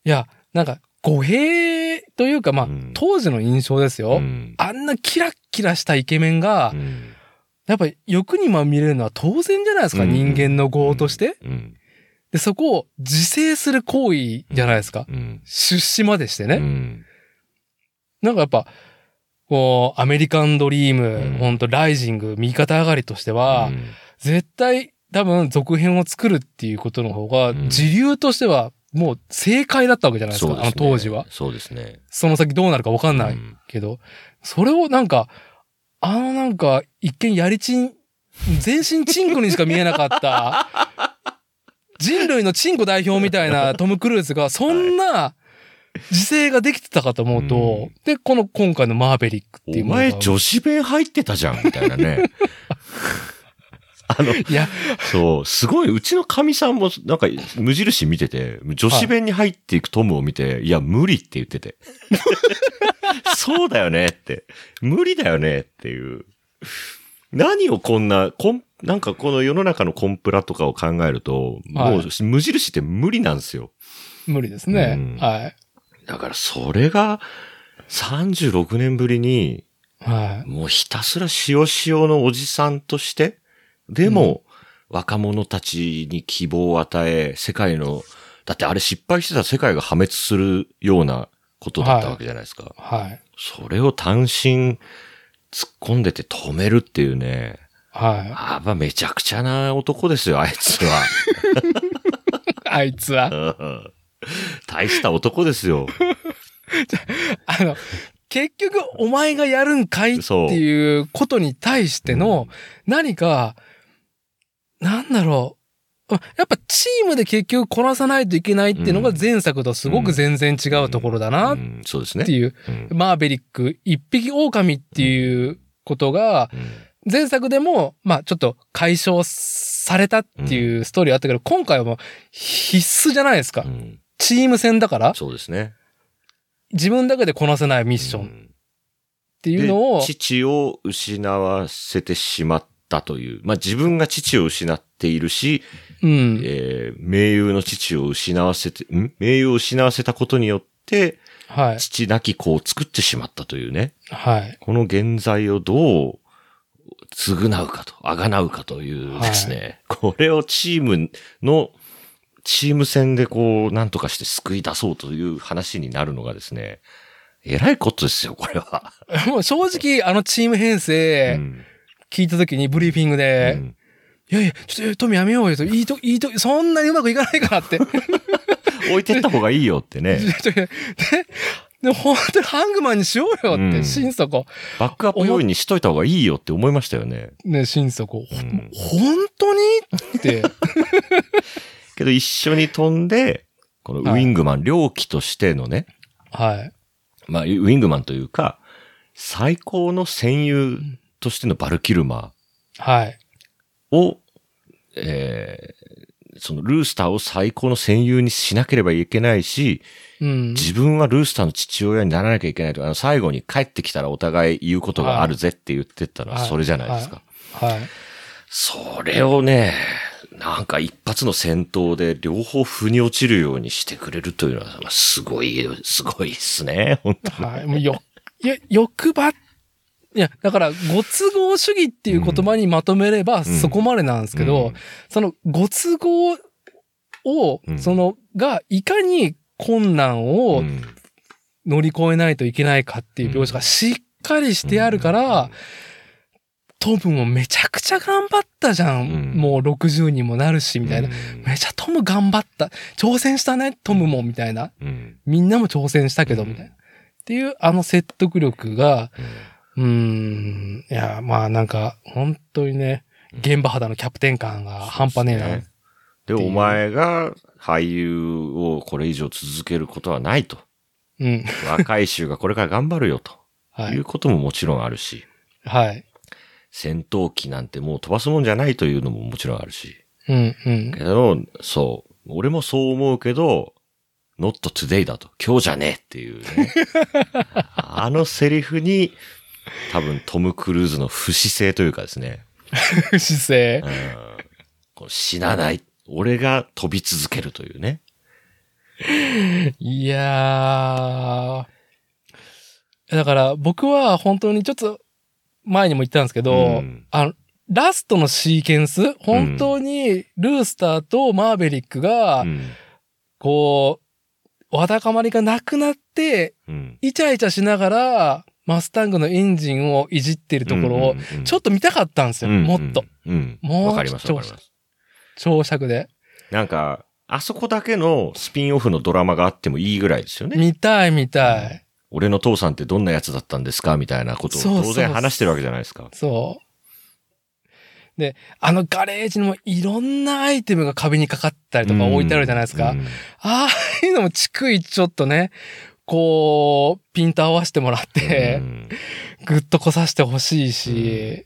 いや、なんか、語弊というか、まあ、
うん
当時の印象ですよ。
うん
あんなキラッキラしたイケメンが、
うん
やっぱり欲にまみれるのは当然じゃないですか、
うん
人間の業として。
うん。
で、そこを自制する行為じゃないですか。
うん。
出資までしてね。
うん
なんかやっぱ、こう、アメリカンドリー
うん
ム、ほんとライジング、右肩上がりとしては、
うん
絶対多分続編を作るっていうことの方が、
うん
自流としてはもう正解だったわけじゃないです
そ
か、
うです
あ
ね
の当時は。
そうですね。
その先どうなるかわかんな
う
いけど、それをなんか、あのなんか、一見やりちん、全身チンコにしか見えなかった、人類のチンコ代表みたいなトム・クルーズが、そんな、自制ができてたかと思うと、
うん
で、この今回のマーベリックっていう
お
ものが
前女子弁入ってたじゃん、みたいなね。
(laughs)
あの、
いや、
そう、すごい、うちの神さんも、なんか、無印見てて、女子弁に入っていくトムを見て、いや、無理って言っ
(laughs)
てて。そうだよねって。無理だよねっていう。何をこんな、コン、なんかこの世の中のコンプラとかを考えると、も
は
う無印って無理なんですよ。
無理ですね。
うん
はい。
だからそれが、36年ぶりに、
は
もうひたすら塩塩のおじさんとして、でも、若者たちに希望を与え、世界の、だってあれ失敗してたら世界が破滅するようなことだったわけじゃないですか。
い。はい。
それを単身突っ込んでて止めるっていうね。
はい。
あばめちゃくちゃな男ですよ、あいつ
(laughs)
は。
あいつは
う。ん大した男です
(laughs)
よ。
あの、結局お前がやるんかいって
そう
いうことに対しての何か、なんだろう。あやっぱチームで結局こなさないといけないっていうのが
うん
前作とすごく全然違うところだな
う
っ
んそうです
て
ね。
いう。
うん
マーベリック一匹狼っていうことが
うん
前作でもまあちょっと解消されたっていうストーリーあったけど今回はもう必須じゃないですか
う。ん
チーム戦だから
そうですね。
自分だけでこなせないミッションっ
ン。
ていうのを
で父を失わせてしまったという。まあ、自分が父を失っているし、
うん。
えー、名優の父を失わせて、ん名優を失わせたことによって、
はい。
父なき子を作ってしまったというね。
はい。
この現在をどう、償うかと、あがなうかという
はい
ですね。これをチームの、チーム戦でこう、なんとかして救い出そうという話になるのがですね、えらいことですよ、これは。
(laughs) もう正直、あのチーム編
う
成
ん
聞いた時にブリーフィングで、
うん
いやいや、ちょっとトミやめようよと、いいと、いいと、そんなにうまくいかないから
(laughs)
って。
置いてった方がいいよってね。
(laughs) で、で、本当にハングマンにしようよっ
う
て、
ん
心底。
バックアップ用意にしといた方がいいよって思いましたよね。
ね、心底。ほ
うん
本当に
(laughs)
って。
けど一緒に飛んで、このウィングマン、猟奇としてのね、
はい。
まあ、ウィングマンというか、最高の戦友としてのバルキルマ
はい。
ーを、えーそのルースターを最高の戦友にしなければいけないし、
うん。
自分はルースターの父親にならなきゃいけないとあの最後に帰ってきたらお互い言うことがあるぜって言ってったのは
はい
それじゃないですか。
はい。
それをね、なんか一発の戦闘で両方腑に落ちるようにしてくれるというのは、まあすごい、すごいですね、本当
はい。もうよ、いや、欲張っいや、だから、ご都合主義っていう言葉にまとめれば、そこまでなんですけど、
うん
そのご都合を、
うん
その、が、いかに困難を
うん
乗り越えないといけないかっていう描写がしっかりしてあるから、、トムもめちゃくちゃ頑張ったじゃん。
うん
もう60にもなるし、みたいな。めちゃトム頑張った。挑戦したね、トムも、みたいな。
うん
みんなも挑戦したけど、
うん
みたいな。っていう、あの説得力が、
うん
うーん、いや、まあなんか、本当にね、現場肌のキャプテン感が半端ねえな。
そうですで、お前が俳優をこれ以上続けることはないと。
うん。
若い衆がこれから頑張るよと。
はいい。
うことももちろんあるし、
はい。
戦闘機なんてもう飛ばすもんじゃないというのももちろんあるし。
うんうん
け。ど、そう。俺もそう思うけど、not today だと。今日じゃねえっていうね。 (laughs) あのセリフに、多分トム・クルーズの不死性というかですね。 (laughs)
不死性
うん。こう死なない。俺が飛び続けるというね。
いやー。だから僕は本当にちょっと前にも言ったんですけど、
うん
あの、ラストのシーケンス本当にルースターとマーベリックが、
うん。
こう、わだかまりがなくなって、
うん。
イチャイチャしながら、マスタングのエンジンをいじってるところを、ちょ
っ
っと見たかったんですよ。もっと。。
うん。
もう
わかります、わかります。
長尺で。
なんか、あそこだけのスピンオフのドラマがあってもいいぐらいですよね。
見たい見たい。
俺の父さんってどんなやつだったんですかみたいなことを
そうそう
当然話してるわけじゃないですか。
そう。で、あのガレージにもいろんなアイテムが壁にかかったりとか置いてあるじゃないですか。
うんうん
ああいうのも逐一ちょっとね、こう、ピント合わせてもらって
う、ん
ぐっとこさせてほしいし、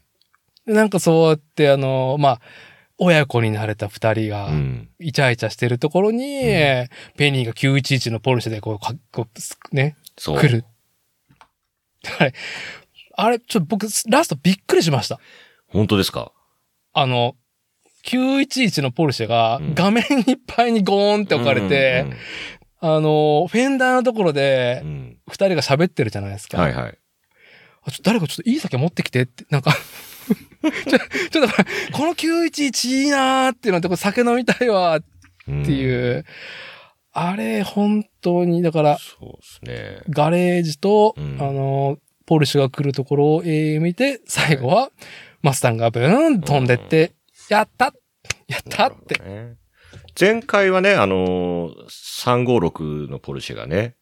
なんかそうやってあの、まあ、親子になれた二人が
う、ん
イチャイチャしてるところに、
ん
ペニーが911のポルシェでこうか、こうすね、
そう。
来る。あれ、あれ、ちょっと僕、ラストびっくりしました。
本当ですか
あの、911のポルシェが
うん
画面いっぱいにゴーンって置かれて、あの、フェンダーのところで
うん、うんうん
二人が喋ってるじゃないですか。
はいはい。
あちょ誰かちょっといい酒持ってきてって、なんか、 (laughs) ちょ、ちょっとこれこの911いいなーっていうのとこれ酒飲みたいわっ
って
いう、あれ本当に、だから、
そうですね。
ガレージと、
うん
あの、ポルシェが来るところを永遠見て、最後は、マスタンがブーン飛んでって、やったやったって。
なるほどね。前回はね、あのー、356のポルシェがね、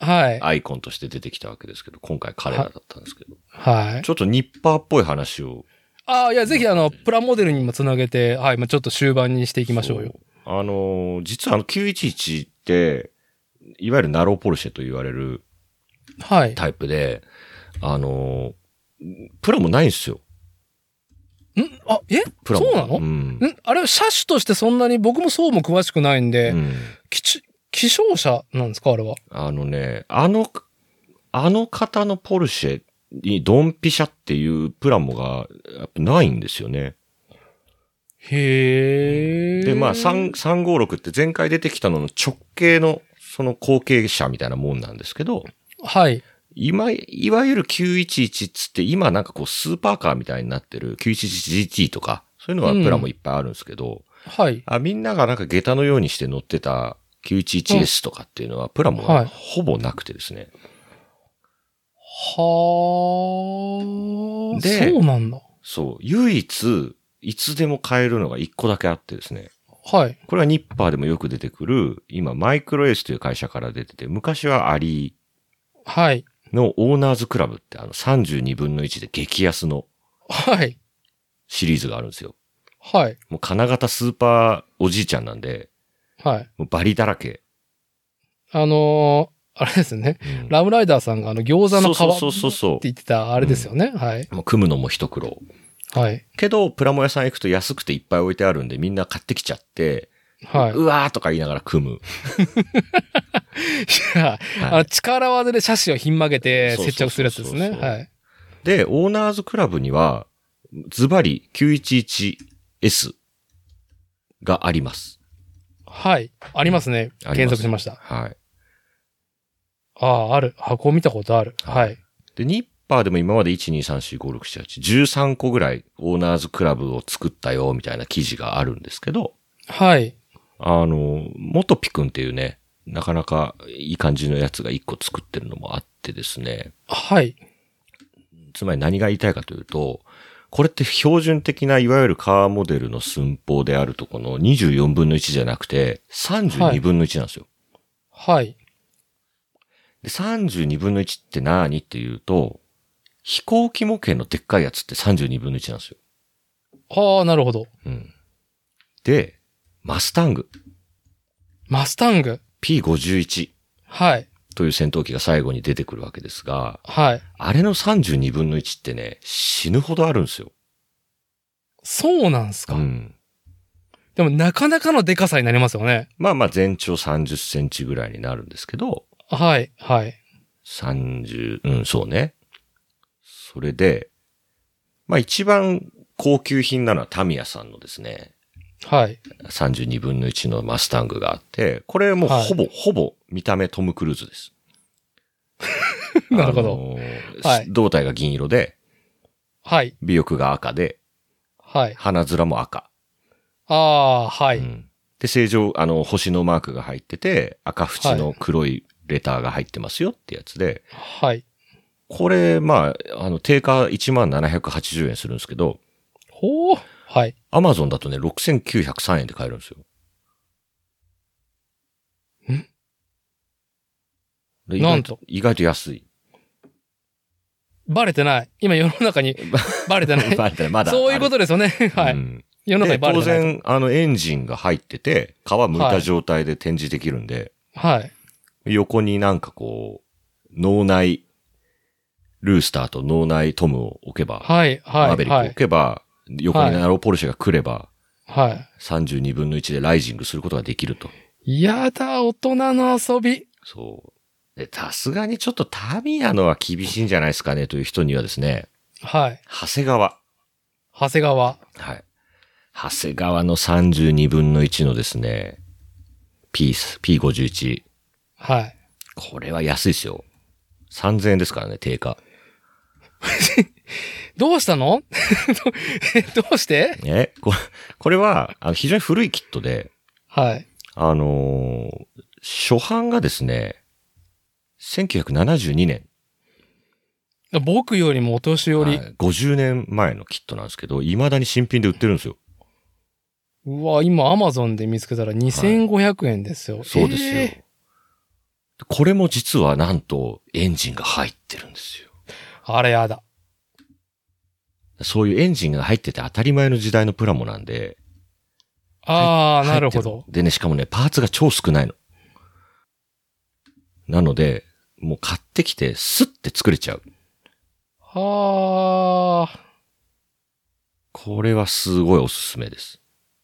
はい。
アイコンとして出てきたわけですけど、今回彼らだったんですけど、
はい。
ちょっとニッパーっぽい話を。
ああ、いや、ぜひ、あの、プラモデルにもつなげて、はい、まあちょっと終盤にしていきましょうよ。
そう。あのー、実はあの911って、いわゆるナローポルシェと言われる
はい。
タイプで、あのー、プラもないんですよ。
んあ、え
プラも。
そうなの
うん。
んあれは車種としてそんなに、僕もそうも詳しくないんで、
うん
きち、希少車なんですかあれは。
あのね、あの、あの方のポルシェにドンピシャっていうプラモがやっぱないんですよね。
へえ。
で、まあ、3 356って前回出てきたのの直径のその後継者みたいなもんなんですけど、
はい。
今、いわゆる911っつって今なんかこうスーパーカーみたいになってる 911GT とか、そういうのはプラモいっぱいあるんですけど、
はい。
あみんながなんか下駄のようにして乗ってた 911S とかっていうのはプラモ
は
はいほぼなくてですね。
はあ。
で
そうなんだ。
そう。唯一、いつでも買えるのが一個だけあってですね。
はい。
これはニッパーでもよく出てくる、今、マイクロエースという会社から出てて、昔はアリ
はい。
ーのオーナーズクラブってあの32分の1で激安の
はい。
シリーズがあるんですよ。
はい。
もう金型スーパーおじいちゃんなんで、
はい。
もうバリだらけ。
あのーあれですね。
うん
ラムライダーさんがあの餃子の皮
そうそうそうそう
って言ってたあれですよね。はい。
もう組むのも一苦労。
はい。
けど、プラモ屋さん行くと安くていっぱい置いてあるんで、みんな買ってきちゃって、
は
うわーとか言いながら組む。
い。いや、
はい
あの力技で車種をひん曲げて
そう
接
そう
着す
そうそう
るやつですね。はい。
で、オーナーズクラブには、ズバリ 911S があります。
はい。ありますね。
あり
検
ます
索しました。
はい。
ああ、ある。箱見たことある。
は
はいい。
で、ニッパーでも今まで1,2,3,4,5,6,7,8,13個ぐらいオーナーズクラブを作ったよ、みたいな記事があるんですけど、
はい。
あの、元ピくんっていうね、なかなかいい感じのやつが1個作ってるのもあってですね、
はい。
つまり何が言いたいかというと、これって標準的ないわゆるカーモデルの寸法であるとこの24分の1じゃなくて32分の1なんですよ。
はい。
で、32分の1って何っていうと、飛行機模型のでっかいやつって32分の1なんですよ。
ああ、なるほど。
うん。で、マスタング
マスタング。
P51
はい。
という戦闘機が最後に出てくるわけですが、
はい。
あれの32分の1ってね、死ぬほどあるんですよ。
そうなんすか。
ん。
でもなかなかのデカさになりますよね。
まあまあ全長30センチぐらいになるんですけど、
はい、はい。
30、うん、そうね。それで、まあ一番高級品なのはタミヤさんのですね、 (laughs)
はい。
32分の1のマスタングがあって、これもう
はい
ほぼ、ほぼ見た目トム・クルーズです。
(laughs) なるほど。
あのー
はい
胴体が銀色で、
はい、
尾翼が赤で、
はい。
鼻面も赤。
ああー、は
う
い。
んで、正常、あの、星のマークが入ってて、赤縁の黒いレターが入ってますよってやつで、
はい。
これ、まあ、あの、定価1780円するんですけど、
ほう。はい。
アマゾンだとね、6903円で買えるんですよ。
ん
で
なんと。
意外意外と安い。
バレてない。今世の中にバレてない。
バレて (laughs) ないまだ。
そういうことですよね。 (laughs) は
あるう
い。
ん
世の中に
で、
バレ
当
てない。
然、あの、エンジンが入ってて、皮剥いた状態で展示できるんで、
はい。
横になんかこう、脳内、ルースターと脳内トムを置けば、
はい、
マー
はい、
ベリックを
は
置
い。
けば、横
は
に
い
ナローポルシェが来れば、
は
32分の1でライジングすることができると。
い。やだ、大人の遊び。
そう。で、さすがにちょっとタミヤのは厳しいんじゃないですかねという人にはですね、
はい。
長谷川。
長谷川。
はい。長谷川の32分の1のですね、ピース、P51。
はい。
これは安いですよ。3000円ですからね、定価。
どうしたの (laughs) えどうして
ね、ここれは、あの非常に古いキットで、
はい。
あのー初版がですね、1972年。
僕よりもお年寄り。
はい50年前のキットなんですけど、未だに新品で売ってるんですよ。
うわ、今アマゾンで見つけたら2500円ですよ。
そうですよ。
えー
これも実はなんとエンジンが入ってるんですよ。
あれやだ。
そういうエンジンが入ってて当たり前の時代のプラモなんで。
ああ、
入
な
って
るほど。
でね、しかもね、パーツが超少ないの。なので、もう買ってきてスッて作れちゃう。
はあ。
これはすごいおすすめです。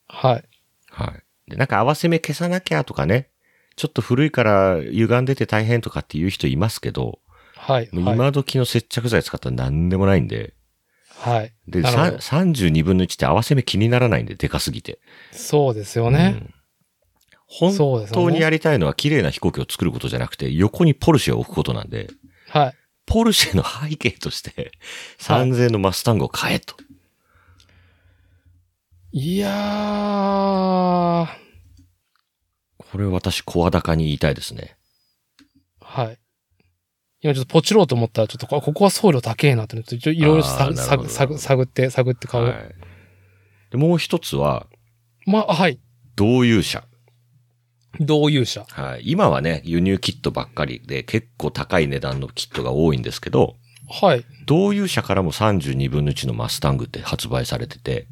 はい。
はい。で、なんか合わせ目消さなきゃとかね、ちょっと古いから歪んでて大変とかっていう人いますけど、
はい。
もう
はい。
今時の接着剤使ったら何でもないんで、
はい。
で、
なるほど
さん32分の1って合わせ目気にならないんで、でかすぎて。
そうですよね。
うん本
そうですよ
当に
ね。
やりたいのは綺麗な飛行機を作ることじゃなくて、横にポルシェを置くことなんで、
はい。
ポルシェの背景として、
(laughs) はい
3000のマスタングを買えと。
いやー。
これ私、小高に言いたいですね。
はい。今ちょっとポチろうと思ったら、ちょっとこここは送料高えなって思って、ちょいろいろ
あ
さ
ーなるほど
探探探って、探って買おう。
はいで、もう一つは、
まあ、はい。
同友者。
同友者。
はい。今はね、輸入キットばっかりで、結構高い値段のキットが多いんですけど、
はい。
同友者からも32分の1のマスタングって発売されてて、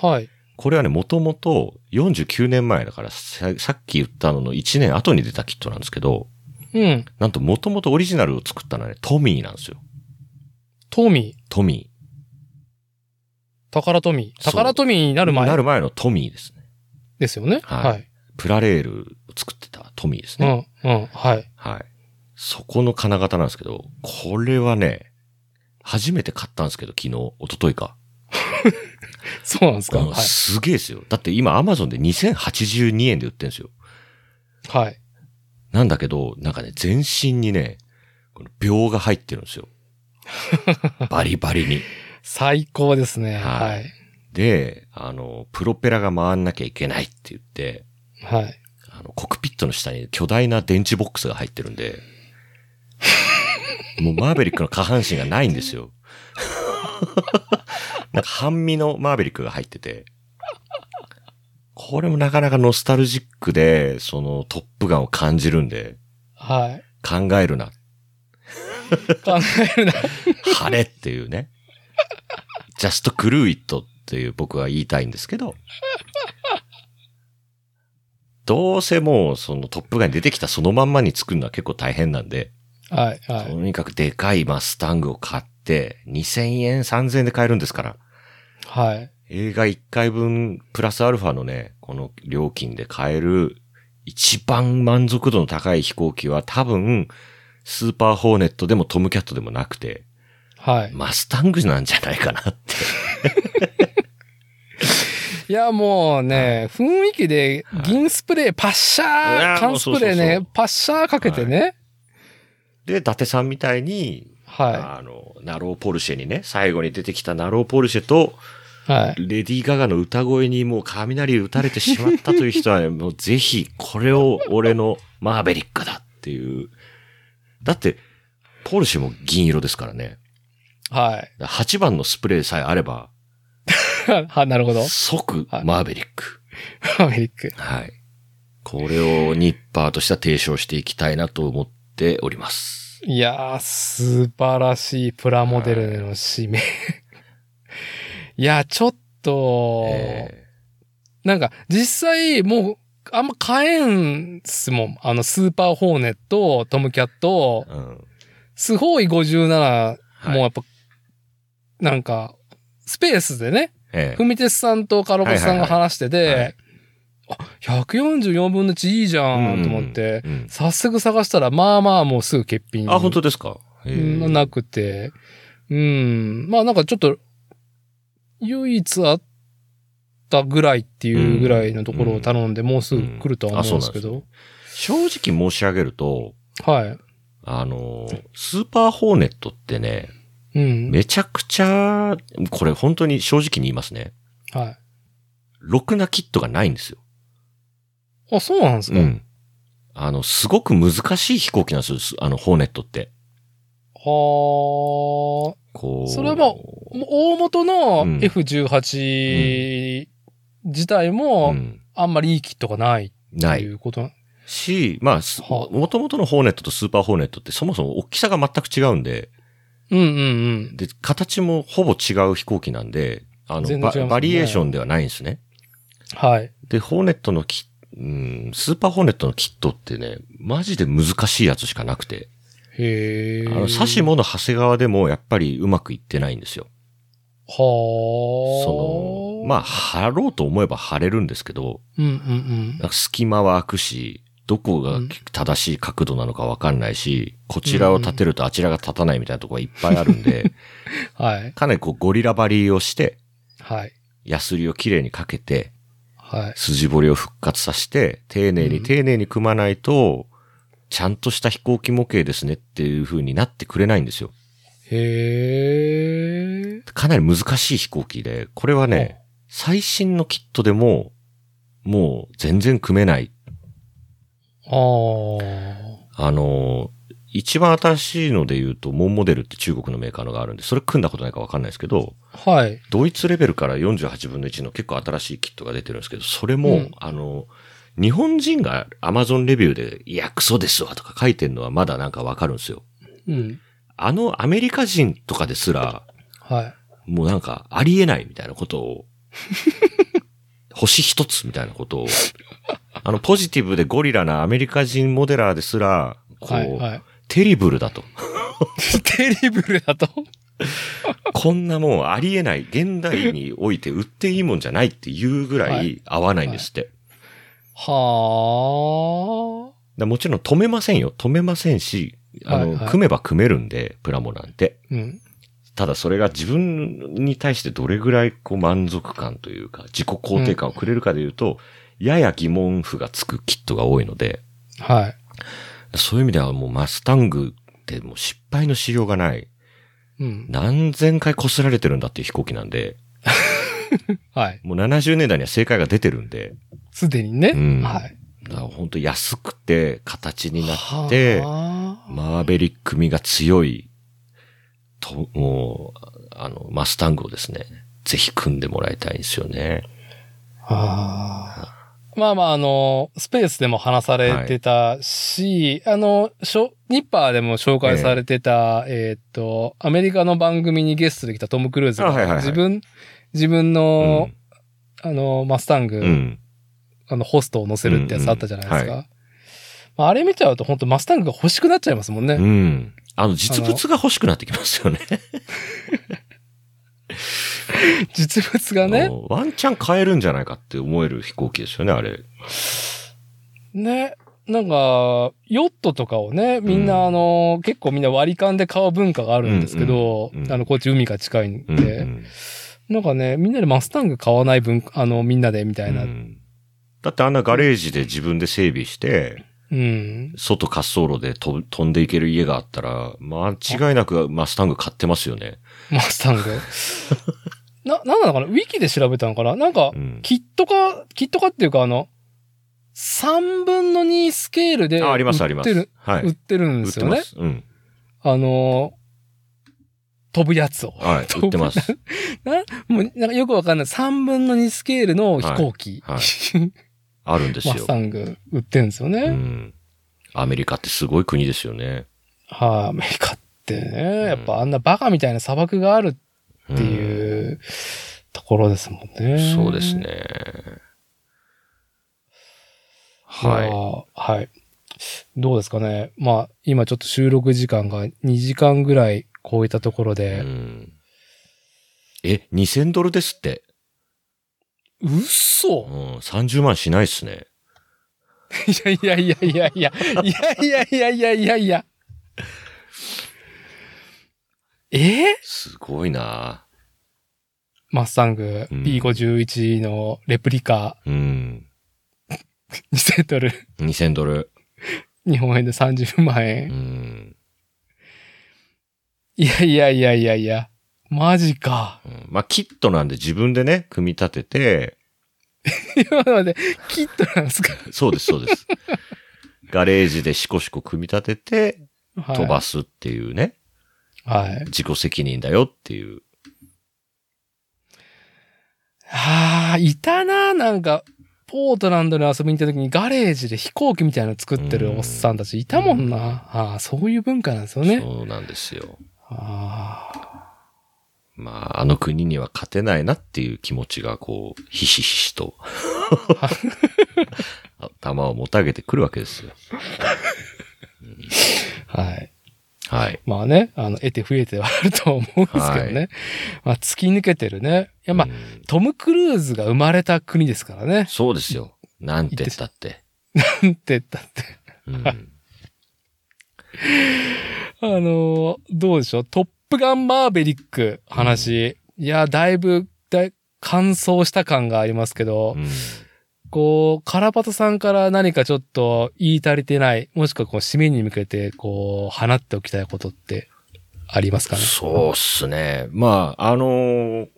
はい。
これはね、もともと49年前だからさ、さっき言ったのの1年後に出たキットなんですけど、
うん。
なんともともとオリジナルを作ったのはね、トミーなんですよ。
トミー。
トミ
宝トミー。
そう
宝トミーにな
ー。
る前
なる前のトミーですね。
ですよね。
はい
はい。
プラレールを作ってたトミーです
う
ね。
ん。うん。はい。
はい。そこの金型なんですけど、これはね、初めて買ったんですけど、昨日、一昨日か。
そうなんですか。
うん
はい。
すげえですよ。だって今、アマゾンで2082円で売ってるんですよ。
はい。
なんだけど、なんかね、全身にね、この秒が入ってるんですよ。バリバリに。
最高ですね。
は
はいい。
で、あの、プロペラが回んなきゃいけないって言って、
はい。
あの、コクピットの下に巨大な電池ボックスが入ってるんで、もうマーベリックの下半身がないんですよ。なんか半身のマーベリックが入ってて、これもなかなかノスタルジックで、そのトップガンを感じるんで、
はい。
考えるな
考えるな。
晴れっていうね。ジャストクルーイットっていう僕は言いたいんですけど。どうせもうそのトップガンに出てきたそのまんまに作るのは結構大変なんで、
はい。は
と
い。
にかくでかいマスタングを買って2000円3000円で買えるんですから、
はい。
映画1回分プラスアルファのね、この料金で買える一番満足度の高い飛行機は多分、スーパーホーネットでもトムキャットでもなくて、
はい。
マスタングなんじゃないかなって。
いや、もうね、雰囲気で
はい
銀スプレー、パッシ
い
ャ
や
ー、缶スプレー
もうそうそうそ
ね
う、
パッシャーかけてね。
で、伊達さんみたいに、
は
あの、ナローポルシェにね、最後に出てきたナローポルシェと、
い。はい。
レディー・ガガの歌声にもう雷打たれてしまったという人は、ね、もうぜひこれを俺のマーベリックだっていう。だって、ポルシェも銀色ですからね。
はい。
8番のスプレーさえあれば、
(laughs) は、なるほど。
即
はい
マーベリック。
マーベリック。
はい。これをニッパーとしては提唱していきたいなと思っております。
いやー、素晴らしいプラモデルの使命。いや、ちょっと、
え
なんか、実際、もう、あんま買えんっすもん。あの、スーパーホーネット、トムキャット
ー、うん。
スホーイ57、
はい
もうやっぱ、なんか、スペースでね、
ええ
ふみてつさんとカロコスさんが
はいはい
話して
は
て
い、
あ、144分の1いいじゃんと思って、
うんうん
早速探したら、まあまあもうすぐ欠品。
あ、本当ですか、ええ
うんなくて、うん、まあなんかちょっと、唯一あったぐらいっていうぐらいのところを頼んで、もうすぐ来るとは思うんですけ
うん
ど、
正直申し上げると、
はい。
あの、スーパーホーネットってね、
うん。
めちゃくちゃ、これ本当に正直に言いますね。
は
ろくなキットがないんですよ。
い。あ、そうなんですか、
ん。あの、すごく難しい飛行機なんですよす、あの、ホーネットって。
はあ。
こう。
それはももう大元の
うん
F18 自体
う
も、
ん
あんまりいいキットがないっ
な
てい
い。
うことな、
し、まあ、す
は
もともとのホーネットとスーパーホーネットってそもそも大きさが全く違うんで、
うんうん
で、形もほぼ違う飛行機なんで、あの、
全然違いま
バ
すね
バリエーションではないんですね。
うん。はい。
で、ホーネットのキうん、スーパーホーネットのキットってね、マジで難しいやつしかなくて、
へえ。
あの、サシモの長谷川でもやっぱりうまくいってないんですよ。
はあ。
その、まあ、貼ろうと思えば貼れるんですけど、
うんうんうん
なん。か隙間は開くし、どこが
うん
正しい角度なのかわかんないし、こちらを立てるとあちらが立たないみたいなとこがいっぱいある
(laughs)
んで、
はい。
かなりこうゴリラ張りをして、
はい。
ヤスリをきれいにかけて、
はい。
筋彫りを復活させて、丁寧
う
に
ん
丁寧に組まないと、ちゃんとした飛行機模型ですねっていう風になってくれないんですよ。
へえ。
かなり難しい飛行機で、これはね、最新のキットでも、もう全然組めない。
ああ。
あのー、一番新しいので言うと、モンモデルって中国のメーカーのがあるんで、それ組んだことないかわかんないですけど、
はい。
ドイツレベルから48分の1の結構新しいキットが出てるんですけど、それも、
うん
あの、日本人が Amazon レビューで、いや、クソですわとか書いてるのはまだなんかわかるんですよ。
うん。
あのアメリカ人とかですら、
はい。
もうなんかありえないみたいなこ
(laughs)
とを、星一つみたいなことを、あの、ポジティブでゴリラなアメリカ人モデラーですら、こう、
はい。はい。 (laughs)
テリブルだと。
テリブルだと
こんなもんありえない、現代において売っていいもんじゃないっていうぐらい合わないんですって。
はあ。
だもちろん止めませんよ。止めませんし、あの、
はいはい
組めば組めるんで、プラモなんて。
うん。
ただそれが自分に対してどれぐらいこう満足感というか、自己肯定感をくれるかでいうと、やや疑問符がつくキットが多いので、
はい。
そういう意味ではもうマスタングってもう失敗のしようがない。
うん。
何千回擦られてるんだっていう飛行機なんで、
はい。
もう70年代には正解が出てるんで、
すでにね。
うん
はい。
だから本当安くて形になって、
はあ
マーベリック味が強い、と、もう、あの、マスタングをですね、ぜひ組んでもらいたいんですよね。
あーまあまあ、あの、スペースでも話されてたし、あの、しょニッパーでも紹介されてた、えーっと、アメリカの番組にゲストで来たトム・クルーズが、
あはいはいはい
自分、自分
う
の、
ん。
あの、マスタング、
うん。
あの、ホストを乗せるってやつあったじゃないですか。
うんうんは
まあ、あれ見ちゃうと、本当マスタングが欲しくなっちゃいますもんね。
うん。あの、実物が欲しくなってきますよね。
(laughs) 実物がね。
うんワンチャン買えるんじゃないかって思える飛行機ですよね、あれ。
ね。なんか、ヨットとかをね、みん
う
な、
ん
あの、結構みんな割り勘で買う文化があるんですけど、
うんうんうん
あの、こっち海が近いんで、
うんうん
なんかね、みんなでマスタング買わない文化、あの、みんなでみたいな。
う
うん。
んだってあんなガレージで自分で整備して、
うん。
外滑走路で飛ぶ飛んでいける家があったら、間違いなくマスタング買ってますよね。
マスタング。 (laughs) な、なんなのかなウィキで調べたのかななんか
う、ん
キット化、キット化っていうかあの、3分の2スケールで売ってる、
あ、あります、あります。はい。
売ってるんで
売っ
す
て
よ
ま
ね。
す。うん。
あの、飛ぶやつを。
はい。売ってます。
もう、なんかよくわかんない。3分の2スケールの飛行機。
はいはあるんです
マ
よ
ス。タング売ってるんですよね。
うん。アメリカってすごい国ですよね。
はい、アメリカってね、やっぱあんなバカみたいな砂漠があるっていう、ところですもん
う
ね。
ん。そうです。ね。はい。
いやー。はい。どうですかね。まあ、今ちょっと収録時間が2時間ぐらい超えたところ
う
で、
んえ、2000ドルですって。
うっ
う
そ
ん。30万しないっすね。
いやいやいやいやいや、いやいやいやいやいやいや。えー
すごいな
マッサング
うん
B51 のレプリカ (laughs)
うん。
2ドル、
2000ドル。
日本円で30万
う
円。
ん。
いやいやいやいやいや、マジか。 (laughs)
うんまあ、キットなんで自分でね、組み立てて、
今までキットなんですか、
そうです、そ
(laughs)
うです。ガレージでシコシコ組み立てて、
はい、
飛ばすっていうね、
はい。
自己責任だよっていう。
ああ、いたな、なんか、ポートランドに遊びに行った時にガレージで飛行機みたいなの作ってるおっさんたちいたもんな。
うん
ああ、そういう文化なんですよね。
そうなんですよ。
ああ、
まあ、あの国には勝てないなっていう気持ちが、こう、ひしひしと、 (laughs) 頭をもたげてくるわけですよ。
はい。
はい。
まあね、あの、得て増えてはあると思うんですけどね。まあ、突き抜けてるね。いや、まあ
う、ん
トム・クルーズが生まれた国ですから
(laughs)
ね。
そうですよ。なんて言ったって。
なんて言ったって。
うん
あのーどうでしょう。トップガンマーベリック話。いや、だいぶ、だい乾燥した感がありますけど、
うん
こう、カラパトさんから何かちょっと言い足りてない、もしくはこう、締めに向けて、こう、放っておきたいことってありますかね。
そうっすね。まあ、あのー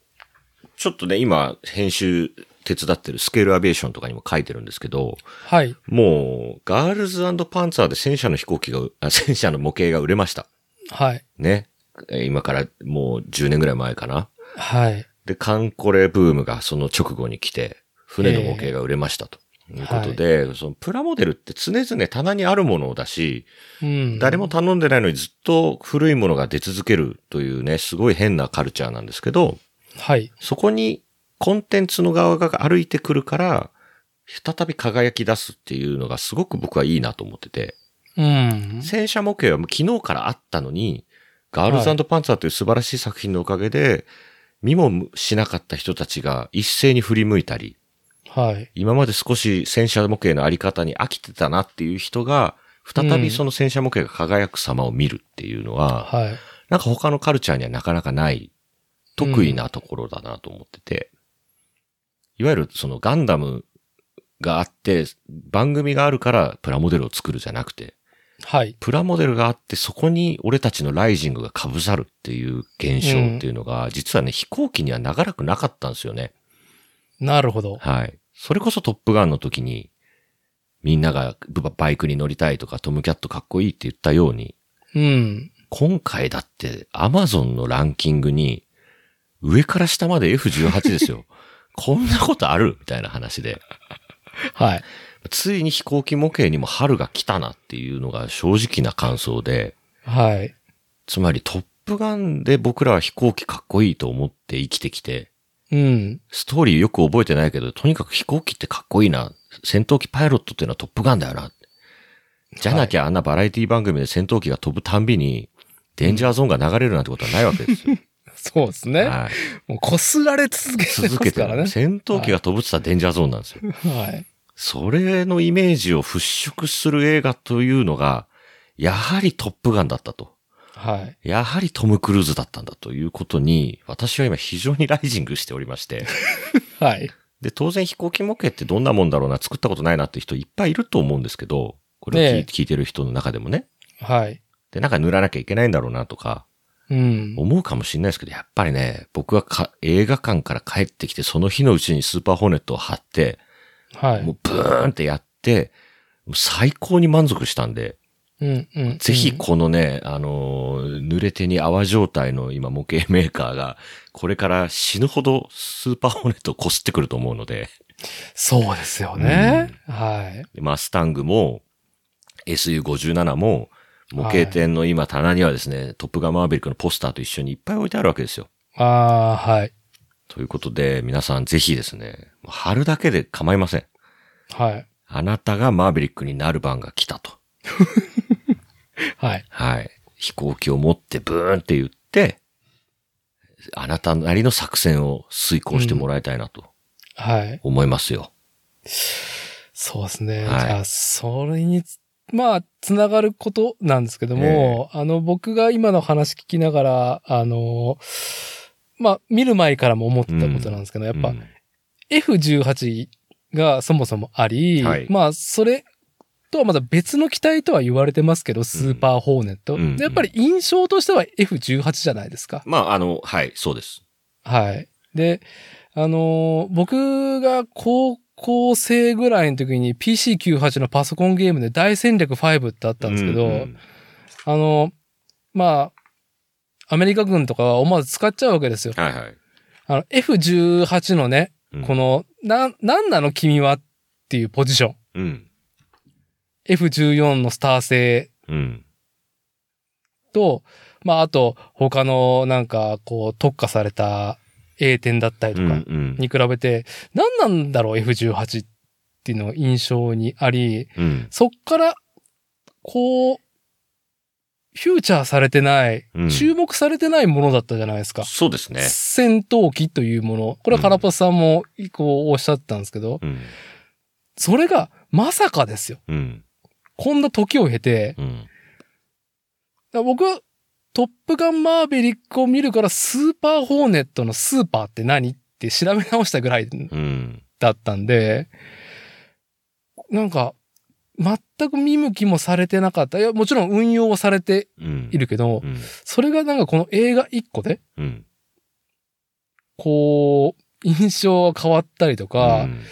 ちょっとね、今、編集手伝ってるスケールアビエーションとかにも書いてるんですけど、
はい。
もう、ガールズパンツァーで戦車の飛行機が、あ戦車の模型が売れました。
はい。
ね。え今からもう10年ぐらい前かな。
はい。
で、カンコレブームがその直後に来て、船の模型が売れましたと。いうことで、そのプラモデルって常々棚にあるものだし、
うん。
誰も頼んでないのにずっと古いものが出続けるというね、すごい変なカルチャーなんですけど、
はい。
そこにコンテンツの側が歩いてくるから、再び輝き出すっていうのがすごく僕はいいなと思ってて、
うん。
戦車模型はもう昨日からあったのに、ガールズパンツァーという素晴らしい作品のおかげで、見もしなかった人たちが一斉に振り向いたり、
はい。
今まで少し戦車模型のあり方に飽きてたなっていう人が、再びその戦車模型が輝く様を見るっていうのは、
はい。
なんか他のカルチャーにはなかなかない、得意なところだなと思ってて、いわゆるそのガンダムがあって、番組があるからプラモデルを作るじゃなくて、
はい。
プラモデルがあってそこに俺たちのライジングが被さるっていう現象っていうのが、実はね、飛行機には長らくなかったんですよね。
なるほど。
はい。それこそトップガンの時に、みんながババイクに乗りたいとかトムキャットかっこいいって言ったように、
うん。
今回だってアマゾンのランキングに上から下まで F18 ですよ。こんなことあるみたいな話で。
はい。
ついに飛行機模型にも春が来たなっていうのが正直な感想で、
はい。
つまりトップガンで僕らは飛行機かっこいいと思って生きてきて、
うん。
ストーリーよく覚えてないけど、とにかく飛行機ってかっこいいな。戦闘機パイロットっていうのはトップガンだよな。じゃなきゃあんな
(laughs)
バラエティ番組で戦闘機が飛ぶたんびに、デンジャーゾーンが流れるなんてことはないわけですよ。
そうですね。
は
(laughs)
い、
もう擦られ続けてま
続
す
けて
からね。
戦闘機が飛ぶって言ったらデンジャーゾーンなんですよ。
はい。
それのイメージを払拭する映画というのが、やはりトップガンだったと。
はい。
やはりトム・クルーズだったんだということに、私は今非常にライジングしておりまして。
はい。
で、当然飛行機模型ってどんなもんだろうな、作ったことないなって人いっぱいいると思うんですけど、これを聞,、
ねえ
聞いてる人の中でもね。
はい。
で、なんか塗らなきゃいけないんだろうなとか、
うん。
思うかもしれないですけど、やっぱりね、僕はか映画館から帰ってきて、その日のうちにスーパーホーネットを貼って、
はい。
もうブーンってやって、もう最高に満足したんで、
うんうんうん
ぜひこのね、あのー、濡れ手に泡状態の今模型メーカーが、これから死ぬほどスーパーホーネットをこすってくると思うので、
そうですよね。はい。
でマスタングも SU57 も模型店の今棚にはですね、トップガンマーヴェリックのポスターと一緒にいっぱい置いてあるわけですよ。
ああー、はい。
ということで、皆さんぜひですね、貼るだけで構いません。
はい。
あなたがマーヴェリックになる番が来たと。
はい。
はい。飛行機を持ってブーンって言って、あなたなりの作戦を遂行してもらいたいなと
はい。
思いますよ。
そうですね。
はい
じゃあ、それにつ、まあ、つながることなんですけども、あの、僕が今の話聞きながら、あの、まあ、見る前からも思ってたことなんですけど、やっぱ、
うん、
F18 がそもそもあり、
はい
まあ、それとはまた別の機体とは言われてますけど、スーパーホーネット。
うん
でやっぱり印象としては F18 じゃないですか。
まあ、あの、はい、そうです。
はい。で、あのー僕が高校生ぐらいの時に PC98 のパソコンゲームで大戦略5ってあったんですけど、
ううん
あのまあ、アメリカ軍とかは思わず使っちゃうわけですよ。
はいはい。
あの F18 のね、
うん
こ、の、な、なんなの君はっていうポジション。
うん。
F14 のスター性
うん。
と、まあ、あと、他のなんか、こう、特化された A 点だったりと
う
か、
んうん。
に比べて、何なんだろう F18 っていうのが印象にあり、
うん。
そっから、こう、フューチャーされてない、
うん
注目されてないものだったじゃないですか。
そうですね。
戦闘機というもの。これはカラパスさんも、こう、おっしゃってたんですけど、
うん。
それが、まさかですよ。
うん。
こんな時を経て、
うん。
だから僕は、トップガンマーベリックを見るから、スーパーホーネットのスーパーって何って調べ直したぐらい
うん。
だったんで、なんか、全く見向きもされてなかった。いや、もちろん運用はされて
うん。
いるけど
う、ん。
それがなんかこの映画一個で、
うん。
こう、印象が変わったりとか、
うん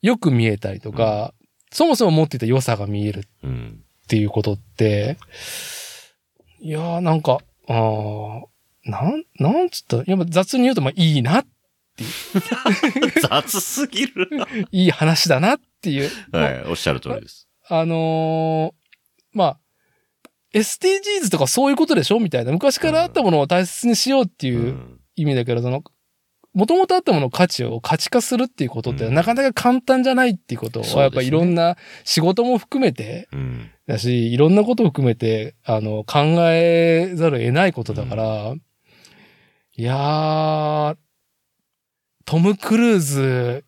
よく見えたりとか、そもそも持っていた良さが見えるっ
うん。
ていうことって、いやーなんか、あーなん、なんつったらやっぱ雑に言うと、まあいいな、
(laughs) 雑すぎる。
(laughs) いい話だなっていう。
はい、おっしゃる通りです。
あのーまあ、SDGs とかそういうことでしょみたいな。昔からあったものを大切にしようって
う
いうん意味だけど、その、もともとあったものの価値を価値化するっていうことって、
うん
なかなか簡単じゃないっていうこと
そうですね
は、やっぱいろんな仕事も含めて、
うん。
だし、いろんなことを含めて、あの、考えざるを得ないことだから、いやー、トム・クルーズ、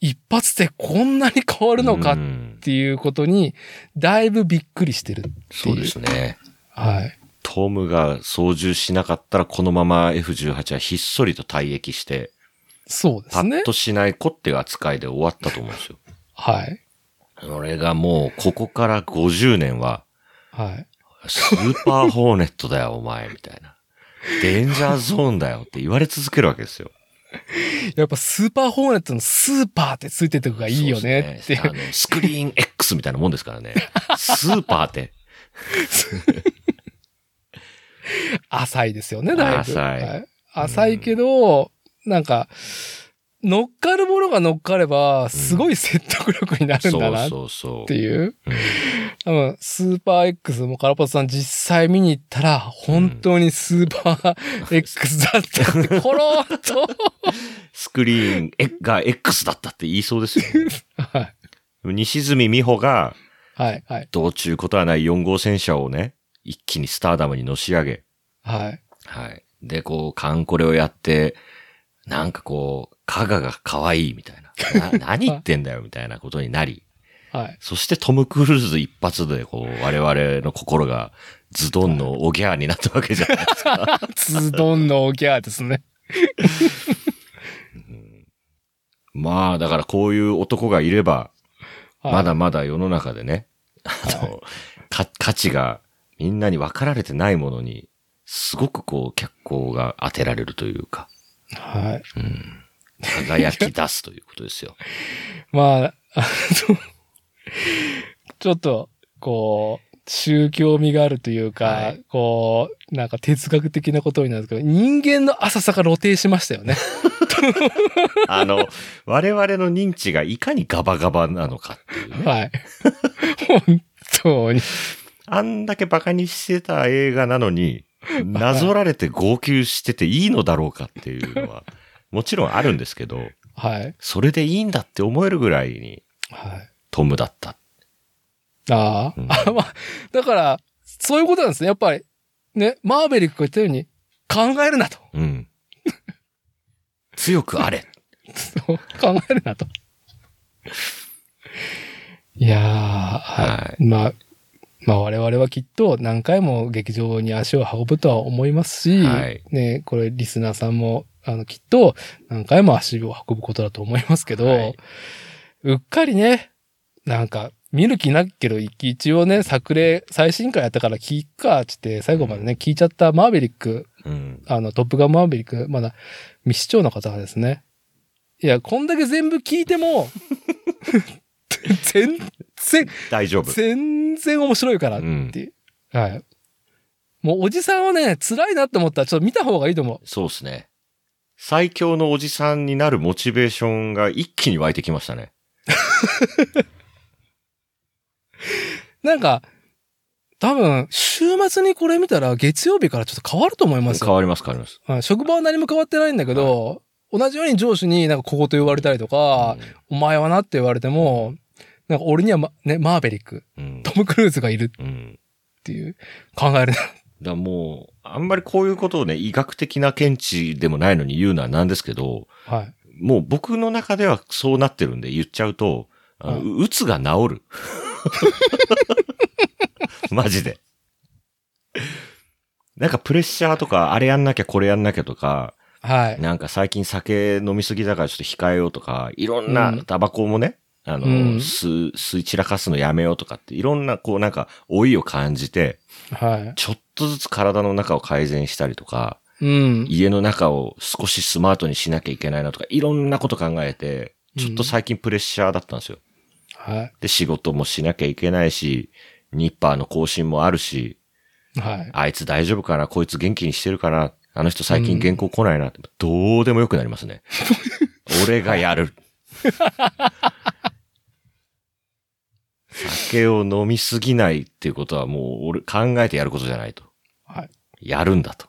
一発でこんなに変わるのかっ
うん
っていうことに、だいぶびっくりしてる。
そうですね。
はい。
トムが操縦しなかったら、このまま F18 はひっそりと退役して、
そうで
パ
すね
ッ。としない子っていう扱いで終わったと思うんですよ。
はい。
俺がもう、ここから50年は、
はい。
スーパーホーネットだよ、お前、みたいな。デンジャーゾーンだよって言われ続けるわけですよ。
やっぱスーパーホーネットのスーパーってついてるとこがいいよねって
そうですねあのスクリーン X みたいなもんですからね。スーパーって。
浅いですよね、だいぶ。
浅い
は浅いけど、なんか、乗っかるものが乗っかれば、すごい説得力になるんだなっ
そうそう
て
そう。
いう。
うん
多分、スーパー X もカラパスさん実際見に行ったら、本当にスーパー X だったって、コローっと。
スクリーンえが X だったって言いそうですよ、ね。
はい。
西住美穂が、
はい。はい。
どうちゅうことはない4号戦車をね、一気にスターダムにのし上げ、
はい。
はい。で、こう、カンコレをやって、なんかこう、カガが可愛いみたいな。
(laughs)
な何言ってんだよみたいなことになり、
はい。
そしてトム・クルーズ一発で、こう、我々の心がズドンのおギャーになったわけじ
(laughs)
ゃないですか。
ズドンのギャーですね。
まあ、だからこういう男がいれば、
はい
まだまだ世の中でね、あの、か価値がみんなに分かられてないものに、すごくこう、脚光が当てられるというか、
はい。
うん、輝き出すということですよ。
まあ、あの、ちょっと、こう、宗教味があるというか、
はい
こう、なんか哲学的なことになるんですけど、人間の浅さが露呈しましたよね。
あの、我々の認知がいかにガバガバなのかっていうね。
はい。本当に。
あんだけバカにしてた映画なのに、なぞられて号泣してていいのだろうかっていうのは、もちろんあるんですけど、
はい。
それでいいんだって思えるぐらいに
はい。
トムだった。
ああ、
うん
あ、まあ、だから、そういうことなんですね。やっぱり、ね、マーベリックが言ったように、考えるなと。 (laughs)
うん。強くあれ。
そう考えるなと。いやー、はい。
は
まあ、まあ我々はきっと何回も劇場に足を運ぶとは思いますし、
はい
ね、これリスナーさんも、あの、きっと何回も足を運ぶことだと思いますけど、
はいう
っかりね、なんか、見る気なっけど、一応ね、作例、最新回やったから聞くか、つって、最後までね、聞いちゃったマーヴェリック、
うん。
あの、トップガンマーヴェリック、まだ未視聴の方がですね、いや、こんだけ全部聞いて
(laughs)
も、全然、
大丈夫。
全然面白いからっていう。はい。もうおじさんはね、辛いなって思ったらちょっと見た方がいいと思
そうですね。最強のおじさんになるモチベーションが一気に湧いてきましたね。
う。なんか、多分、週末にこれ見たら月曜日からちょっと変わると思います
変
よ。
わります、変わります。
うん職場は何も変わってないんだけど、同じように上司になんか小言言われたりとか、お前はなって言われても、なんか俺にはま、ね、マーベリック、
うん。
トム・クルーズがいるっ
うん。
ていう考える。
だからもう、あんまりこういうことをね、医学的な見地でもないのに言うのはなんですけど、
はい。
もう僕の中ではそうなってるんで言っちゃうと、あの
う
うつが治
(laughs)
る。マジで。なんかプレッシャーとか、あれやんなきゃこれやんなきゃとか、
はい。
なんか最近酒飲みすぎだからちょっと控えようとか、いろんな
うん
タバコもね、あの、
うん
吸う、吸い散らかすのやめようとかって、いろんなこうなんか老いを感じて、
はい。
ちょっとずつ体の中を改善したりとか、
うん。
家の中を少しスマートにしなきゃいけないなとか、いろんなこと考えて、ちょっと最近プレッシャーだったんですよ。
は
で、仕事もしなきゃいけないし、ニッパーの更新もあるし、
い。はい。
あいつ大丈夫かなこいつ元気にしてるかなあの人最近原稿来ないな、ってどうでもよくなりますね。俺がやる。酒を飲みすぎないっていうことはもう俺考えてやることじゃないと。
はい。
やるんだと。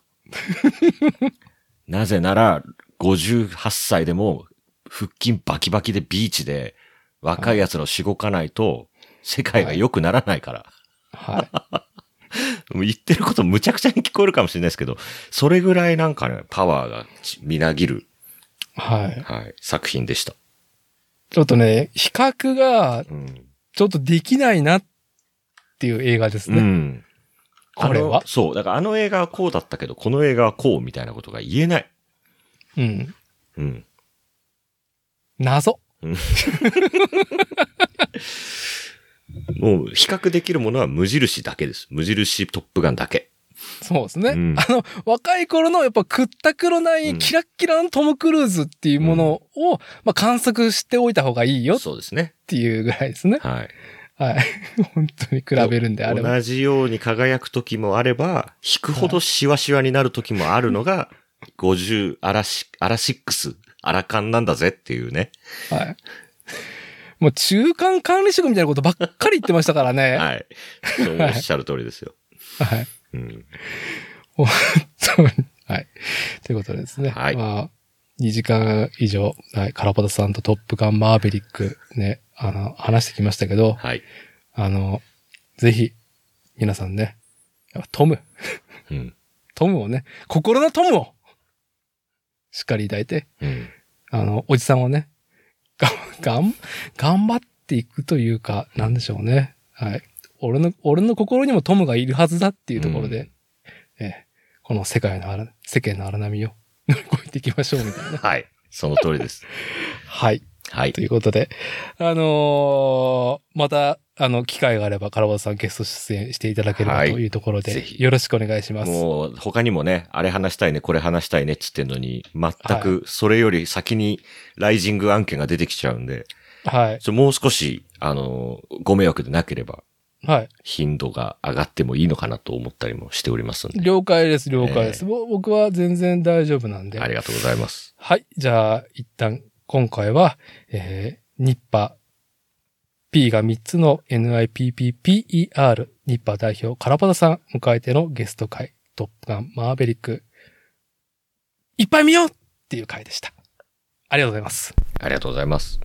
なぜなら、58歳でも腹筋バキバキでビーチで若い奴らをしごかないと世界が良くならないから。
はい。
もう言ってることむちゃくちゃに聞こえるかもしれないですけど、それぐらいなんかね、パワーがみなぎる、
はい。
はい、作品でした。
ちょっとね、比較が
うん。
ちょっとできないなっていう映画ですね。
ん。
これは
あのそう。だからあの映画はこうだったけど、この映画はこうみたいなことが言えない。
うん。
うん。
謎。
もう比較できるものは無印だけです。無印トップガンだけ。
そうですね。
うん
あの、若い頃のやっぱくったくろな
う
い
ん
キラッキラのトム・クルーズっていうものを、まあ観測しておいた方がいいよっ
そうですね。
ていうぐらいですね。
はい。
はい。 (laughs) 本当に比べるんであれば。
同じように輝く時もあれば、引くほどシワシワになる時もあるのが、50アラシ、アラシックス、アラカンなんだぜっていうね。
はい。もう中間管理職みたいなことばっかり言ってましたからね。は
はい。そうおっしゃる通りです
(laughs)
よ。
い。
うん。
そうはい。ということでですね。
はい
まあ、2時間以上、はい、カラパタさんとトップガンマーベリックね、あの、話してきましたけど、
はい。
あの、ぜひ、皆さんね、やっぱトム、
うん。
トムをね、心のトムを、しっかり抱いて、
うん。
あの、おじさんをね、 (laughs) が、がん、頑張っていくというか、なんでしょうね。はい。俺の、俺の心にもトムがいるはずだっていうところで、ええこの世界の荒、世間の荒波を (laughs) 乗り越えていきましょうみたいな。
はい。その通りです。
はい。
はい
と。いうことで、あのーまた、あの、機会があれば、カラバトさんゲスト出演していただければ
は
と
い
いうところで、
ぜひ
よろしくお願いします。
もう、他にもね、あれ話したいね、これ話したいねっつってんのに、全くそれより先にライジング案件が出てきちゃうんで、
はい。
ちょもう少し、あの、ご迷惑でなければ、
はい。
頻度が上がってもいいのかなと思ったりもしておりますんで。
了解です、了解です。ぼ僕は全然大丈夫なんで。
ありがとうございます。
はい。じゃあ、一旦、今回は、えー、ニッパー。P が3つの NIPPPER、ニッパー代表、カラパタさん迎えてのゲスト会、トップガン、マーベリック。いっぱい見ようっていう回でした。ありがとうございます。
ありがとうございます。